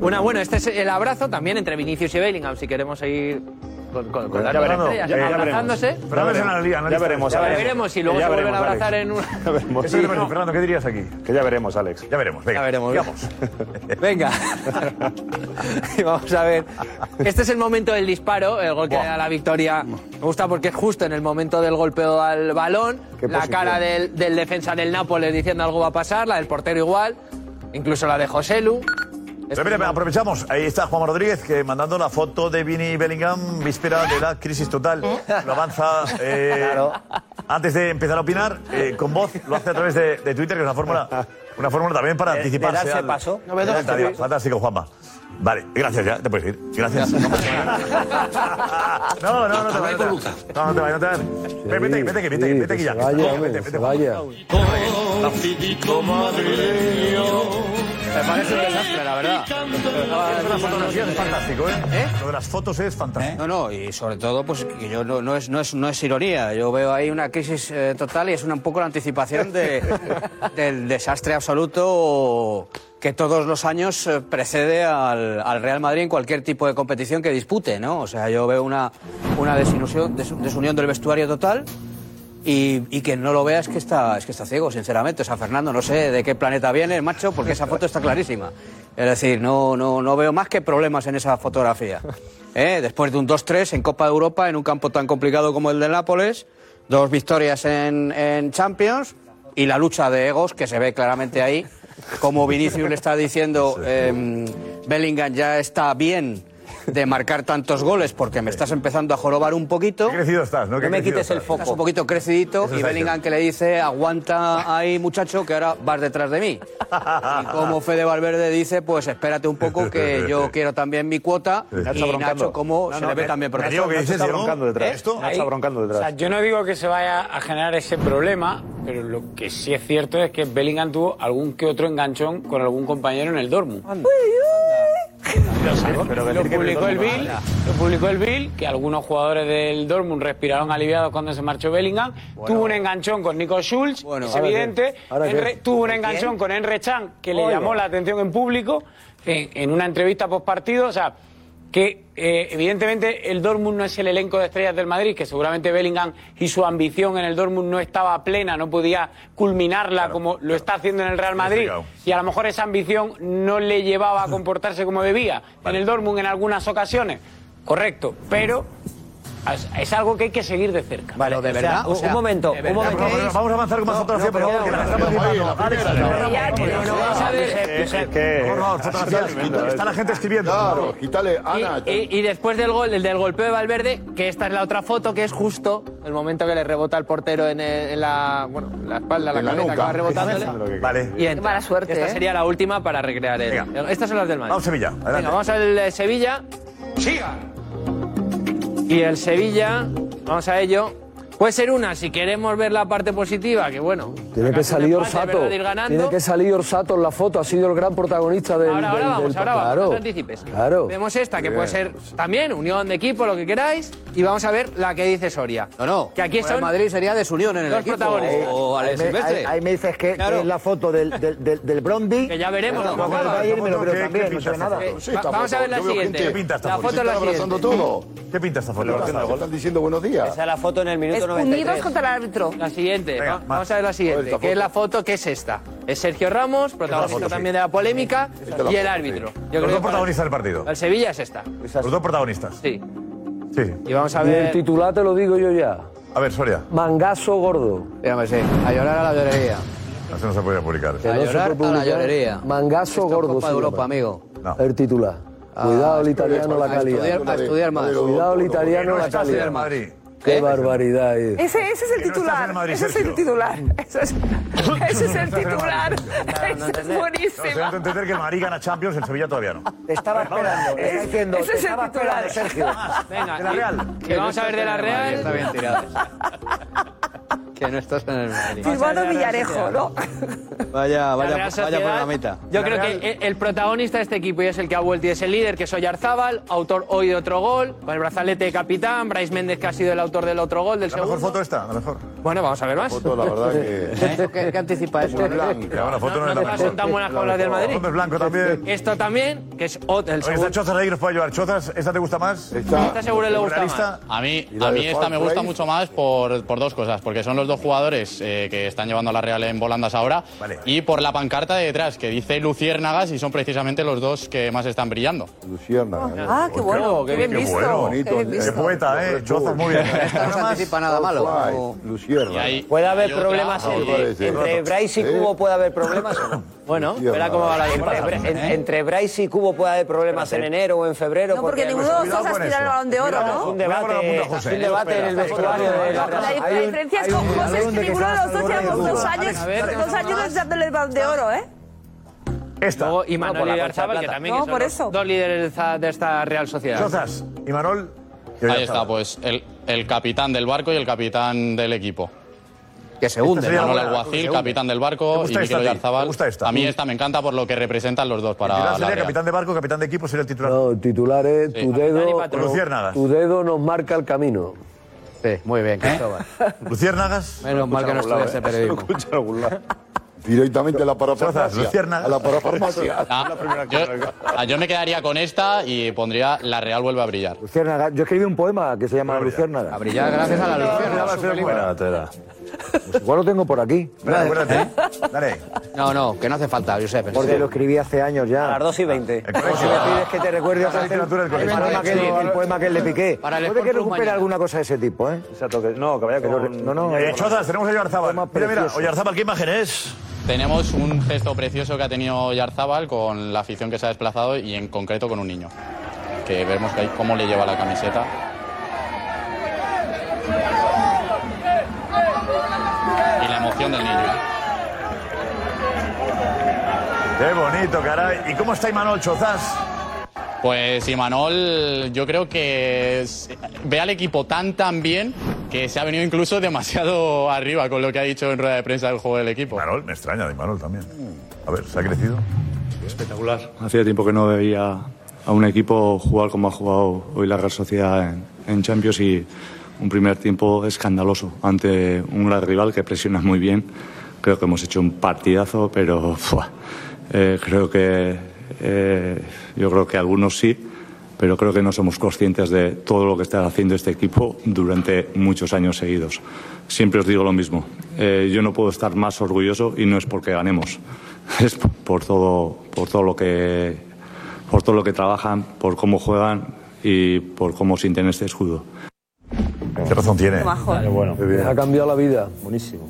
Speaker 33: una, bueno, este es el abrazo también entre Vinicius y Bellingham, si queremos seguir con, con, con las
Speaker 17: Ya veremos,
Speaker 33: estrellas,
Speaker 17: ya veremos.
Speaker 33: abrazándose.
Speaker 17: Fernando es analista, analista. Ya veremos,
Speaker 33: Ya
Speaker 17: Alex.
Speaker 33: veremos y luego
Speaker 17: Ya
Speaker 33: se vuelven a
Speaker 17: veremos,
Speaker 33: abrazar
Speaker 17: Alex.
Speaker 33: en un...
Speaker 17: Ya veremos.
Speaker 11: Eso te parece, Fernando, ¿qué dirías aquí?
Speaker 17: Que ya veremos, Alex.
Speaker 11: Ya veremos, venga.
Speaker 33: Ya veremos.
Speaker 11: Sigamos.
Speaker 33: Venga. y vamos a ver. Este es el momento del disparo, el gol que da la victoria. Me gusta porque es justo en el momento del golpeo al balón.
Speaker 26: Qué
Speaker 33: La
Speaker 26: posición.
Speaker 33: cara del, del defensa del Nápoles diciendo algo va a pasar, la del portero igual. Incluso la de Joselu.
Speaker 11: Pero mira, aprovechamos. Ahí está Juan Rodríguez que mandando la foto de Vini Bellingham, víspera de la crisis total. Lo avanza. eh, Antes de empezar a opinar, eh, con voz, lo hace a través de, de Twitter, que es una fórmula, una fórmula también para
Speaker 26: De- de
Speaker 11: anticiparse.
Speaker 26: darse
Speaker 11: al-
Speaker 26: paso.
Speaker 11: al estadio. Fantástico, Juanma. Vale, gracias ya, te puedes ir. Gracias. No, no, no te vayas. No, no te vayas, no te vayas. Vete, vete, vete, vete, vete, vete, que ya.
Speaker 26: Vaya,
Speaker 11: Vete,
Speaker 26: hombre,
Speaker 11: vete, vete,
Speaker 26: se vaya.
Speaker 11: Juanma.
Speaker 26: Me parece un desastre, la verdad.
Speaker 11: las fotografías es fantástico, ¿eh? Lo de las fotos es fantástico.
Speaker 36: No, no, y sobre todo, pues que yo no, no es, no, es, no es ironía. Yo veo ahí una crisis eh, total y es una, un poco la anticipación de, del desastre absoluto que todos los años eh, precede al, al Real Madrid en cualquier tipo de competición que dispute, ¿no? O sea, yo veo una, una desilusión, des- desunión del vestuario total. Y, y quien no lo vea es que, está, es que está ciego, sinceramente. O sea, Fernando, no sé de qué planeta viene, macho, porque esa foto está clarísima. Es decir, no, no, no veo más que problemas en esa fotografía. ¿Eh? Después de un 2-3 en Copa de Europa, en un campo tan complicado como el de Nápoles, dos victorias en, en Champions y la lucha de egos que se ve claramente ahí. Como Vinicius le está diciendo, em, Bellingham ya está bien de marcar tantos goles porque me estás empezando a jorobar un poquito.
Speaker 11: crecido estás, ¿no?
Speaker 36: No
Speaker 11: Qué
Speaker 36: me
Speaker 11: crecido
Speaker 36: quites el
Speaker 11: estás.
Speaker 36: foco. un poquito crecidito
Speaker 11: Eso
Speaker 36: y
Speaker 11: está
Speaker 36: Bellingham que le dice, aguanta ahí muchacho que ahora vas detrás de mí. Y como Fede Valverde dice, pues espérate un poco que yo quiero también mi cuota.
Speaker 31: Nacho
Speaker 36: y
Speaker 31: broncando.
Speaker 36: Nacho como
Speaker 31: No,
Speaker 36: se
Speaker 31: no,
Speaker 36: le ve
Speaker 31: me-
Speaker 36: también
Speaker 31: me digo que
Speaker 36: Nacho
Speaker 31: dices,
Speaker 36: está
Speaker 31: Diego.
Speaker 36: broncando detrás.
Speaker 31: ¿Eh? Ahí. O sea, yo no digo que se vaya a generar ese problema, pero lo que sí es cierto es que Bellingham tuvo algún que otro enganchón con algún compañero en el Dortmund. Lo publicó el Bill, lo publicó el Bill, que algunos jugadores del Dortmund respiraron aliviados cuando se marchó Bellingham. tuvo un enganchón con Nico Schulz, es
Speaker 7: ¿ahora
Speaker 31: evidente.
Speaker 7: qué? ¿Ahora qué?
Speaker 31: Enre- tuvo un
Speaker 7: ¿Quién?
Speaker 31: enganchón con Enre Chan, que le
Speaker 7: Oiga.
Speaker 31: llamó la atención en público en, en una entrevista post partido. O sea, que eh, evidentemente el Dortmund no es el elenco de estrellas del Madrid, que seguramente Bellingham y su ambición en el Dortmund no estaba plena, no podía culminarla como lo está haciendo en el Real Madrid.
Speaker 7: Complicado.
Speaker 31: Y a lo mejor esa ambición no le llevaba a comportarse como debía en el Dortmund en algunas ocasiones. Correcto, pero es- es algo que hay que seguir de cerca. Vale,
Speaker 19: de verdad, o sea, de verdad.
Speaker 11: Vamos a avanzar con más fotografía, por favor, que la estamos llevando. Alex, Eh,
Speaker 18: Es que-
Speaker 11: Por favor, fotografías. Está la gente escribiendo.
Speaker 18: Claro, quítale,
Speaker 33: Y,
Speaker 18: Ana.
Speaker 33: y- y después del gol, el del golpeo de Valverde, que esta es la otra foto, que es justo el momento que le rebota al portero en, el- en la, bueno, en la espalda, la
Speaker 18: En la
Speaker 33: cabeza,
Speaker 18: nuca.
Speaker 33: acaba rebotándole.
Speaker 11: Vale.
Speaker 33: Y entra.
Speaker 28: suerte,
Speaker 33: Esta
Speaker 28: ¿eh?
Speaker 33: sería la última para recrear el. Estas son las del Madrid.
Speaker 11: Vamos a Sevilla,
Speaker 33: Venga, vamos al eh, Sevilla. ¡Siga! Y el Sevilla, vamos a ello. Puede ser una, si queremos ver la parte positiva, que bueno.
Speaker 26: Tiene que salir Orsato.
Speaker 33: ¿verdad? Ir ganando.
Speaker 26: Tiene que salir Orsato en la foto. Ha sido el gran protagonista del.
Speaker 33: Ahora, ahora
Speaker 26: del-
Speaker 33: vamos,
Speaker 26: del-
Speaker 33: ahora vamos,
Speaker 26: claro,
Speaker 33: no te anticipes.
Speaker 26: Claro.
Speaker 33: Vemos esta, que
Speaker 26: Bien.
Speaker 33: puede ser también unión de equipo, lo que queráis. Y vamos a ver la que dice Soria. No, no. Que aquí
Speaker 36: Real
Speaker 33: son
Speaker 36: Madrid sería desunión en el
Speaker 33: dos
Speaker 36: equipo.
Speaker 33: protagonistas.
Speaker 36: O Alex
Speaker 26: Ahí me-
Speaker 36: Silvestre.
Speaker 26: ahí, ahí me dices que, que
Speaker 36: Claro.
Speaker 26: es la foto del, del, del, del Brondby.
Speaker 33: Que ya veremos.
Speaker 26: Con el Bayern me lo creo también, no sé nada.
Speaker 33: Va- vamos a ver la siguiente.
Speaker 26: ¿Qué pinta esta
Speaker 33: la
Speaker 26: foto?
Speaker 33: foto es
Speaker 26: Se
Speaker 33: la
Speaker 26: está abrazando
Speaker 33: siguiente.
Speaker 26: todo.
Speaker 11: ¿Qué pinta esta
Speaker 33: foto?
Speaker 18: Están diciendo buenos días.
Speaker 33: Esa es la foto en el
Speaker 26: minuto Es 93.
Speaker 28: Unidos contra el árbitro.
Speaker 33: La siguiente.
Speaker 28: Venga,
Speaker 33: Va-
Speaker 28: más.
Speaker 33: vamos a ver la
Speaker 28: Joder,
Speaker 33: siguiente.
Speaker 28: esta
Speaker 33: Que es la foto que es esta. Es Sergio Ramos, protagonista
Speaker 11: foto, sí.
Speaker 33: también de la polémica,
Speaker 11: Esta es la
Speaker 33: y el
Speaker 11: foto,
Speaker 33: árbitro.
Speaker 11: sí.
Speaker 33: Yo creo
Speaker 11: Los
Speaker 33: que
Speaker 11: dos
Speaker 33: para-
Speaker 11: protagonistas del partido.
Speaker 33: El Sevilla es esta.
Speaker 11: Los dos protagonistas.
Speaker 33: Sí.
Speaker 11: Sí.
Speaker 33: Y vamos a
Speaker 26: Y el
Speaker 33: ver.
Speaker 26: titular te lo digo yo ya.
Speaker 11: A ver, Soria.
Speaker 26: Mangazo gordo.
Speaker 36: Dígame, pues sí. A llorar a la llorería.
Speaker 11: Así no se podía publicar.
Speaker 26: Que no se puede publicar. Mangazo
Speaker 36: Copa
Speaker 26: gordo.
Speaker 36: de
Speaker 26: se llama.
Speaker 36: Europa, amigo.
Speaker 26: El titular. Cuidado el italiano la
Speaker 36: a
Speaker 26: calidad.
Speaker 36: estudiar- a estudiar más.
Speaker 26: Cuidado el italiano
Speaker 36: No
Speaker 26: la
Speaker 36: está
Speaker 26: calidad.
Speaker 36: estudiar
Speaker 11: Madrid.
Speaker 26: Qué barbaridad es.
Speaker 28: Ese, ese es el titular. ese es el titular. Ese es, ese es el titular. Ese es
Speaker 11: No, se
Speaker 28: buenísimo.
Speaker 11: da a entender que el Madrid gana Champions, el Sevilla todavía no.
Speaker 26: Te estaba esperando. te está diciendo,
Speaker 28: ese
Speaker 26: te
Speaker 28: es el
Speaker 26: estaba
Speaker 28: titular.
Speaker 26: esperando, Sergio.
Speaker 33: Venga,
Speaker 26: De la
Speaker 33: y-
Speaker 26: Real.
Speaker 33: y vamos a ver de la Real.
Speaker 36: Está bien tirado. que no estás en el Madrid.
Speaker 28: Silvano Villarejo, ¿no?
Speaker 36: Vaya,
Speaker 33: La
Speaker 36: Ah, vaya,
Speaker 33: Real
Speaker 36: vaya
Speaker 33: Sociedad,
Speaker 36: programita.
Speaker 33: Yo creo que el, el protagonista de este equipo y es el que ha vuelto y es el líder, que es Oyarzábal, autor hoy de otro gol, con el brazalete de capitán, Bryce Méndez que ha sido el autor del otro gol, del
Speaker 11: La
Speaker 33: segundo.
Speaker 11: mejor foto esta, la mejor.
Speaker 33: Bueno, vamos a ver más.
Speaker 11: foto, la verdad que-
Speaker 33: ¿Eh? ¿Qué, qué anticipa eso?
Speaker 11: Blanca. La foto no, es la
Speaker 33: No
Speaker 11: mejor.
Speaker 33: son tan buenas como las del Madrid.
Speaker 11: La foto es blanco también.
Speaker 33: Esto también, que es otro,
Speaker 11: Oye,
Speaker 33: el
Speaker 11: está
Speaker 33: segundo.
Speaker 11: Chozas ahí que nos puede ayudar. Chozas, ¿esta te gusta más?
Speaker 33: Esta seguro le gusta
Speaker 11: Realista.
Speaker 33: más.
Speaker 12: A mí,
Speaker 11: ¿Y la
Speaker 12: a
Speaker 11: de
Speaker 12: mí esta
Speaker 11: Far
Speaker 12: me gusta
Speaker 11: Cry?
Speaker 12: mucho más por, por dos cosas, porque son los dos jugadores eh, que están llevando a la Real en volandas ahora y por la pancarta de detrás que dice Luciérnagas y son precisamente los dos que más están brillando.
Speaker 18: Luciérnagas.
Speaker 28: Ah, qué bueno. Qué bien visto. qué bien visto.
Speaker 11: poeta, ¿eh? Chozas, muy bien.
Speaker 36: No se anticipa nada malo. como-
Speaker 19: Puede haber
Speaker 36: hay otra,
Speaker 19: problemas
Speaker 36: ¿no?
Speaker 19: entre,
Speaker 36: Parece.
Speaker 19: entre Bryce y
Speaker 36: Sí.
Speaker 19: Cubo, puede haber problemas o no. Bueno,
Speaker 33: verá cómo va la temporada.
Speaker 19: entre, en- entre Bryce y Cubo puede haber problemas en enero o en febrero.
Speaker 28: No, porque
Speaker 19: hay
Speaker 28: ninguno
Speaker 19: más-
Speaker 28: de los dos aspira al balón de oro, ¿no?
Speaker 19: Un debate, un debate en el vestuario de la
Speaker 28: La, dif- la diferencia es con José, es que ninguno de los dos llevamos dos años, dos años dándole el balón de oro, ¿eh?
Speaker 11: Esta.
Speaker 33: Luego, y Manuel
Speaker 11: por la
Speaker 33: Igarzábal, que
Speaker 11: Plata.
Speaker 33: también
Speaker 28: No,
Speaker 33: que son
Speaker 28: por
Speaker 33: los dos líderes de esta, de esta Real Sociedad.
Speaker 11: Chozas, y Manol.
Speaker 12: Ahí está, pues el, el capitán del barco y el capitán del equipo.
Speaker 36: que se hunde.
Speaker 11: Este
Speaker 37: Manuel Alguacil, capitán del barco, y
Speaker 11: gusta esta
Speaker 37: Mikel
Speaker 11: a ti?
Speaker 37: Oyarzabal.
Speaker 11: ¿Te gusta esta?
Speaker 37: A mí esta me encanta por lo que representan los dos
Speaker 28: Ah,
Speaker 37: para
Speaker 11: Titular
Speaker 37: la
Speaker 11: sería
Speaker 37: Real.
Speaker 11: capitán de barco, capitán de equipo, sería el titular.
Speaker 26: No, titular es tu dedo.
Speaker 11: patrón. Luciérnagas.
Speaker 26: Tu dedo nos marca el camino.
Speaker 36: Sí, muy
Speaker 11: ¿Eh?
Speaker 36: bien, Cristóbal.
Speaker 11: Luciérnagas.
Speaker 36: Menos mal que no estudiaste periodismo.
Speaker 17: Directamente a la
Speaker 11: Plazas,
Speaker 17: parafarmacia.
Speaker 11: Luciérnagas.
Speaker 17: A la parafarmacia.
Speaker 37: Ah, yo, ah, yo me quedaría con esta y pondría La Real vuelve a brillar.
Speaker 26: Luciérnaga, yo escribí un poema que se llama La Luciérnaga. A
Speaker 36: brillar gracias a la luciérnaga.
Speaker 11: Buena, te da.
Speaker 26: Pues igual lo tengo por aquí.
Speaker 11: Espera, acuérdate. Dale.
Speaker 36: ¿Eh? No, no, que no hace falta, Josep. en
Speaker 26: Porque
Speaker 36: serio.
Speaker 26: lo escribí hace años ya. Pues
Speaker 21: A las 2 y 20.
Speaker 11: Ah,
Speaker 26: Si me pides que te recuerde
Speaker 11: Esa
Speaker 26: otra vez el,
Speaker 11: literatura del
Speaker 26: el
Speaker 11: colegio.
Speaker 26: poema que, el poema que le piqué.
Speaker 36: Para el
Speaker 26: Puede que
Speaker 36: Sport Club
Speaker 26: recupere
Speaker 36: mañana.
Speaker 26: alguna cosa de ese tipo, ¿eh?
Speaker 38: Exacto, que, no, que vaya con...
Speaker 26: No, no.
Speaker 11: Eh, Chozas, tenemos a Yarzábal. Mira, mira,
Speaker 26: precioso.
Speaker 11: Yarzábal, ¿qué imagen es?
Speaker 37: Tenemos un gesto precioso que ha tenido Yarzábal con la afición que se ha desplazado y en concreto con un niño. Que vemos que ahí cómo le lleva la camiseta. Y la emoción del niño.
Speaker 11: Qué bonito, caray. ¿Y cómo está Imanol Chozas?
Speaker 37: Pues Imanol, yo creo que es- ve al equipo tan tan bien que se ha venido incluso demasiado arriba con lo que ha dicho en rueda de prensa del juego del equipo. Mm.
Speaker 11: Imanol, me extraña de Imanol también. A ver, ¿se ha crecido?
Speaker 38: Espectacular. Hacía tiempo que no veía a un equipo jugar como ha jugado hoy la Real Sociedad en, en Champions y un primer tiempo escandaloso ante un gran rival que presiona muy bien. Creo que hemos hecho un partidazo, pero ¡fua! Eh, creo que eh, yo creo que algunos sí, pero creo que no somos conscientes de todo lo que está haciendo este equipo durante muchos años seguidos. Siempre os digo lo mismo. eh, yo no puedo estar más orgulloso y no es porque ganemos, es por- por todo, por todo lo que, por todo lo que trabajan, por cómo juegan y por cómo sienten este escudo.
Speaker 11: ¿Qué razón tiene?
Speaker 26: Bueno, les ha cambiado la vida.
Speaker 39: Buenísimo.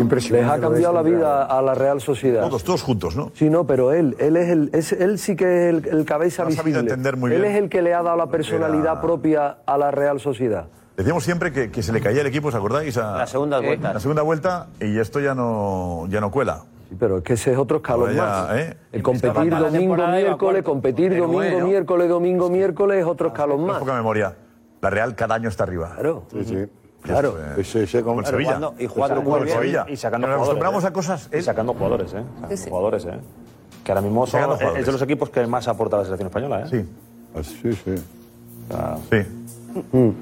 Speaker 26: Les ha cambiado la vida a la Real Sociedad.
Speaker 11: Todos, este todos juntos, Pues ¿no?
Speaker 26: Sí, no, pero él, él es el, es- él sí que es el, el cabeza
Speaker 11: Lo ha sabido
Speaker 26: visible.
Speaker 11: entender muy
Speaker 26: Él
Speaker 11: bien.
Speaker 26: es el que le ha dado la
Speaker 11: que era-
Speaker 26: personalidad propia a la Real Sociedad.
Speaker 11: Decíamos siempre que, que se le caía el equipo, ¿os acordáis? A- Eh,
Speaker 21: La segunda vuelta.
Speaker 11: La segunda vuelta y esto ya no, ya no cuela.
Speaker 26: Sí, pero es que ese es otro escalón
Speaker 11: Ahora ya,
Speaker 26: más.
Speaker 11: ¿eh?
Speaker 26: El competir
Speaker 7: la
Speaker 26: domingo,
Speaker 7: temporada, iba
Speaker 26: miércoles,
Speaker 7: cuarto.
Speaker 26: competir
Speaker 7: Pero
Speaker 26: domingo,
Speaker 7: bueno.
Speaker 26: miércoles, domingo, miércoles es otro escalón
Speaker 11: No es
Speaker 26: más.
Speaker 11: poca memoria. La Real cada año está arriba.
Speaker 26: Claro.
Speaker 17: Sí, sí.
Speaker 26: Claro.
Speaker 17: Sí, sí, sí,
Speaker 11: Como
Speaker 17: con-
Speaker 11: el Sevilla.
Speaker 17: Jugando-
Speaker 26: y jugando
Speaker 11: Como
Speaker 26: muy
Speaker 11: el
Speaker 26: bien
Speaker 11: Sevilla.
Speaker 17: y sacando
Speaker 11: Nos acostumbramos
Speaker 17: jugadores,
Speaker 11: a cosas.
Speaker 17: Y
Speaker 11: ¿eh?
Speaker 17: sacando jugadores, ¿eh? Sacando
Speaker 7: sí.
Speaker 17: jugadores, ¿eh? Que ahora mismo son,
Speaker 11: Sacando
Speaker 17: es-
Speaker 11: jugadores.
Speaker 17: es de los equipos que más aporta la selección española, ¿eh?
Speaker 11: Sí,
Speaker 17: Ah, Sí, sí. Ah. Mm.
Speaker 11: sí.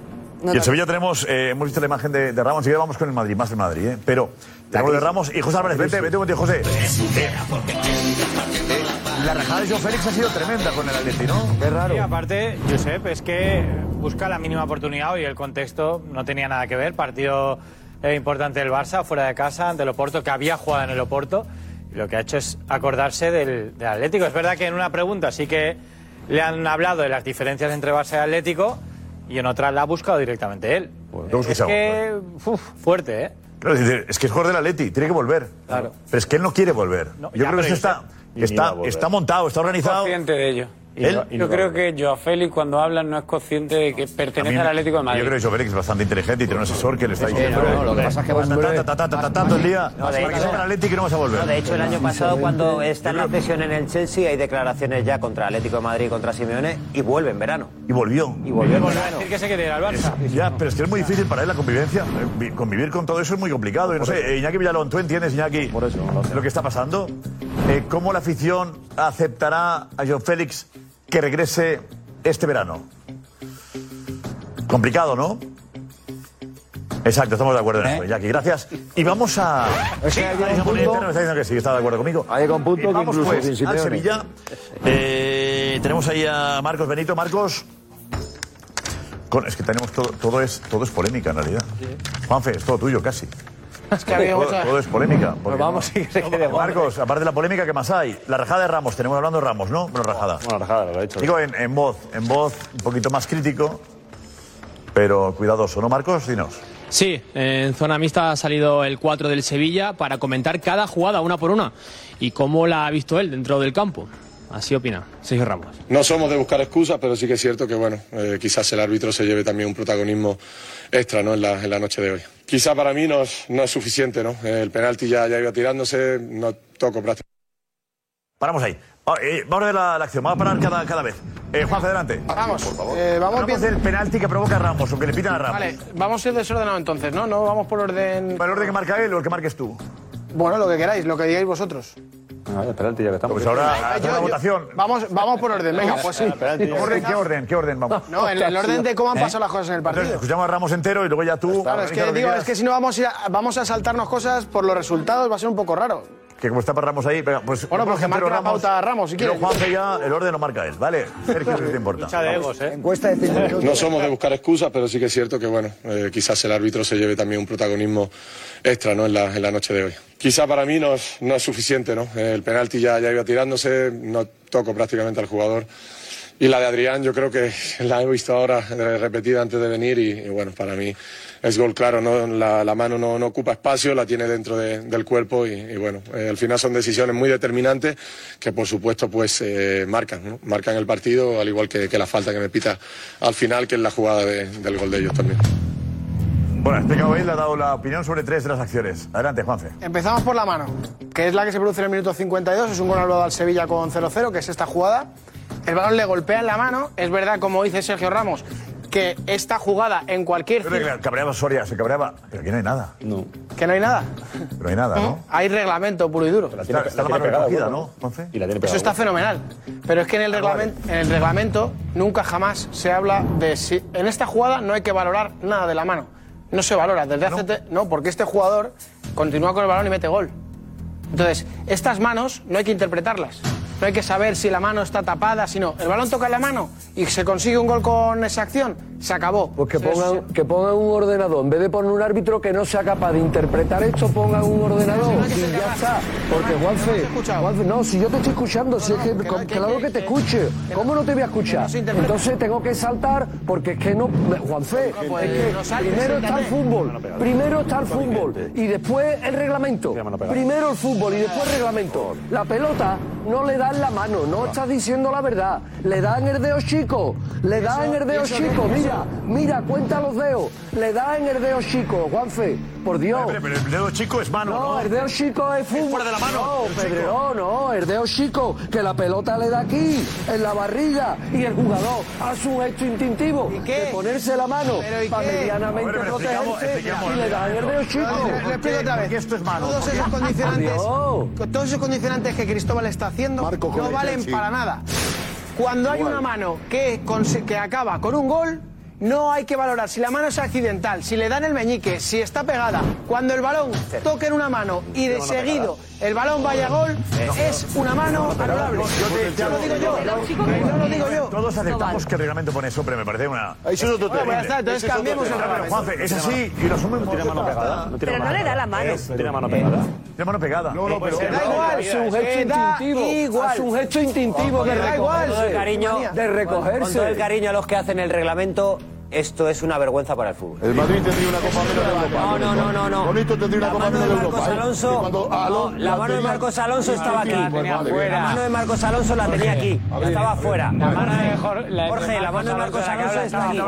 Speaker 11: Y en Sevilla tenemos, eh, hemos visto la imagen de, de Ramos, y ahora vamos con el Madrid, más el Madrid, ¿eh? pero tenemos lo de Ramos y José Álvarez, vete, vete contigo, José. Eh, eh, la rajada de Joe Félix ha sido tremenda con el Atleti, ¿no?
Speaker 26: Qué raro.
Speaker 7: Y aparte, Josep, es que busca la mínima oportunidad y el contexto no tenía nada que ver. Partido eh, importante del Barça, fuera de casa, ante el Oporto, que había jugado en el Oporto. Y lo que ha hecho es acordarse del, del Atlético. Es verdad que en una pregunta sí que le han hablado de las diferencias entre Barça y Atlético y en otra la ha buscado directamente él.
Speaker 11: tenemos que
Speaker 7: es
Speaker 11: saber,
Speaker 7: que, uf, fuerte, ¿eh?
Speaker 11: Claro, es decir, es que es jugador del Atleti, tiene que volver.
Speaker 7: Claro.
Speaker 11: Pero es que él no quiere volver.
Speaker 7: No,
Speaker 11: Yo
Speaker 7: ya,
Speaker 11: creo que
Speaker 7: pero
Speaker 11: eso está,
Speaker 17: ni va a
Speaker 11: está,
Speaker 17: volver.
Speaker 11: está montado, está organizado.
Speaker 31: consciente de ello.
Speaker 11: Él-
Speaker 31: Yo- yo creo que Joao Félix cuando habla no es consciente de que pertenece
Speaker 11: A mí-
Speaker 31: al Atlético de Madrid.
Speaker 11: Yo creo que Joe Félix es bastante inteligente y tiene un asesor que le está diciendo.
Speaker 36: no, lo que pasa es que vas-
Speaker 11: ta, ta, ta, ta, ta, ta, ta, todo el día.
Speaker 36: No, de
Speaker 11: Para que
Speaker 36: hecho-
Speaker 11: sea el Atleti que no vas a volver.
Speaker 19: No, de hecho, el año pasado, cuando está la presión en el Chelsea, hay declaraciones ya contra Atlético de Madrid, contra Simeone, y vuelve en verano.
Speaker 11: Y volvió.
Speaker 19: Y volvió en
Speaker 7: Es
Speaker 19: verano.
Speaker 7: decir, que se quiere ir al Barça.
Speaker 11: Ya, pero es que es muy difícil para él la convivencia. Eh, vi- Convivir con todo eso es muy complicado. Y no sé, eh, Iñaki Villalón, ¿tú entiendes, Iñaki, Por eso, lo que está pasando? Eh, ¿Cómo la afición aceptará a John Félix que regrese este verano? Complicado, ¿no? Exacto, estamos de acuerdo en eso, Iñaki. Gracias. Y vamos a. Sí,
Speaker 26: ¿Eh? hay un
Speaker 11: Alejandro
Speaker 26: punto-
Speaker 11: Molinero me está diciendo que sí, está de acuerdo conmigo.
Speaker 26: Hay un
Speaker 11: Y
Speaker 26: punto que
Speaker 11: vamos,
Speaker 26: incluso
Speaker 11: pues,
Speaker 26: sin
Speaker 11: al
Speaker 26: Simeone.
Speaker 11: Sevilla. Eh, tenemos ahí a Marcos Benito. Marcos. Con- es que tenemos todo, todo es todo es polémica en realidad. Juanfe, es todo tuyo casi.
Speaker 7: Es que ha habido
Speaker 11: Todo,
Speaker 7: mucha-
Speaker 11: todo es polémica. porque-
Speaker 7: vamos, sí, se quiere, vamos.
Speaker 11: Marcos, aparte de la polémica que más hay, la rajada de Ramos, tenemos hablando de Ramos, ¿no? Bueno, rajada.
Speaker 17: Bueno, rajada, lo ha hecho.
Speaker 11: Digo en, en voz, en voz un poquito más crítico, pero cuidadoso, ¿no, Marcos? Dinos.
Speaker 27: Sí, en zona mixta ha salido el 4 del Sevilla para comentar cada jugada una por una y cómo la ha visto él dentro del campo. Así opina Sergio Ramos.
Speaker 16: No somos de buscar excusas, pero sí que es cierto que bueno, eh, quizás el árbitro se lleve también un protagonismo extra ¿no? en, la, en la noche de hoy. Quizá para mí no es, no es suficiente, ¿no? El penalti ya, ya iba tirándose, no toco prácticamente.
Speaker 11: Paramos ahí. Ah, eh, Vamos a ver la, la acción, vamos a parar cada, cada vez. Eh, Juan, adelante.
Speaker 23: Vamos, eh, vamos
Speaker 11: Hablamos del penalti que provoca Ramos, o que le pitan a Ramos.
Speaker 23: Vale, vamos a ir desordenado entonces, ¿no? No vamos por orden.
Speaker 11: ¿El orden que marca él o el que marques tú?
Speaker 23: Bueno, lo que queráis, lo que digáis vosotros.
Speaker 17: Ah, el penalti ya que estamos.
Speaker 11: Pues ahora hacemos la votación.
Speaker 23: Vamos, vamos por orden, venga, pues sí.
Speaker 11: ¿Qué orden, ¿Qué orden? ¿Qué orden? Vamos. ¿eh?
Speaker 23: No, en el orden de cómo han pasado las cosas en el partido.
Speaker 11: Entonces, escuchamos a Ramos entero y luego ya tú.
Speaker 23: Claro, es que
Speaker 11: organiza lo
Speaker 23: digo,
Speaker 11: quieras.
Speaker 23: es que si no vamos a, ir a- vamos a saltarnos cosas por los resultados, va a ser un poco raro.
Speaker 11: Que como está para Ramos ahí, venga, pues.
Speaker 23: Bueno, pues que marque
Speaker 11: entero
Speaker 23: la pauta a Ramos, si
Speaker 11: y luego
Speaker 23: quieres.
Speaker 11: Juanfe ya, el orden lo marca él, ¿vale? Sergio, ¿qué te importa?
Speaker 23: Encuesta de ¿eh? fin de
Speaker 14: No somos de buscar excusas, pero sí que es cierto que, bueno, eh, quizás el árbitro se lleve también un protagonismo extra, ¿no? En la, en la noche de hoy. Quizá para mí no es, no es suficiente, ¿no? Eh, El penalti ya, ya iba tirándose, no toco prácticamente al jugador. Y la de Adrián, yo creo que la he visto ahora eh, repetida antes de venir y, y bueno, para mí es gol claro, ¿no? La, la mano no, no ocupa espacio, la tiene dentro de- del cuerpo y, y bueno, eh, al final son decisiones muy determinantes que por supuesto pues eh, marcan, ¿no? Marcan el partido al igual que, que la falta que me pita al final, que es la jugada de- del gol de ellos también.
Speaker 11: Bueno, este cabo le ha dado la opinión sobre tres de las acciones. Adelante, Juanfe.
Speaker 23: Empezamos por la mano, que es la que se produce en el minuto 52. Es un gol anulado al Sevilla con 0-0, que es esta jugada. El balón le golpea en la mano. Es verdad, como dice Sergio Ramos, que esta jugada en cualquier.
Speaker 11: Yo creo que cabreaba Soria, se cabreaba. Pero aquí no hay nada. No.
Speaker 23: Que no hay nada.
Speaker 11: Pero hay nada, ¿no?
Speaker 23: Hay reglamento puro y duro.
Speaker 11: Está, está la mano recogida, ¿no? Juanfe?
Speaker 23: Eso está fenomenal. Pero es que en el, reglamento, en el reglamento nunca jamás se habla de si. En esta jugada no hay que valorar nada de la mano. No se valora. Desde hace. te- Ah, no, porque este jugador continúa con el balón y mete gol. Entonces, estas manos no hay que interpretarlas. No hay que saber si la mano está tapada, si no. El balón toca la mano y se consigue un gol con esa acción, se acabó.
Speaker 26: Pues que pongan, que pongan un ordenador. En vez de poner un árbitro que no sea capaz de interpretar esto, pongan un ordenador. Y ya está. Porque Juanfe, Juanfe, no, si yo te estoy escuchando, si es que, com- claro que, te escuche. ¿Cómo no te voy a escuchar? Entonces tengo que saltar porque es que no. Juanfe,
Speaker 23: puede,
Speaker 26: es que
Speaker 23: no saltes,
Speaker 26: primero está
Speaker 23: siéntate.
Speaker 26: el fútbol, primero está el fútbol y después el reglamento. Primero el fútbol y después el reglamento. La pelota no le dan la mano, no estás diciendo la verdad. Le dan el dedo chico, le dan el dedo
Speaker 23: eso
Speaker 26: chico,
Speaker 23: no, eso
Speaker 26: mira. Mira, cuenta los dedos. Le da en el dedo chico, Juanfe. Por Dios. Pero,
Speaker 11: el dedo chico es mano,
Speaker 26: ¿no? el dedo chico es fútbol. de la mano. No, Pedro, no. El dedo chico, que la pelota le da aquí, en la barriga. Y el jugador hace un gesto instintivo de ponerse la mano para medianamente
Speaker 11: Hombre, pero explicamos-
Speaker 23: eh,
Speaker 26: protegerse.
Speaker 11: explicamos
Speaker 26: Y
Speaker 11: el
Speaker 26: le da en el dedo chico.
Speaker 23: No, le- le explico otra vez. Todos esos condicionantes, todos esos condicionantes que Cristóbal está haciendo no
Speaker 26: que-
Speaker 23: valen
Speaker 26: sí.
Speaker 23: para nada. Cuando hay una mano que, conse- que acaba con un gol, no hay que valorar si la mano es accidental, si le dan el meñique, si está pegada. Cuando el balón toque en una mano y de seguido el balón vaya a gol, es una mano anulable. Ya lo digo yo, no lo digo yo.
Speaker 11: Todos aceptamos que el reglamento pone eso, pero me parece una.
Speaker 23: Ahí sí es otro
Speaker 11: Bueno,
Speaker 23: tema.
Speaker 11: pues ya está,
Speaker 23: Ese es otro tema.
Speaker 11: Juanfe, es así y lo asumen No tiene mano pegada.
Speaker 28: Pero no le da la mano.
Speaker 11: Tiene mano pegada. Tiene mano pegada. No, no, pero.
Speaker 23: Da igual,
Speaker 26: Hace un gesto
Speaker 23: que da
Speaker 26: instintivo.
Speaker 23: igual.
Speaker 26: Hace un gesto instintivo de
Speaker 23: Da igual. Con
Speaker 26: recogerse.
Speaker 23: todo el cariño,
Speaker 26: de
Speaker 19: Con, con
Speaker 26: recogerse.
Speaker 19: todo el cariño a los que hacen el reglamento, esto es una vergüenza para el fútbol.
Speaker 18: El Madrid tendría una copa menos de Europa. No, no, no, no. Con esto tendría una copa menos de Europa.
Speaker 19: Marcos
Speaker 18: ¿eh?
Speaker 19: Alonso,
Speaker 18: Y cuando Alon-
Speaker 19: no, la mano de
Speaker 18: tenía-
Speaker 19: Marcos Alonso estaba aquí.
Speaker 18: Pues vale, bien.
Speaker 19: La mano de Marcos Alonso la tenía aquí. Estaba fuera. La mano de Jorge,
Speaker 31: la de
Speaker 19: la mano de
Speaker 31: Marcos
Speaker 19: Marcos
Speaker 31: Alonso
Speaker 19: Alonso está aquí.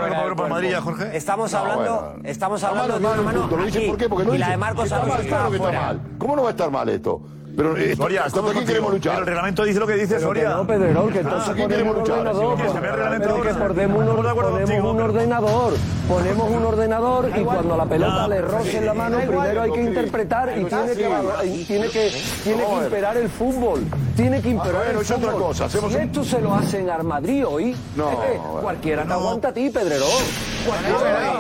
Speaker 19: Estamos
Speaker 18: No,
Speaker 11: Ah,
Speaker 19: hablando,
Speaker 18: bueno.
Speaker 19: estamos
Speaker 18: Está mal,
Speaker 19: hablando de una
Speaker 18: mal,
Speaker 19: mano
Speaker 18: punto. ¿Lo dices
Speaker 19: aquí.
Speaker 18: por qué? Porque no
Speaker 19: Y la de
Speaker 18: dices-
Speaker 19: Marcos
Speaker 18: está mal,
Speaker 19: Alonso
Speaker 18: claro
Speaker 19: estaba
Speaker 18: que está
Speaker 19: fuera.
Speaker 18: mal. ¿Cómo no va a estar mal esto? Pero, eh,
Speaker 11: Soria,
Speaker 18: ¿contra
Speaker 11: estamos
Speaker 18: quién queremos
Speaker 11: contigo.
Speaker 18: luchar?
Speaker 11: Pero el reglamento dice lo que dice
Speaker 18: Pero
Speaker 11: Soria.
Speaker 26: No, Pedrerol, que entonces
Speaker 11: ¿Contra quién
Speaker 26: ponemos
Speaker 11: queremos
Speaker 26: un
Speaker 11: luchar?
Speaker 26: ordenador.
Speaker 11: Sí, que se ve el reglamento
Speaker 26: Pero que
Speaker 11: ahora.
Speaker 26: ponemos un,
Speaker 11: Estamos de acuerdo
Speaker 26: ponemos un ordenador. Ponemos un ordenador y cuando la pelota le roce en la mano, Da igual. primero hay que interpretar y
Speaker 18: Ah,
Speaker 26: tiene
Speaker 18: sí.
Speaker 26: que, valo- y tiene que, tiene que
Speaker 18: Vamos a ver.
Speaker 26: imperar el fútbol. Tiene que
Speaker 18: A
Speaker 26: imperar
Speaker 18: ver,
Speaker 26: el
Speaker 18: es otra
Speaker 26: fútbol.
Speaker 18: cosa, hacemos
Speaker 26: Si
Speaker 18: un-
Speaker 26: esto se lo hacen al Madrid hoy,
Speaker 18: No,
Speaker 26: es que
Speaker 18: bueno.
Speaker 26: cualquiera te aguanta a ti, Pedrerol. Cualquiera.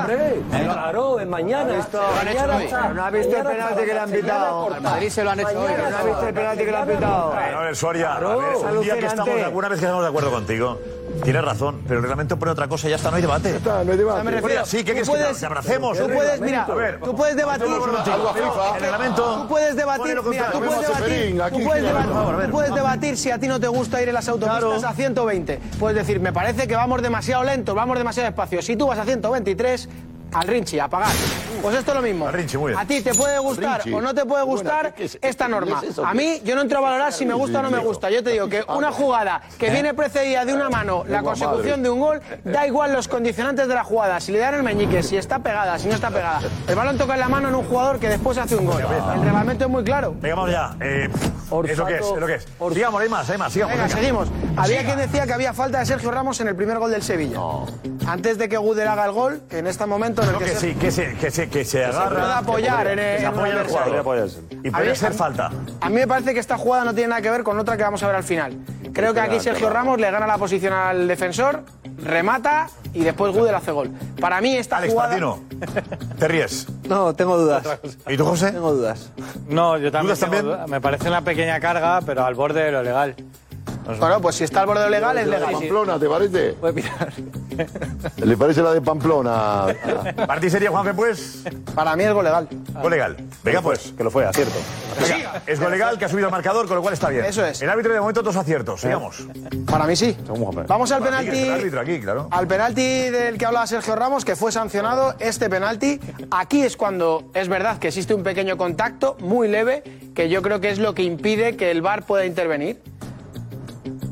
Speaker 26: Hombre, Claro, es mañana. Mañana está-
Speaker 32: Pero no ha visto el
Speaker 26: mañana
Speaker 32: penalti que le han
Speaker 26: está-
Speaker 32: pitado.
Speaker 26: mañana
Speaker 32: Al Madrid se lo han hecho hoy.
Speaker 26: Mañana
Speaker 32: No ha visto el penalti que le han pitado.
Speaker 11: Bueno, a ver, Soria, a ver,
Speaker 32: Claro.
Speaker 11: un día que estamos de-
Speaker 32: Alucinante.
Speaker 11: alguna vez que estamos de acuerdo contigo. Tienes razón, pero el reglamento pone otra cosa, ya está, no hay debate.
Speaker 18: está, no hay debate.
Speaker 11: Soria, sí, ¿qué
Speaker 23: tú
Speaker 11: quieres que
Speaker 23: puedes-
Speaker 11: nos abracemos?
Speaker 23: Tú puedes, mira,
Speaker 11: A ver,
Speaker 23: tú puedes debatir.
Speaker 11: estamos de acuerdo contigo.
Speaker 23: Pero
Speaker 11: El reglamento
Speaker 23: Tú puedes debatir,
Speaker 11: ponelo
Speaker 23: mira, tú
Speaker 11: contra-
Speaker 23: puedes debatir,
Speaker 11: Venga,
Speaker 23: tú
Speaker 11: aquí,
Speaker 23: puedes
Speaker 11: aquí,
Speaker 23: debatir-
Speaker 11: por favor, a ver.
Speaker 23: tú puedes debatir si a ti no te gusta ir en las autopistas a 120. Puedes decir, me parece que vamos demasiado lentos, vamos demasiado despacio. Si tú vas a 123, Al Rinchi, a pagar. Pues esto es lo mismo.
Speaker 11: bien.
Speaker 23: A ti te puede gustar
Speaker 11: Rinchi.
Speaker 23: o no te puede
Speaker 11: Qué buena,
Speaker 23: gustar
Speaker 11: ¿qué es-
Speaker 23: esta norma.
Speaker 11: es eso,
Speaker 23: a
Speaker 11: qué?
Speaker 23: mí yo no entro a valorar si me gusta o no me gusta. Yo te digo que una jugada que viene precedida de una mano, la
Speaker 11: Lengua
Speaker 23: consecución
Speaker 11: ¿Eh? madre.
Speaker 23: de un gol, da igual los condicionantes de la jugada. Si le dan el meñique, si está pegada, si no está pegada. El balón toca en la mano en un jugador que después hace un gol. El reglamento es muy claro.
Speaker 11: Venga, vamos ya. Eh, es lo que es, es lo que es. Sigamos, hay más, hay más, sigamos.
Speaker 23: Venga, seguimos. Había
Speaker 11: Siga.
Speaker 23: quien decía que había falta de Sergio Ramos en el primer gol del Sevilla. Antes de que Guder haga el gol, que en este momento... en el
Speaker 11: No, que,
Speaker 23: Ser-
Speaker 11: sí, que se, que se, que se agarra.
Speaker 23: pueda apoyar
Speaker 11: que
Speaker 23: en el-
Speaker 11: se apoya
Speaker 23: en
Speaker 11: al
Speaker 23: el
Speaker 11: jugador.
Speaker 23: adversario.
Speaker 11: Y
Speaker 23: A
Speaker 11: puede
Speaker 23: mí-
Speaker 11: ser falta.
Speaker 23: A mí me parece que esta jugada no tiene nada que ver con otra que vamos a ver al final. Creo que aquí Sergio Ramos le gana la posición al defensor, remata y después Gudel hace gol. Para mí esta
Speaker 11: Alex
Speaker 23: jugada...
Speaker 11: Patino, te ríes.
Speaker 23: No, tengo dudas.
Speaker 11: ¿Y tú, José?
Speaker 23: Tengo dudas.
Speaker 7: No, yo también.
Speaker 11: ¿Dudas
Speaker 7: tengo
Speaker 11: también?
Speaker 7: duda. Me parece una pequeña carga, pero al borde de lo legal.
Speaker 23: Bueno, pues si está al borde de lo legal, es legal. Pues
Speaker 18: Pamplona, ¿te parece? ¿Le parece la de Pamplona?
Speaker 11: ¿Partí Ah. sería Juanfe, pues?
Speaker 23: Para mí es gol legal.
Speaker 11: Gol legal. Venga, pues.
Speaker 17: Que lo fue, acierto.
Speaker 11: Venga, es gol legal que ha subido al marcador, con lo cual está bien.
Speaker 23: Eso es.
Speaker 11: El árbitro de momento dos aciertos, sigamos.
Speaker 23: Para mí sí. Vamos al
Speaker 11: Para ti, que es El
Speaker 23: penalti.
Speaker 11: árbitro aquí, claro.
Speaker 23: Al penalti del que hablaba Sergio Ramos, que fue sancionado este penalti. Aquí es cuando es verdad que existe un pequeño contacto, muy leve, que yo creo que es lo que impide que el VAR pueda intervenir.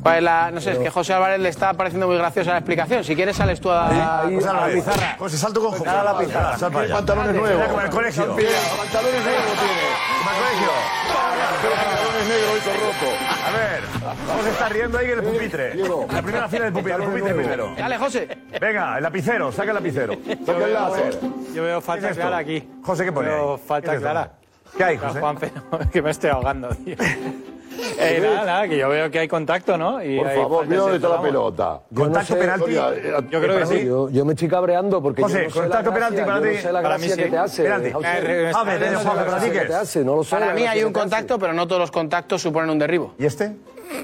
Speaker 23: ¿Cuál es la- no sé, es que José Álvarez le está pareciendo muy graciosa la explicación. Si quieres, sales tú a,
Speaker 11: José
Speaker 23: a la
Speaker 11: Álvarez.
Speaker 23: pizarra.
Speaker 11: José, salto con José.
Speaker 23: Dale a la pizarra.
Speaker 11: Sal para allá.
Speaker 23: Pantalones
Speaker 11: Mira,
Speaker 23: nuevos.
Speaker 11: Como en el colegio.
Speaker 23: Pantalones nuevos
Speaker 11: A ver, ¿cómo se está riendo ahí en el pupitre? La primera fila del pupitre, el pupitre primero.
Speaker 23: Dale, José.
Speaker 11: Venga, el lapicero, saca el lapicero.
Speaker 7: Yo veo- Yo veo
Speaker 11: ¿Qué
Speaker 7: falta
Speaker 11: es esto?
Speaker 7: clara aquí.
Speaker 11: José, ¿qué pone
Speaker 7: Veo
Speaker 11: ahí?
Speaker 7: falta
Speaker 11: ¿Qué es esto?
Speaker 7: clara.
Speaker 11: ¿Qué hay,
Speaker 7: Mira,
Speaker 11: José?
Speaker 7: Juanfe, no, que me estoy ahogando, tío. Eh, nada, nada, que yo veo que hay contacto, ¿no? Y
Speaker 18: Por
Speaker 7: hay
Speaker 18: favor,
Speaker 7: falta
Speaker 18: mira dónde
Speaker 7: de
Speaker 18: está la
Speaker 7: Sergio Ramos.
Speaker 18: pelota.
Speaker 7: Contacto penalti. Yo
Speaker 23: eh,
Speaker 7: creo que sí.
Speaker 26: eh, Yo, yo me estoy cabreando porque
Speaker 7: José,
Speaker 26: yo no sé la
Speaker 7: contacto
Speaker 26: gracia,
Speaker 7: penalti para
Speaker 26: yo no
Speaker 7: ti.
Speaker 26: sé la
Speaker 7: Para
Speaker 26: gracia
Speaker 7: mí sí.
Speaker 26: que te hace.
Speaker 7: Penalti.
Speaker 26: Jaume.
Speaker 7: Eh,
Speaker 26: No sé la
Speaker 7: Juanfe,
Speaker 26: gracia
Speaker 7: penalti,
Speaker 26: que
Speaker 7: ¿qué
Speaker 26: te
Speaker 7: es?
Speaker 26: hace, no lo sé.
Speaker 23: Para
Speaker 26: la
Speaker 23: mí
Speaker 26: gracia
Speaker 23: hay
Speaker 26: que
Speaker 23: un
Speaker 26: te hace.
Speaker 23: contacto, pero no todos los contactos suponen un derribo.
Speaker 11: ¿Y este?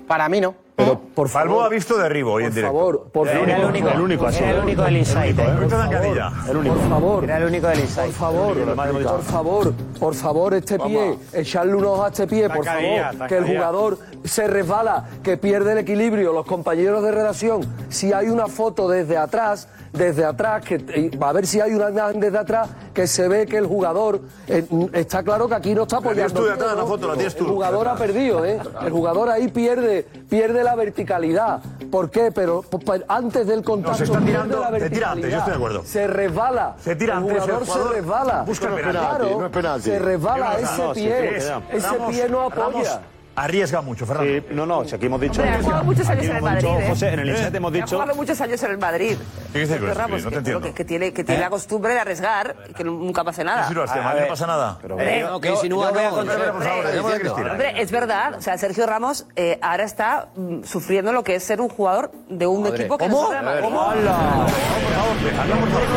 Speaker 23: Para mí no.
Speaker 26: Pero por
Speaker 11: Balboa ha
Speaker 26: favor,
Speaker 11: visto derribo hoy en
Speaker 26: por
Speaker 11: directo. Eh,
Speaker 26: favor, por
Speaker 11: Era el
Speaker 26: favor.
Speaker 11: único, el único eh. ha sido.
Speaker 26: Era el único del insight.
Speaker 11: El único de
Speaker 26: Por favor,
Speaker 11: Ancadilla.
Speaker 26: el único. Por favor.
Speaker 19: Era el único del Insight.
Speaker 26: Por favor, por favor, por favor, este pie, echarle un ojo a este pie, por
Speaker 7: Zacarías,
Speaker 26: favor, que el
Speaker 7: Zacarías.
Speaker 26: jugador se resbala, que pierde el equilibrio, los compañeros de redacción, si hay una foto desde atrás, desde atrás, que eh, va a ver si hay una imagen desde atrás, que se ve que el jugador, eh, está claro que aquí no está apoyando.
Speaker 11: tienes tú de
Speaker 26: el pie,
Speaker 11: atrás,
Speaker 26: ¿no?
Speaker 11: la foto, la tienes tú.
Speaker 26: El jugador ha perdido, ¿eh? El jugador ahí pierde, pierde la verticalidad. ¿Por qué? Pero, pero antes del contacto
Speaker 11: se está
Speaker 26: pierde
Speaker 11: tirando,
Speaker 26: la
Speaker 11: se tira antes, yo estoy de acuerdo.
Speaker 26: verticalidad. Se resbala.
Speaker 11: Se tira
Speaker 26: El
Speaker 11: antes, el
Speaker 26: jugador se
Speaker 11: jugador
Speaker 26: resbala.
Speaker 11: busca el
Speaker 26: Pero
Speaker 11: penalti,
Speaker 26: claro,
Speaker 18: no es penalti.
Speaker 26: Se resbala
Speaker 18: Qué
Speaker 26: ese
Speaker 18: verdad, no, sí,
Speaker 26: pie.
Speaker 18: sí, sí.
Speaker 26: ese
Speaker 18: Ramos-
Speaker 26: pie no apoya.
Speaker 18: Ramos-
Speaker 11: Arriesga mucho, Fernando.
Speaker 17: Sí, no, no, si aquí hemos dicho.
Speaker 22: Hombre, ha jugado muchos años
Speaker 17: aquí
Speaker 22: en el
Speaker 17: hemos dicho,
Speaker 22: Madrid, ¿eh?
Speaker 17: José, en el inset hemos
Speaker 22: Ha
Speaker 17: dicho.
Speaker 22: jugado muchos años en el Madrid.
Speaker 11: ¿Qué dices,
Speaker 22: Sergio
Speaker 11: Luis?
Speaker 22: Ramos,
Speaker 11: No te
Speaker 22: que-
Speaker 11: entiendo.
Speaker 22: Que, que tiene, que
Speaker 17: ¿Eh?
Speaker 22: tiene la costumbre de arriesgar, que nunca pasa nada.
Speaker 11: Sí, lo hace,
Speaker 17: A
Speaker 11: mal, no
Speaker 17: ver.
Speaker 11: pasa nada.
Speaker 17: Ah, Pero
Speaker 11: Eh,
Speaker 19: No, que insinúa no. Eh,
Speaker 11: por favor,
Speaker 22: Hombre,
Speaker 11: llama a Cristina.
Speaker 22: Hombre, es verdad. O sea, Sergio Ramos eh, ahora está mm, sufriendo lo que es ser un jugador de un equipo que no es Real. Madrid.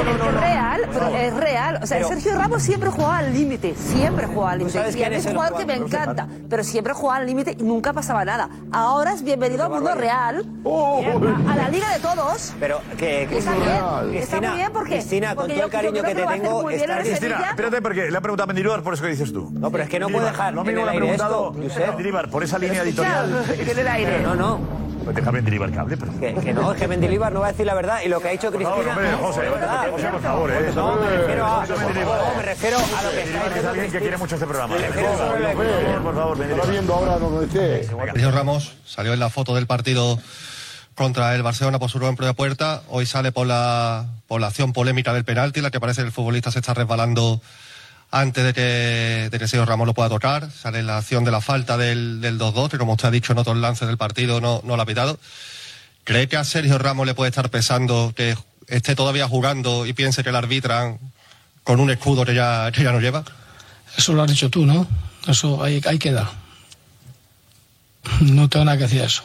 Speaker 22: Es real, pero es real. O sea, Sergio Ramos siempre jugaba al límite, siempre jugaba al límite.
Speaker 19: sabes
Speaker 22: Y a
Speaker 19: quién
Speaker 22: mí
Speaker 19: es
Speaker 22: es un
Speaker 19: el
Speaker 22: jugador que me encanta, pero siempre jugaba al límite y nunca pasaba nada. Ahora es bienvenido al mundo real,
Speaker 19: Oh.
Speaker 22: a la liga de todos.
Speaker 19: Pero que
Speaker 22: Está
Speaker 19: Cristina,
Speaker 22: bien, está
Speaker 19: Cristina,
Speaker 22: muy bien porque-
Speaker 19: Cristina, con
Speaker 22: porque
Speaker 19: todo
Speaker 22: yo-
Speaker 19: el cariño
Speaker 22: yo creo
Speaker 19: que
Speaker 22: que
Speaker 19: te
Speaker 22: lo va a hacer
Speaker 19: tengo,
Speaker 22: muy bien en el
Speaker 19: estás
Speaker 22: Sevilla.
Speaker 11: Cristina, espérate, porque le ha preguntado a Mendilibar por eso que dices tú.
Speaker 19: No, pero es que no
Speaker 11: Mendilibar,
Speaker 19: puedo dejar
Speaker 11: Lo
Speaker 19: en
Speaker 11: mismo
Speaker 19: el
Speaker 11: le ha
Speaker 19: aire
Speaker 11: preguntado
Speaker 19: esto, Josep.
Speaker 11: Mendilibar por esa línea editorial.
Speaker 22: Escuchad, que en el aire.
Speaker 19: No, no,
Speaker 11: Pues déjame Mendilibar que hable, pero.
Speaker 19: que, que no, es que Mendilibar no va a decir la verdad y lo que ha dicho
Speaker 11: Por favor,
Speaker 19: Cristina. Ah,
Speaker 11: hombre, José, José, por favor, eh.
Speaker 19: No, me refiero a,
Speaker 11: José Mendilibar.
Speaker 19: no, me refiero a lo que está
Speaker 11: Mendilibar, que es
Speaker 19: diciendo
Speaker 11: alguien que quiere mucho este programa. Por
Speaker 19: refiero
Speaker 11: favor,
Speaker 19: sobre
Speaker 11: por favor, por favor,
Speaker 18: Está
Speaker 11: Mendilibar.
Speaker 18: viendo ahora donde esté.
Speaker 4: Sergio Ramos salió en la foto del partido contra el Barcelona por su rompe de puerta. Hoy sale por la, por la acción polémica del penalti, la que parece que el futbolista se está resbalando antes de que, de que Sergio Ramos lo pueda tocar. Sale la acción de la falta del, del 2-2, que como usted ha dicho en otros lances del partido no, no la ha pitado. ¿Cree que a Sergio Ramos le puede estar pesando que esté todavía jugando y piense que el arbitran con un escudo que ya, que ya no lleva?
Speaker 10: Eso lo has dicho tú, ¿no? Eso ahí, ahí queda. No tengo nada que decir a eso.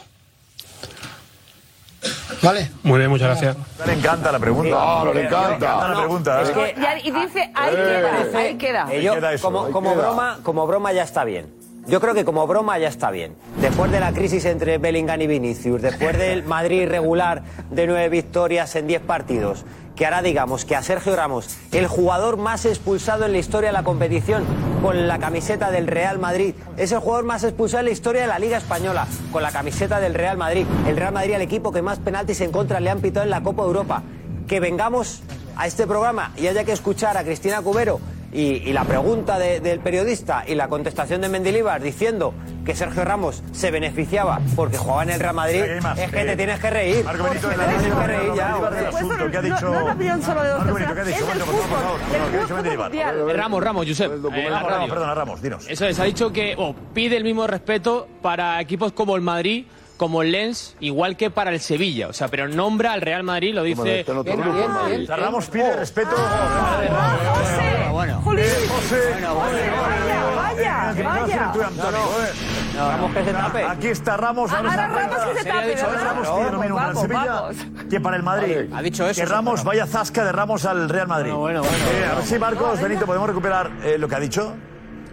Speaker 10: ¿Vale?
Speaker 40: Muy bien, muchas gracias.
Speaker 11: Le encanta la pregunta.
Speaker 21: Ah,
Speaker 18: Claro, le
Speaker 11: Le encanta
Speaker 18: encanta.
Speaker 11: la pregunta.
Speaker 19: Es
Speaker 11: ¿eh?
Speaker 19: que
Speaker 22: Y, ahí- y dice, ahí queda, ahí queda.
Speaker 19: Eh, yo,
Speaker 11: queda eso,
Speaker 19: como,
Speaker 11: ahí
Speaker 19: como
Speaker 11: queda.
Speaker 19: broma, como broma ya está bien. Yo creo que como broma ya está bien. Después de la crisis entre Bellingham y Vinicius, después del Madrid regular de nueve victorias en diez partidos, que ahora digamos que a Sergio Ramos, el jugador más expulsado en la historia de la competición con la camiseta del Real Madrid, es el jugador más expulsado en la historia de la Liga Española con la camiseta del Real Madrid. El Real Madrid, el equipo que más penaltis en contra le han pitado en la Copa Europa. Que vengamos a este programa y haya que escuchar a Cristina Cubero y, y la pregunta de- del periodista y la contestación de Mendilibar diciendo que Sergio Ramos se beneficiaba porque jugaba en el Real Madrid,
Speaker 11: Pero aquí hay más.
Speaker 19: es que
Speaker 11: Eh,
Speaker 19: te tienes que reír.
Speaker 11: Marco
Speaker 19: Porque
Speaker 11: Benito
Speaker 19: te
Speaker 11: de la
Speaker 19: tienes
Speaker 11: radio,
Speaker 19: que reír
Speaker 11: Marco
Speaker 19: ya.
Speaker 11: Benito de la asunto, ¿qué ha dicho?
Speaker 28: No es una opinión solo de dos
Speaker 11: Marco Benito, ¿qué ha
Speaker 28: personas,
Speaker 11: dicho?
Speaker 28: es del
Speaker 11: Marco, por favor,
Speaker 28: fútbol,
Speaker 11: por favor,
Speaker 28: del
Speaker 11: ¿qué ha dicho
Speaker 28: fútbol
Speaker 11: Mendilibar?
Speaker 28: mundial.
Speaker 27: Ramos, Ramos, Josep. eh, la
Speaker 11: Ramos,
Speaker 27: radio.
Speaker 11: perdona, Ramos, dinos.
Speaker 27: Eso es, ha dicho que oh, pide el mismo respeto para equipos como el Madrid, como el Lens, igual que para el Sevilla. O sea, pero nombra al Real Madrid, lo
Speaker 18: Como
Speaker 11: este
Speaker 27: dice.
Speaker 18: está en otro Bien, grupo, bien, Madrid. bien.
Speaker 11: O sea, Ramos pide respeto.
Speaker 28: Bueno, Juli,
Speaker 36: Eh,
Speaker 28: vaya,
Speaker 11: Eh, no,
Speaker 28: vaya.
Speaker 11: tú, Antonio, eh.
Speaker 19: Ramos que se tape.
Speaker 11: Aquí está Ramos.
Speaker 28: Ah, ahora
Speaker 11: está
Speaker 28: Ramos que se
Speaker 11: Sería
Speaker 28: tape,
Speaker 11: dicho,
Speaker 28: ¿verdad?
Speaker 11: Ramos
Speaker 28: Vamos,
Speaker 11: pide lo mismo para el
Speaker 28: vamos,
Speaker 11: Sevilla que para el Madrid.
Speaker 41: Ha dicho eso,
Speaker 11: Que Ramos
Speaker 41: Ramos.
Speaker 11: vaya zasca de Ramos al Real Madrid. Eh, a ver si Marcos, Benito, podemos recuperar eh, lo que ha dicho.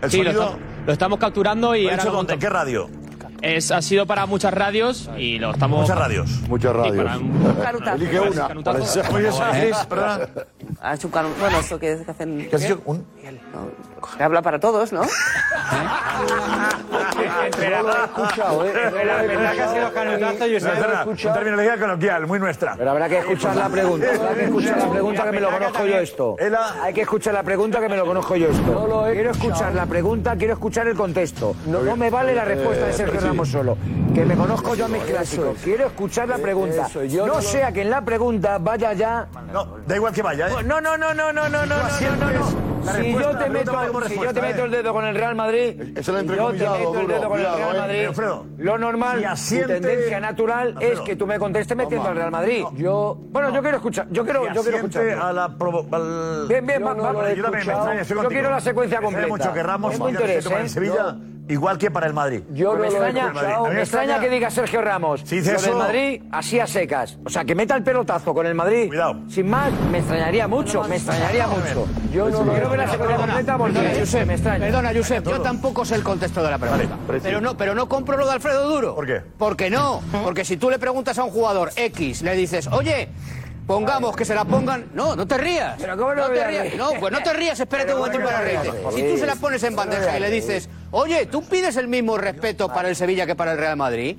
Speaker 11: El
Speaker 27: Sí, lo,
Speaker 11: sonido.
Speaker 27: estamos, lo estamos capturando y
Speaker 11: ¿Lo ha
Speaker 27: ahora
Speaker 11: dicho
Speaker 27: lo
Speaker 11: dónde? ¿En
Speaker 27: montamos.
Speaker 11: ¿Qué radio?
Speaker 27: Es, ha sido para muchas radios y lo estamos.
Speaker 11: Muchas radios.
Speaker 18: Muchas
Speaker 27: Sí,
Speaker 18: radios.
Speaker 27: para
Speaker 22: Carutazo.
Speaker 18: Elige una.
Speaker 27: Carutazo.
Speaker 11: Oye, eso, Cris, perdona.
Speaker 22: Ah, es un caru- Bueno, eso que que hacen.
Speaker 11: ¿Qué has dicho? Un-
Speaker 22: Que habla para todos, ¿no?
Speaker 11: Espera,
Speaker 22: lo he
Speaker 11: escuchado,
Speaker 22: eh.
Speaker 42: La verdad que ha sido canutazo y usted-
Speaker 11: Un terminología coloquial, muy nuestra. Pero
Speaker 21: habrá que escuchar la pregunta, habrá que escuchar la pregunta que me lo conozco yo esto. Hay que escuchar la pregunta que me lo conozco yo esto. quiero escuchar la pregunta, quiero escuchar el contexto. No, me vale
Speaker 11: Eh,
Speaker 21: la respuesta de Sergio Ramos solo, que me conozco yo a mis clásicos. Quiero escuchar
Speaker 11: Eh,
Speaker 21: la pregunta. Eso, yo no no lo- sea que en la pregunta vaya ya...
Speaker 11: No, da igual que vaya, ¿eh?
Speaker 21: No, no, no, no, no, no, no, no, no,
Speaker 11: la
Speaker 21: Si
Speaker 11: respuesta,
Speaker 21: yo
Speaker 11: la
Speaker 21: te
Speaker 11: pregunta vale como
Speaker 21: meto, si yo
Speaker 11: respuesta,
Speaker 21: te meto
Speaker 11: ¿eh?
Speaker 21: el dedo con el Real Madrid,
Speaker 18: Ese lo ha
Speaker 21: si yo te
Speaker 18: entrecomillado,
Speaker 21: meto el
Speaker 18: duro,
Speaker 21: dedo con el
Speaker 18: cuidado,
Speaker 21: Real
Speaker 18: ¿eh?
Speaker 21: Madrid,
Speaker 18: Pero, Alfredo,
Speaker 21: lo normal,
Speaker 11: si asiente-
Speaker 21: tu tendencia natural es que tú me contestes metiendo al Real Madrid. Yo, bueno, yo quiero escuchar, yo quiero, yo quiero
Speaker 11: Asiente
Speaker 21: escuchar.
Speaker 11: a la provo- al-
Speaker 21: Bien, bien,
Speaker 11: Yo
Speaker 21: va-
Speaker 11: no
Speaker 21: va-
Speaker 11: lo he
Speaker 21: ayúdame, me
Speaker 11: escuchado.
Speaker 21: extraña, estoy
Speaker 11: Yo
Speaker 21: contigo.
Speaker 11: quiero la secuencia
Speaker 21: Me extraña
Speaker 11: completa.
Speaker 21: mucho que Ramos
Speaker 11: No me
Speaker 21: pida respeto
Speaker 11: interesa,
Speaker 21: para el
Speaker 11: ¿eh?
Speaker 21: Sevilla,
Speaker 11: Igual que para el Madrid.
Speaker 21: Yo no
Speaker 11: me
Speaker 21: lo he
Speaker 11: extraña,
Speaker 21: escuchado.
Speaker 11: A mí
Speaker 21: Me extraña que diga Sergio Ramos.
Speaker 11: Si dice
Speaker 21: lo del
Speaker 11: eso-
Speaker 21: Madrid, así a secas. O sea, que meta el pelotazo con el Madrid. Sin más, me extrañaría mucho, me extrañaría mucho. Yo no lo creo que la secuencia completa porque Josep, me extraña.
Speaker 36: Perdona, Josep, yo tampoco sé el contexto de la pregunta. pero, no, pero no compro lo de Alfredo Duro. ¿Por
Speaker 11: qué?
Speaker 36: Porque no. Porque si tú le preguntas a un jugador X, le dices, oye, pongamos que se la pongan. No, no te rías.
Speaker 21: Pero ¿cómo no
Speaker 36: no
Speaker 21: voy
Speaker 36: te
Speaker 21: a
Speaker 36: rías.
Speaker 21: reír?
Speaker 36: No, pues no te rías, espérate
Speaker 21: Pero
Speaker 36: un momento
Speaker 21: ¿cómo que
Speaker 36: para
Speaker 21: no
Speaker 36: reírte.
Speaker 21: me voy a
Speaker 36: Si
Speaker 21: reír?
Speaker 36: tú se la pones en
Speaker 21: ¿Cómo me voy
Speaker 36: bandeja
Speaker 21: a
Speaker 36: y le
Speaker 21: reír?
Speaker 36: dices, oye, tú pides el mismo respeto para el Sevilla que para el Real Madrid.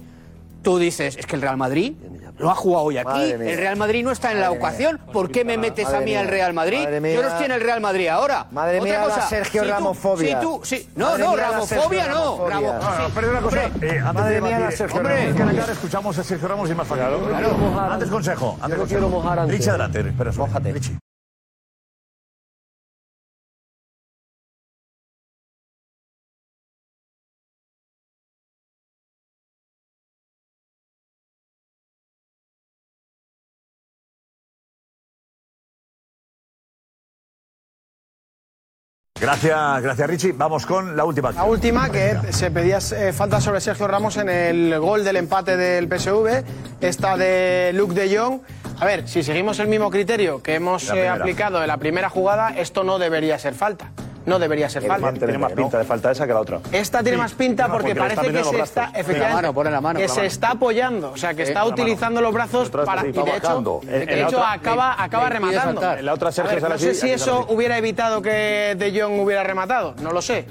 Speaker 36: Tú dices, es que el Real Madrid lo ha jugado hoy aquí.
Speaker 21: Madre mía.
Speaker 36: El Real Madrid no está en la
Speaker 21: Madre mía.
Speaker 36: ocasión. ¿Por qué me metes a
Speaker 21: Madre
Speaker 36: mí al
Speaker 21: mía.
Speaker 36: Real Madrid?
Speaker 21: Madre
Speaker 36: Yo los
Speaker 21: mía.
Speaker 36: tiene el Real Madrid ahora.
Speaker 21: Madre
Speaker 36: Otra
Speaker 21: mía, la
Speaker 36: cosa,
Speaker 21: Sergio
Speaker 36: si tú-
Speaker 21: Ramofobia.
Speaker 36: Si tú, si- no,
Speaker 21: Madre
Speaker 36: no,
Speaker 21: mía, la
Speaker 36: Ramofobia
Speaker 21: Sergio Ah,
Speaker 36: no.
Speaker 21: Ramofobia.
Speaker 36: Ramo-
Speaker 11: No, no,
Speaker 36: sí.
Speaker 11: perdón, una cosa. Eh, antes de
Speaker 21: Madre mía, la
Speaker 11: debatir,
Speaker 21: Sergio
Speaker 11: hombre,
Speaker 21: Ramos.
Speaker 11: cara a cara escuchamos a Sergio Ramos y es más fácil. Antes consejo. Antes
Speaker 21: no quiero mojar antes.
Speaker 11: Richie, adelante. Espera, mojate. Richie. Gracias, gracias Richie. Vamos con la última.
Speaker 23: La última, que se pedía eh, falta sobre Sergio Ramos en el gol del empate del PSV, esta de Luke de Jong. A ver, si seguimos el mismo criterio que hemos
Speaker 11: La
Speaker 23: eh,
Speaker 11: primera.
Speaker 23: aplicado en la primera jugada, esto no debería ser falta. No debería ser falta.
Speaker 11: Tiene más pinta de falta esa que la otra.
Speaker 23: Esta tiene
Speaker 11: Sí,
Speaker 23: más pinta
Speaker 11: no,
Speaker 23: porque,
Speaker 11: porque le está
Speaker 23: parece que
Speaker 11: metiendo
Speaker 23: se
Speaker 11: los
Speaker 23: está
Speaker 11: brazos.
Speaker 23: efectivamente,
Speaker 11: Pon la mano, pon la mano,
Speaker 23: que
Speaker 11: la
Speaker 23: se
Speaker 11: mano.
Speaker 23: está apoyando, o sea, que
Speaker 11: Sí,
Speaker 23: está
Speaker 11: la mano.
Speaker 23: utilizando los brazos
Speaker 11: Otra está
Speaker 23: para
Speaker 11: así,
Speaker 23: y
Speaker 11: está
Speaker 23: de
Speaker 11: bajando.
Speaker 23: hecho,
Speaker 11: En- en
Speaker 23: de
Speaker 11: la
Speaker 23: hecho,
Speaker 11: otra-
Speaker 23: acaba
Speaker 11: le-
Speaker 23: acaba
Speaker 11: le impide
Speaker 23: rematando.
Speaker 11: saltar. En la otra Sergio
Speaker 23: A ver,
Speaker 11: sale
Speaker 23: no sé
Speaker 11: así,
Speaker 23: si
Speaker 11: aquí sale
Speaker 23: eso
Speaker 11: así.
Speaker 23: hubiera evitado que De Jong hubiera rematado, no lo sé.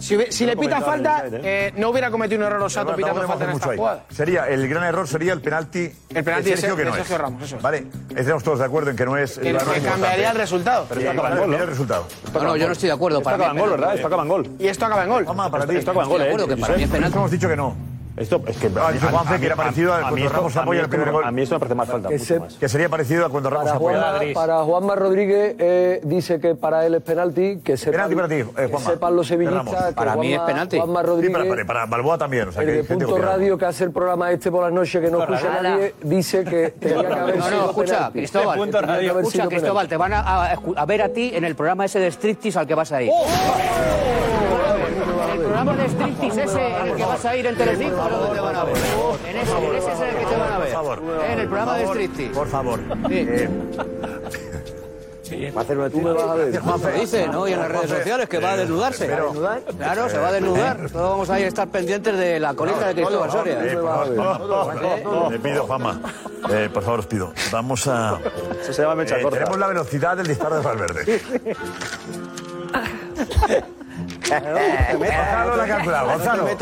Speaker 23: Si, hubie- si
Speaker 11: No
Speaker 23: le pita
Speaker 11: comentaba
Speaker 23: falta,
Speaker 11: en el site,
Speaker 23: eh, no hubiera cometido un error Osato
Speaker 11: Bueno,
Speaker 23: pitando
Speaker 11: tampoco
Speaker 23: falta en
Speaker 11: hemos
Speaker 23: esta
Speaker 11: hecho ahí.
Speaker 23: jugada.
Speaker 11: Sería, el gran error sería el penalti.
Speaker 23: El penalti
Speaker 11: de
Speaker 23: de
Speaker 11: Sergio,
Speaker 23: Ser-
Speaker 11: que
Speaker 23: de
Speaker 11: no
Speaker 23: Sergio
Speaker 11: es.
Speaker 23: Ramos, eso es.
Speaker 11: Vale, estamos todos de acuerdo en que no es.
Speaker 23: Que-
Speaker 11: no es
Speaker 23: que
Speaker 11: importante.
Speaker 23: cambiaría el resultado.
Speaker 11: Pero
Speaker 23: Sí,
Speaker 11: está acabando
Speaker 23: vale.
Speaker 11: el resultado.
Speaker 36: No, no, yo no estoy de acuerdo.
Speaker 11: Esto
Speaker 36: Para mí
Speaker 11: acaba en gol,
Speaker 36: penalti.
Speaker 11: ¿verdad? Esto acaba en gol.
Speaker 23: Y esto acaba en gol.
Speaker 11: Toma, para ti.
Speaker 36: Esto acaba en gol,
Speaker 11: Estoy de
Speaker 36: ¿eh?
Speaker 11: acuerdo que para
Speaker 36: Josep.
Speaker 11: mí es penalti. Hemos dicho que no.
Speaker 17: Esto es que
Speaker 11: Ha dicho Juanfe que era parecido a
Speaker 17: a mí
Speaker 11: cuando
Speaker 17: esto-
Speaker 11: Ramos
Speaker 17: a mí
Speaker 11: apoya el
Speaker 17: esto me-
Speaker 11: primer gol.
Speaker 17: A mí esto me parece más falta.
Speaker 11: Que
Speaker 17: mucho
Speaker 11: se-
Speaker 17: más.
Speaker 11: Que sería parecido a cuando Ramos
Speaker 26: Para
Speaker 11: apoya.
Speaker 26: Juanma, para Juanma Rodríguez eh, dice que para él es penalti, que sepan,
Speaker 11: Penalti para ti, eh,
Speaker 26: que
Speaker 11: Juanma.
Speaker 26: sepan
Speaker 11: Ramos.
Speaker 26: los sevillistas que Juanma- Juanma
Speaker 11: Sí,
Speaker 26: Rodríguez,
Speaker 11: para, para, para Balboa también. O sea,
Speaker 26: el
Speaker 11: que hay
Speaker 26: de
Speaker 11: gente
Speaker 26: Punto
Speaker 11: opinando.
Speaker 26: Radio que hace el programa este por las noches que no
Speaker 11: Punto
Speaker 26: escucha
Speaker 11: Radio.
Speaker 26: nadie, dice que tenía que haber
Speaker 36: No,
Speaker 26: sido
Speaker 36: no, escucha,
Speaker 26: penalti.
Speaker 36: Cristóbal.
Speaker 26: Que tenía que haber
Speaker 36: Escucha,
Speaker 26: sido
Speaker 36: Cristóbal,
Speaker 26: penalti.
Speaker 36: te van a, a escu- a ver a ti en el programa ese de striptease al que vas a ir. En el programa de striptease ese en el que vas a ir en Telecinco es donde te van a ver. En ese, en ese es en el que te van a ver. Eh,
Speaker 11: Por favor.
Speaker 36: En el programa de
Speaker 11: Por favor,
Speaker 36: striptease.
Speaker 11: Por favor.
Speaker 26: Va a hacer una- tú me vas a ver.
Speaker 36: Lo dice, ¿no? Y en las redes sociales que va a desnudarse. Claro, se va a desnudar. Todos vamos a ir a estar pendientes de la colita de Cristóbal Soria.
Speaker 11: Eh, por favor. Le pido, Juanma. Eh, por favor, os pido. Vamos a.
Speaker 17: se llama mecha
Speaker 11: Eh,
Speaker 17: corta.
Speaker 11: tenemos la velocidad del disparo de Valverde.
Speaker 28: Eh,
Speaker 11: Gonzalo la ha calculado. Gonzalo. El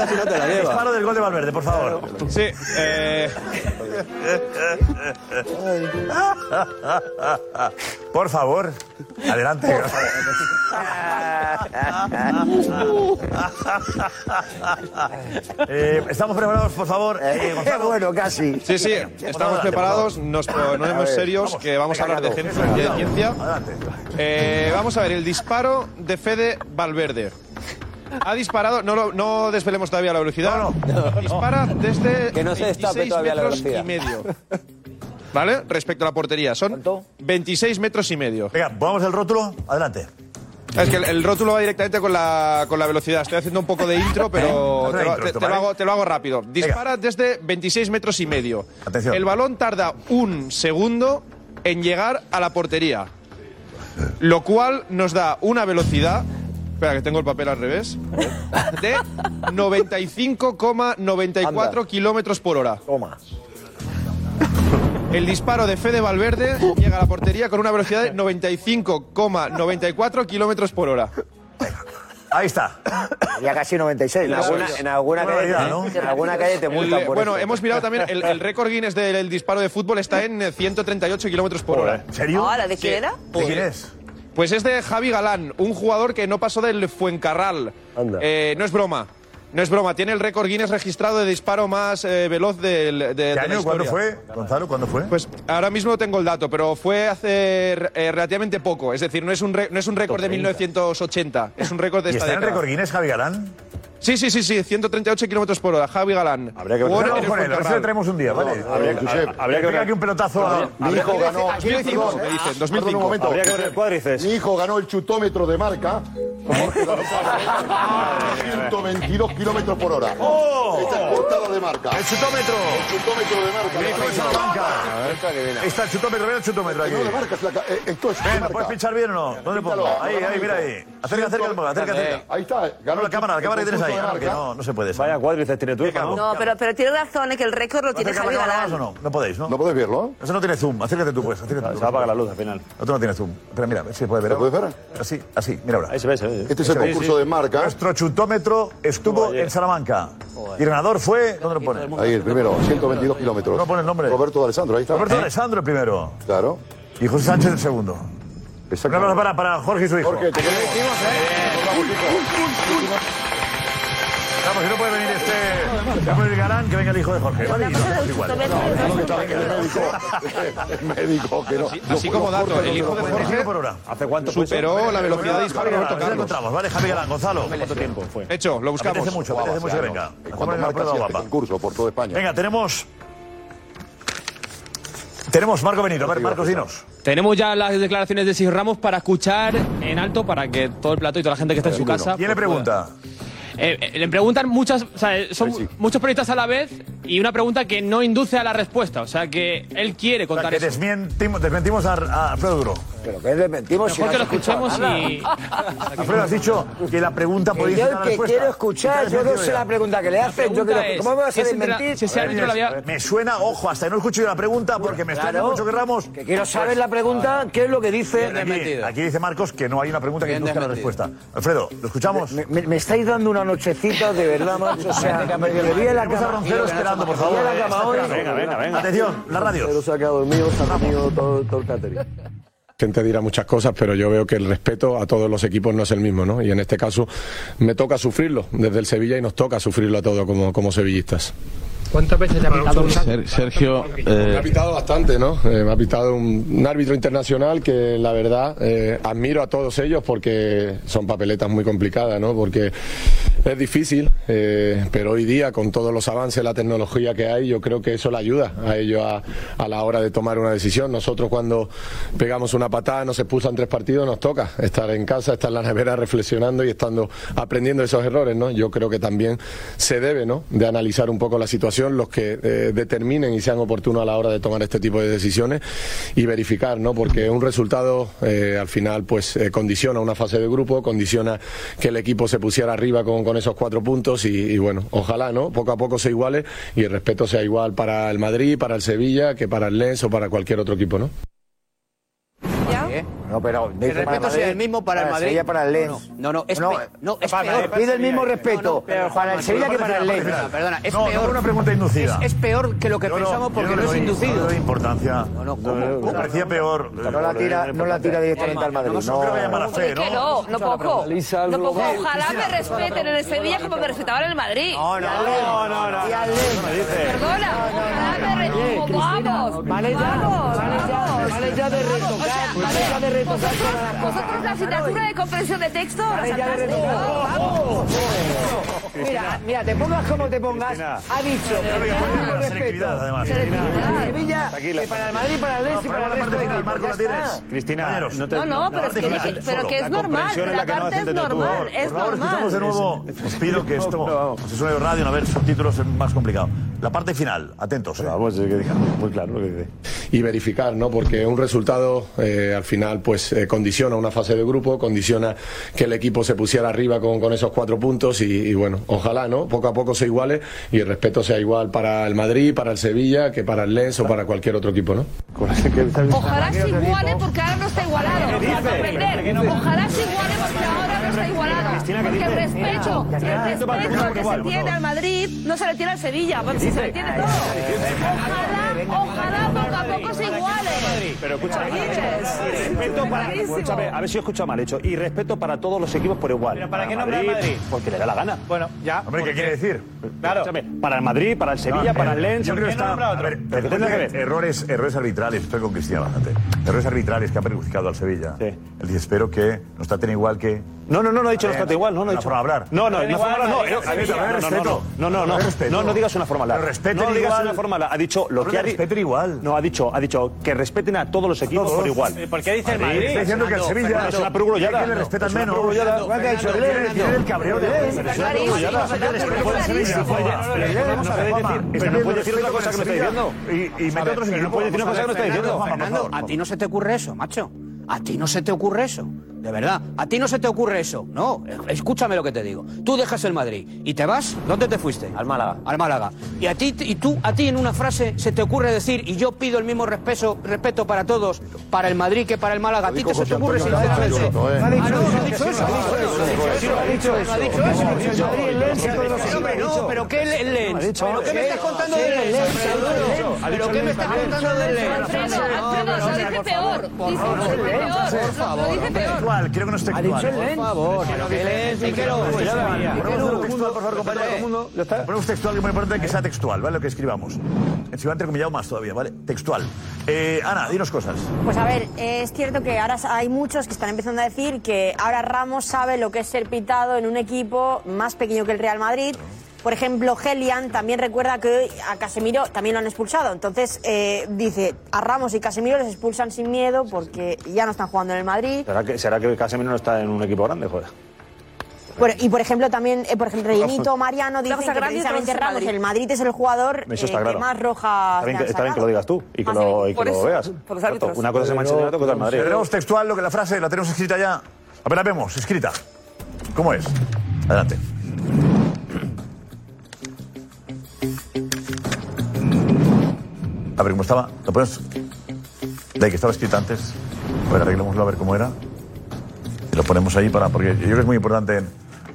Speaker 11: disparo del gol de Valverde, por favor.
Speaker 43: Sí, eh,
Speaker 11: Por favor, adelante. Eh, ¿Estamos preparados, por favor? Eh, Gonzalo.
Speaker 21: bueno, casi.
Speaker 29: Sí, sí, estamos preparados, nos ponemos serios, que vamos a hablar de ciencia y de ciencia. Eh, vamos a ver, el disparo de Fede Valverde. Ha disparado, no, lo- no desvelemos todavía la velocidad. Dispara desde
Speaker 28: Que no se destape
Speaker 29: 26
Speaker 28: todavía la
Speaker 29: metros
Speaker 28: velocidad.
Speaker 29: y medio. ¿Vale? Respecto a la portería, son 26 metros y medio.
Speaker 11: Venga, ¿ponemos el rótulo? Adelante.
Speaker 29: Es que el, el rótulo va directamente con la, con la velocidad. Estoy haciendo un poco de intro, pero
Speaker 11: Haz la
Speaker 29: te, lo-
Speaker 11: intro,
Speaker 29: te-
Speaker 11: esto,
Speaker 29: te lo
Speaker 11: ¿vale?
Speaker 29: hago, te lo hago rápido. Dispara desde 26 metros y medio.
Speaker 11: Atención.
Speaker 29: El balón tarda un segundo en llegar a la portería, lo cual nos da una velocidad. Espera, que tengo el papel al revés. De 95,94 kilómetros por hora. Toma. El disparo de Fede Valverde llega a la portería con una velocidad de 95,94 kilómetros por hora.
Speaker 11: Ahí está.
Speaker 21: Ya casi 96.
Speaker 29: En
Speaker 21: ¿no?
Speaker 29: alguna- en alguna
Speaker 11: Buena
Speaker 29: calle-
Speaker 11: idea, ¿no?
Speaker 29: en alguna El- bueno, hemos mirado también, el, el récord Guinness del el disparo de fútbol está en eh, 138 kilómetros por hora. ¿En
Speaker 11: serio?
Speaker 21: Ahora, ¿de quién era?
Speaker 11: ¿De quién es?
Speaker 29: Pues es de Javi Galán, un jugador que no pasó del Fuencarral. Eh, no es broma. No es broma, tiene el récord Guinness registrado de disparo más eh, veloz del, de, de
Speaker 11: ¿Qué
Speaker 29: la
Speaker 11: año? ¿Cuándo
Speaker 29: historia.
Speaker 11: fue? Gonzalo, ¿cuándo fue?
Speaker 29: Pues ahora mismo no tengo el dato, pero fue hace eh, relativamente poco. Es decir, no es un, re- no es un récord de 1980, es un récord de
Speaker 11: ¿Y
Speaker 29: esta
Speaker 11: está en
Speaker 29: década.
Speaker 11: récord Guinness, Javi Galán?
Speaker 29: Sí, sí, sí, sí, 138 kilómetros por hora, Javi Galán. Habría
Speaker 11: Bueno, vamos con él, a ver si le traemos un día, ¿vale? Habría que aquí un pelotazo a...
Speaker 34: Mi hijo ganó.
Speaker 29: Aquí lo hicimos, Ah, me dicen, 2005.
Speaker 34: Perdón, un momento.
Speaker 29: Habría que ver el
Speaker 34: Mi hijo ganó el chutómetro de marca. 122 kilómetros por hora. Esta es portada de marca.
Speaker 11: ¡El chutómetro!
Speaker 34: El chutómetro de marca.
Speaker 11: Está el chutómetro, mira el chutómetro aquí.
Speaker 34: No, de marca, es la ca- eh, esto es de
Speaker 11: Ven,
Speaker 34: marca.
Speaker 11: ¿puedes pinchar bien o no? ¿Dónde
Speaker 34: Píntalo,
Speaker 11: pongo? Ahí,
Speaker 34: píntalo,
Speaker 11: ahí, mira ahí. Acerca, acerca, acerca, acerca, acerca.
Speaker 34: Ahí está.
Speaker 11: Ganó la cámara, la cámara que tienes ahí.
Speaker 34: Punto de
Speaker 11: porque
Speaker 34: marca.
Speaker 11: no, no se puede. Vaya
Speaker 34: cuádriceps tiene tu
Speaker 11: ¿no?
Speaker 22: No, pero, pero tiene razón, es que el récord lo tiene Javi Galán.
Speaker 11: o no? No podéis, ¿no?
Speaker 34: No podéis verlo.
Speaker 11: Eso no tiene zoom. Acércate tú, pues. Acércate tú. Se apaga la luz al final. Otro no tiene zoom. Espera, mira, a ver si se puede ver. ¿Lo puedes ver? Así, así, mira ahora. Ahí se ve, se ve.
Speaker 34: Este es el concurso de marca.
Speaker 11: Nuestro chutómetro estuvo en Salamanca. Y el ganador fue... ¿Dónde lo pone?
Speaker 34: Ahí el primero, 122 kilómetros.
Speaker 11: No pone el nombre.
Speaker 34: Roberto de Alessandro, ahí está.
Speaker 11: Roberto Alessandro el primero.
Speaker 34: Claro.
Speaker 11: Y José Sánchez el segundo. Un aplauso para, para Jorge y su hijo.
Speaker 34: Jorge, te queremos.
Speaker 11: Vamos, si no puede venir este... Si no puede venir Galán, que venga el hijo de Jorge. Vale, y nosotros igual.
Speaker 34: Médico, que no.
Speaker 29: Así como dato, el hijo de Jorge
Speaker 11: ¿Hace cuánto
Speaker 29: superó la velocidad de disparo de Roberto
Speaker 11: Ya lo
Speaker 29: Carlos.
Speaker 11: encontramos, ¿vale? Javi Galán, Gonzalo. ¿Cuánto tiempo fue?
Speaker 29: Hecho, lo buscamos.
Speaker 11: Apetece mucho, apetece mucho que venga. Hacemos
Speaker 34: Cuando
Speaker 11: una
Speaker 34: marca
Speaker 11: prueba
Speaker 34: así este
Speaker 11: guapa.
Speaker 34: concurso por toda España.
Speaker 11: Venga, tenemos... Tenemos Marco Benito. A ver, Marcos, dinos.
Speaker 27: Tenemos ya las declaraciones de Sis Ramos para escuchar en alto para que todo el plato y toda la gente que está en su casa.
Speaker 11: ¿Quién le
Speaker 27: pues, pueda-
Speaker 11: pregunta?
Speaker 27: Eh, eh, le preguntan muchas, o sea, eh, son muchos periodistas a la vez y una pregunta que no induce a la respuesta. O sea, que él quiere
Speaker 11: O sea,
Speaker 27: contar
Speaker 11: que
Speaker 27: eso.
Speaker 11: desmientimos, desmentimos a, a Alfredo Duro. Pero que desmentimos
Speaker 27: Mejor que lo escuchemos y.
Speaker 11: Alfredo, has dicho que la pregunta
Speaker 21: Que
Speaker 11: podía
Speaker 21: yo
Speaker 11: ser
Speaker 21: el que quiero escuchar, yo no sé la pregunta que le hacen. Yo
Speaker 27: pregunta
Speaker 21: quiero-
Speaker 27: es,
Speaker 21: ¿Cómo me vas a
Speaker 27: ¿es entre-
Speaker 21: desmentir?
Speaker 27: si ese árbitro lo había-
Speaker 11: Me suena, ojo, hasta que no escucho yo la pregunta porque me extraña
Speaker 21: Claro.
Speaker 11: mucho que Ramos... pues, ah,
Speaker 21: Que quiero saber la pregunta, qué es lo que dice.
Speaker 11: Aquí, aquí dice Marcos que no hay una pregunta que
Speaker 21: Bien
Speaker 11: induzca la
Speaker 21: desmentido.
Speaker 11: respuesta. Alfredo, ¿lo escuchamos?
Speaker 21: Me, me- me estáis dando una nochecita de verdad, macho. O sea,
Speaker 11: Vente, que ha
Speaker 21: me
Speaker 11: perdido el
Speaker 21: vi en la
Speaker 11: Tenemos a
Speaker 21: cama.
Speaker 11: Roncero esperando, por favor.
Speaker 21: Me vi en la
Speaker 11: eh,
Speaker 21: cama
Speaker 11: está
Speaker 21: hoy.
Speaker 11: esperando. Atención, la radio.
Speaker 26: Pero se ha quedado dormido, se ha comido todo, todo el catering.
Speaker 16: gente dirá muchas cosas, pero yo veo que el respeto a todos los equipos no es el mismo, ¿no? Y en este caso me toca sufrirlo desde el Sevilla y nos toca sufrirlo a todos como, como sevillistas.
Speaker 27: ¿Cuántas veces te ha eh, pitado un
Speaker 16: Sergio. Me ha pitado bastante, ¿no? Eh, me ha pitado un, un árbitro internacional que la verdad eh, admiro a todos ellos porque son papeletas muy complicadas, ¿no? Porque es difícil, eh, pero hoy día con todos los avances, la tecnología que hay, yo creo que eso le ayuda a ellos a, a la hora de tomar una decisión. Nosotros cuando pegamos una patada, nos expulsan tres partidos, nos toca estar en casa, estar en la nevera reflexionando y estando aprendiendo de esos errores, ¿no? Yo creo que también se debe, ¿no? De analizar un poco la situación, los que eh, determinen y sean oportunos a la hora de tomar este tipo de decisiones y verificar, ¿no? Porque un resultado eh, al final, pues, eh, condiciona una fase de grupo, condiciona que el equipo se pusiera arriba con, con esos cuatro puntos y, y bueno, ojalá, ¿no? Poco a poco se iguale y el respeto sea igual para el Madrid, para el Sevilla, que para el Lens o para cualquier otro equipo, ¿no?
Speaker 11: No,
Speaker 44: No, pero...
Speaker 36: El respeto sea el mismo para el Madrid.
Speaker 44: Sevilla para el Lens.
Speaker 36: No, no, no, es,
Speaker 44: No,
Speaker 36: pe- no, es
Speaker 44: para-
Speaker 36: peor.
Speaker 44: pide el mismo
Speaker 36: No, no,
Speaker 44: respeto
Speaker 36: pero,
Speaker 44: para el
Speaker 36: Juanma,
Speaker 44: Sevilla que para el Lens.
Speaker 36: Perdona, perdona, es
Speaker 44: No, no,
Speaker 36: peor.
Speaker 44: una pregunta inducida.
Speaker 36: Es, es peor que lo que
Speaker 44: Yo no-
Speaker 36: pensamos
Speaker 44: yo
Speaker 36: porque
Speaker 44: no
Speaker 36: no,
Speaker 44: le
Speaker 36: es
Speaker 44: doy-
Speaker 36: inducido.
Speaker 44: no le doy
Speaker 11: importancia.
Speaker 36: No,
Speaker 11: No, no,
Speaker 36: ¿cómo?
Speaker 11: me parecía peor. eh,
Speaker 44: No la tira, no la tira directamente al Madrid.
Speaker 11: No creo que haya mala fe,
Speaker 44: Es que
Speaker 11: ¿no?
Speaker 22: No, no poco. No poco. Ojalá me respeten en el Sevilla como me respetaban en el Madrid. No, no, no, no. Perdona. Ojalá me respeten. Vamos. Vale ya. Vale ya de retocar. Vale ya de retocar. Vosotros la asignatura de comprensión de texto. la sacaste. Vamos.
Speaker 21: Mira, mira, te pongas como te pongas, ha dicho. con respeto.
Speaker 11: además.
Speaker 21: Selectividad. Sevilla,
Speaker 11: Tranquila.
Speaker 21: que para el Madrid, para el Lens y
Speaker 11: No,
Speaker 21: para el resto de
Speaker 11: el
Speaker 21: equipos,
Speaker 11: marco
Speaker 21: ya
Speaker 11: la tienes.
Speaker 21: está.
Speaker 11: Cristina, no,
Speaker 22: No, no, pero, es que, que- pero que es normal, la, parte es normal, es
Speaker 11: Por favor,
Speaker 22: normal.
Speaker 11: escuchamos de nuevo. Os pido que esto se suene de radio, no, a ver, subtítulos es más complicado. La parte final, atentos. Vamos,
Speaker 17: Muy claro lo que dice.
Speaker 16: y verificar, ¿no? Porque un resultado eh, al final pues eh, condiciona una fase de grupo, condiciona que el equipo se pusiera arriba con, con esos cuatro puntos y, y, bueno, ojalá, ¿no? Poco a poco se iguale y el respeto sea igual para el Madrid, para el Sevilla, que para el Lens o para cualquier otro equipo, ¿no?
Speaker 22: Ojalá se iguale porque ahora no está igualado. Para comprender. Ojalá se iguale porque ahora no está igualado. Porque el respeto, el respeto que se tiene al Madrid no se le tiene al Sevilla. porque se le tiene todo. Ojalá, ojalá poco a poco se iguale.
Speaker 45: Pero escucha,
Speaker 17: Respeto para, escúchame, a ver si he escuchado mal hecho. Y respeto para todos los equipos por igual.
Speaker 7: ¿Pero para qué nombra al Madrid?
Speaker 17: Porque le da la gana.
Speaker 7: Bueno, ya.
Speaker 11: Hombre, ¿qué quiere decir? eh,
Speaker 7: Claro.
Speaker 17: Para el Madrid, para el Sevilla, para el Lens.
Speaker 11: Yo creo que
Speaker 17: ¿por qué
Speaker 11: está.
Speaker 17: nombra
Speaker 11: A
Speaker 17: otro?
Speaker 11: ver,
Speaker 17: Pero que tenga que ver.
Speaker 11: errores, errores arbitrales, estoy con Cristian bastante. Errores arbitrales que ha perjudicado al Sevilla. Él dice, espero que nos traten igual que.
Speaker 17: No, no, no, no he
Speaker 11: Eh,
Speaker 17: dicho los trato igual, no, no he
Speaker 11: La
Speaker 17: dicho.
Speaker 11: forma de hablar.
Speaker 17: No, no,
Speaker 11: Pero
Speaker 17: no,
Speaker 11: igual,
Speaker 17: no, no,
Speaker 11: Madrid,
Speaker 17: no,
Speaker 11: Sevilla,
Speaker 17: no, no,
Speaker 11: respeto.
Speaker 17: no, no, no,
Speaker 11: Pero respeto.
Speaker 17: no, no digas una forma larga.
Speaker 11: Pero respeten
Speaker 17: No digas
Speaker 11: igual.
Speaker 17: una forma larga. Ha dicho lo
Speaker 11: Habla
Speaker 17: que
Speaker 11: de
Speaker 17: ha dicho.
Speaker 11: respeten igual.
Speaker 17: No, ha dicho, ha dicho que respeten a todos los equipos Eh, por igual.
Speaker 7: Eh, ¿Por qué dice el
Speaker 17: Madrid,
Speaker 7: Madrid?
Speaker 17: está diciendo que el
Speaker 7: Fernando,
Speaker 17: Sevilla-
Speaker 7: Fernando.
Speaker 17: Es una perogrullada.
Speaker 11: Que le respetan
Speaker 17: Es una
Speaker 11: menos.
Speaker 17: perogrullada.
Speaker 11: Igual que ha dicho el Lens, tiene el cabreo de Lens.
Speaker 17: Pero es una
Speaker 11: Pero es
Speaker 17: perogrullada.
Speaker 11: una
Speaker 17: Pero es una
Speaker 11: perogrullada.
Speaker 17: perogrullada. No puede decir- es que no puede decir otra cosa que no está diciendo.
Speaker 11: Y, y mete otros
Speaker 36: Pero
Speaker 11: equipos.
Speaker 36: no puedes decir una cosa que no
Speaker 11: Vamos
Speaker 36: está
Speaker 11: a ver,
Speaker 36: diciendo.
Speaker 11: Fernando, Juanma, por
Speaker 36: Fernando,
Speaker 11: favor.
Speaker 36: a ti no se te ocurre eso, macho. A ti no se te ocurre eso. De verdad, a ti no se te ocurre eso. No, escúchame lo que te digo. Tú dejas el Madrid y te vas, ¿dónde te fuiste? Al Málaga. Al Málaga. Y a ti y tú a ti en una frase se te ocurre decir y yo pido el mismo respeto, respeto para todos, para el Madrid que para el Málaga. A ti
Speaker 18: dijo
Speaker 36: que se te
Speaker 18: José
Speaker 36: ocurre
Speaker 18: Antonio Camacho,
Speaker 36: sinceramente.
Speaker 18: esto, ¿eh?
Speaker 36: Ah, no,
Speaker 18: No
Speaker 36: no
Speaker 18: ha
Speaker 36: ha dicho eso.
Speaker 18: eso,
Speaker 36: No ha dicho eso. No ha dicho eso. No ha dicho eso. Sí, hombre, No, pero ¿qué le- Lens? ¿Pero qué me estás contando de Lens? ¿Pero qué me estás contando de Lens?
Speaker 22: Alfredo, Alfredo, lo dice peor. Dice lo dice peor. Lo dice peor.
Speaker 11: Textual, quiero que no esté ¿eh? textual.
Speaker 36: Por favor, pero que Lens, ni que lo-
Speaker 11: Ponemos un textual, por favor, compañero, todo el mundo. Ponemos un textual que es muy importante que sea textual, ¿vale? Lo que escribamos. En si va entrecomillado más todavía, ¿vale? Textual. Eh, Ana, dinos cosas.
Speaker 1: Pues a ver, es cierto que ahora hay muchos que están empezando a decir que ahora Ramos sabe lo que es ser pitado en un equipo más pequeño que el Real Madrid. Por ejemplo, Gelian también recuerda que a Casemiro también lo han expulsado. Entonces eh, dice, a Ramos y Casemiro les expulsan sin miedo porque ya no están jugando en el Madrid.
Speaker 17: ¿Será que, será que Casemiro no está en un equipo grande, joder?
Speaker 1: Bueno, y por ejemplo también, eh, por ejemplo, Reinito, Mariano dicen
Speaker 22: cosa
Speaker 1: que
Speaker 22: grande y otra
Speaker 1: precisamente
Speaker 22: cosa
Speaker 1: Ramos,
Speaker 22: Madrid.
Speaker 1: el Madrid es el jugador
Speaker 17: Eso
Speaker 1: eh,
Speaker 17: está
Speaker 1: que
Speaker 17: claro.
Speaker 1: más rojas
Speaker 17: Está bien,
Speaker 1: le
Speaker 17: que,
Speaker 1: Ah, han
Speaker 17: está bien que
Speaker 1: sacado.
Speaker 17: lo digas tú y que
Speaker 1: Más
Speaker 17: lo,
Speaker 1: de-
Speaker 17: y que
Speaker 1: por
Speaker 17: lo
Speaker 1: eso,
Speaker 17: veas.
Speaker 1: Pues, por los árbitros.
Speaker 17: Una cosa es el Manchester y otra cosa es el Madrid.
Speaker 11: Tenemos textual, lo que la frase la tenemos escrita ya. A ver, la vemos, escrita. ¿Cómo es? Adelante. A ver cómo estaba. ¿Lo pones? De ahí que estaba escrita antes. A ver, arreglémoslo a ver cómo era. Y lo ponemos ahí para. Porque yo creo que es muy importante.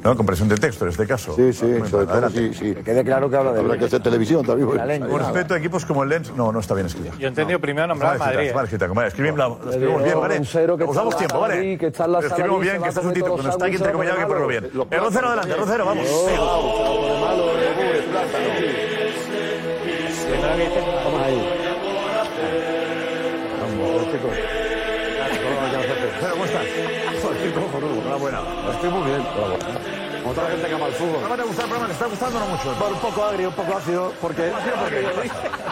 Speaker 11: ¿No? Comprensión de texto en este caso.
Speaker 18: Sí, sí,
Speaker 11: Muy
Speaker 18: sobre todo, sí,
Speaker 11: importante.
Speaker 18: sí. Que
Speaker 11: quede claro que habla de
Speaker 18: Habrá que hacer televisión también. porque-
Speaker 11: Con respecto a equipos como el Lens, no, no está bien escrito.
Speaker 7: Yo he entendido primero nombrar
Speaker 11: Vale,
Speaker 7: al Madrid. ¿eh?
Speaker 11: escrita, vale, escrita, vale, escribimos, la- la escribimos bien, ¿vale?
Speaker 28: Un cero que
Speaker 11: Nos
Speaker 28: está en
Speaker 11: damos
Speaker 28: la
Speaker 11: tiempo,
Speaker 28: sala
Speaker 11: ¿vale?
Speaker 28: ahí, que está en la
Speaker 11: Lo escribimos
Speaker 28: sala ahí, se
Speaker 11: bien,
Speaker 28: va
Speaker 11: que este está
Speaker 28: a comer
Speaker 11: subtítulo,
Speaker 28: todos
Speaker 11: que
Speaker 28: los
Speaker 11: nos está aquí
Speaker 28: sándwiches,
Speaker 11: entrecomillado, hay que ponerlo bien.
Speaker 28: lo-
Speaker 11: El 0 adelante, el 0 vamos. Pero, ¿cómo estás? Joder, cómo joder, Enhorabuena. Estoy muy bien. Bravo. Como toda la gente que ama el fútbol. ¿Programa te gusta el programa? ¿Te está gustando o no mucho?
Speaker 15: Un poco agrio, un poco ácido, porque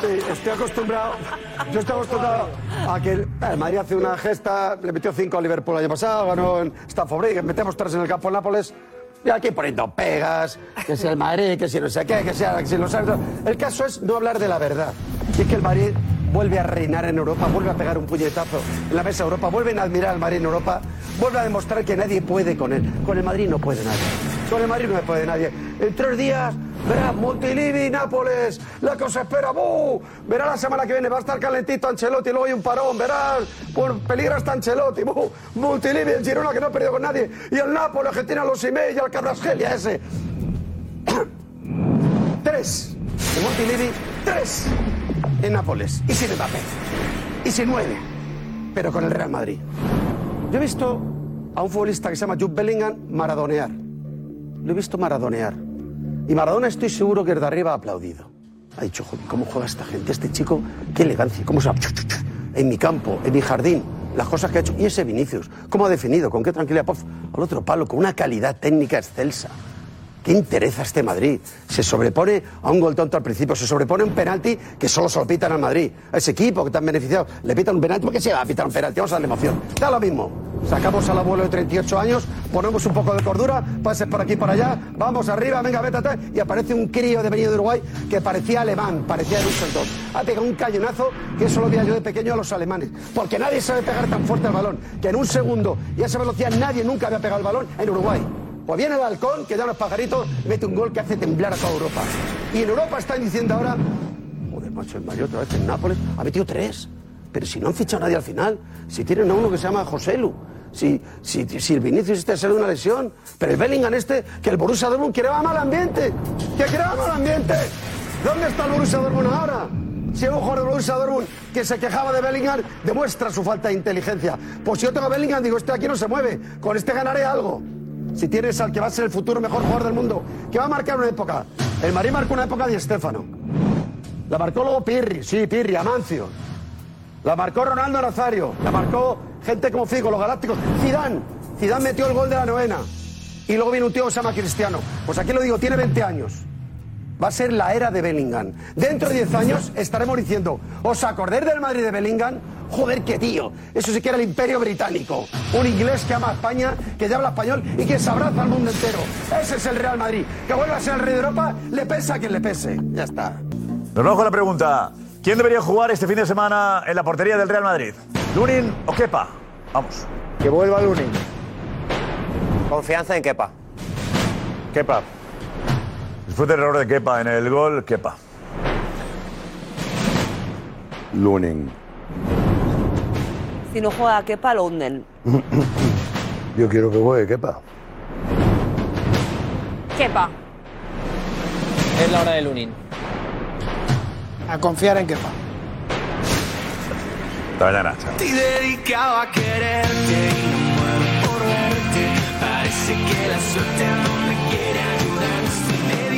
Speaker 15: Sí, estoy acostumbrado, yo estoy acostumbrado a que el el Madrid hace una gesta, le metió 5 a Liverpool el año pasado, ganó en Stamford Bridge, metemos 3 en el campo de Nápoles, y aquí poniendo pegas, que si el Madrid, que si no sé qué, que si, que si los árbitros. El caso es no hablar de la verdad, y es que el Madrid vuelve a reinar en Europa, vuelve a pegar un puñetazo en la mesa de Europa, vuelven a admirar al Madrid en Europa, vuelve a demostrar que nadie puede con él. Con el Madrid no puede nadie. Con el Madrid no puede nadie. En tres días Verás, Montilivi, Nápoles, la que os espera, ¡bu! Verás la semana que viene, va a estar calentito Ancelotti, luego hay un parón, verás, por peligro hasta Ancelotti, ¡bu! Montilivi, el Girona que no ha perdido con nadie, y el Nápoles que tiene a los Imei y al Cabrasgelia ese. tres, de Montilivi, tres en Nápoles, y sin Mbappé, y sin nueve, pero con el Real Madrid. Yo he visto a un futbolista que se llama Jude Bellingham maradonear. Lo he visto maradonear. Y Maradona estoy seguro que desde arriba ha aplaudido. Ha dicho, "Joder, ¿cómo juega esta gente? Este chico, qué elegancia, cómo se ha... chu, chu, chu". En mi campo, en mi jardín, las cosas que ha hecho. Y ese Vinicius, ¿cómo ha definido? ¿Con qué tranquilidad? Pof, al otro palo, con una calidad técnica excelsa. ¿Qué interesa este Madrid? Se sobrepone a un gol tonto al principio, se sobrepone a un penalti que solo se lo pitan al Madrid. A ese equipo que tan beneficiado, le pitan un penalti, ¿por qué se va a pitar un penalti? Vamos a darle emoción. Da lo mismo. Sacamos al abuelo de 38 años, ponemos un poco de cordura, pases por aquí para allá, vamos arriba, venga, vete atrás, y aparece un crío de venido de Uruguay que parecía alemán, parecía de Düsseldorf. Ha pegado un cañonazo que eso lo veía yo de pequeño a los alemanes, porque nadie sabe pegar tan fuerte el balón, que en un segundo y a esa velocidad nadie nunca había pegado el balón en Uruguay. Pues viene el halcón, que da unos pajaritos, mete un gol que hace temblar a toda Europa. Y en Europa están diciendo ahora, joder, macho, el Madrid otra vez en Nápoles ha metido tres. Pero si no han fichado a nadie al final, si tienen a uno que se llama José Lu, si, si, si el Vinicius este sale de una lesión, pero el Bellingham este, que el Borussia Dortmund creaba mal ambiente, que creaba mal ambiente. ¿Dónde está el Borussia Dortmund ahora? Si hay un jugador del Borussia Dortmund que se quejaba de Bellingham, demuestra su falta de inteligencia. Pues si yo tengo a Bellingham, digo, este aquí no se mueve, con este ganaré algo. Si tienes al que va a ser el futuro mejor jugador del mundo, que va a marcar una época. El Madrid marcó una época de Estefano. La marcó luego Pirri, sí, Pirri, Amancio. La marcó Ronaldo Nazario. La marcó gente como Figo, los Galácticos. Zidane. Zidane metió el gol de la novena. Y luego viene un tío que se llama Cristiano. Pues aquí lo digo, tiene 20 años. Va a ser la era de Bellingham. Dentro de 10 años estaremos diciendo, ¿os acordáis del Madrid de Bellingham? Joder, qué tío. Eso sí que era el imperio británico. Un inglés que ama a España, que ya habla español y que se abraza al mundo entero. Ese es el Real Madrid. Que vuelva a ser el rey de Europa, le pesa a quien le pese. Ya está.
Speaker 11: Nos vamos con la pregunta. ¿Quién debería jugar este fin de semana en la portería del Real Madrid? ¿Lunin o Kepa? Vamos.
Speaker 32: Que vuelva Lunin.
Speaker 3: Confianza en Kepa.
Speaker 11: Kepa. Después del error de Kepa en el gol, Kepa.
Speaker 18: Lunin.
Speaker 1: Si no juega Kepa, lo hunden.
Speaker 18: Yo quiero que juegue Kepa.
Speaker 28: Kepa.
Speaker 7: Es la hora del Unin.
Speaker 23: A confiar en Kepa.
Speaker 11: Hasta mañana. Chao.
Speaker 22: Estoy dedicado a quererte y no muero por verte. Parece que la suerte no me quiere ayudar. Estoy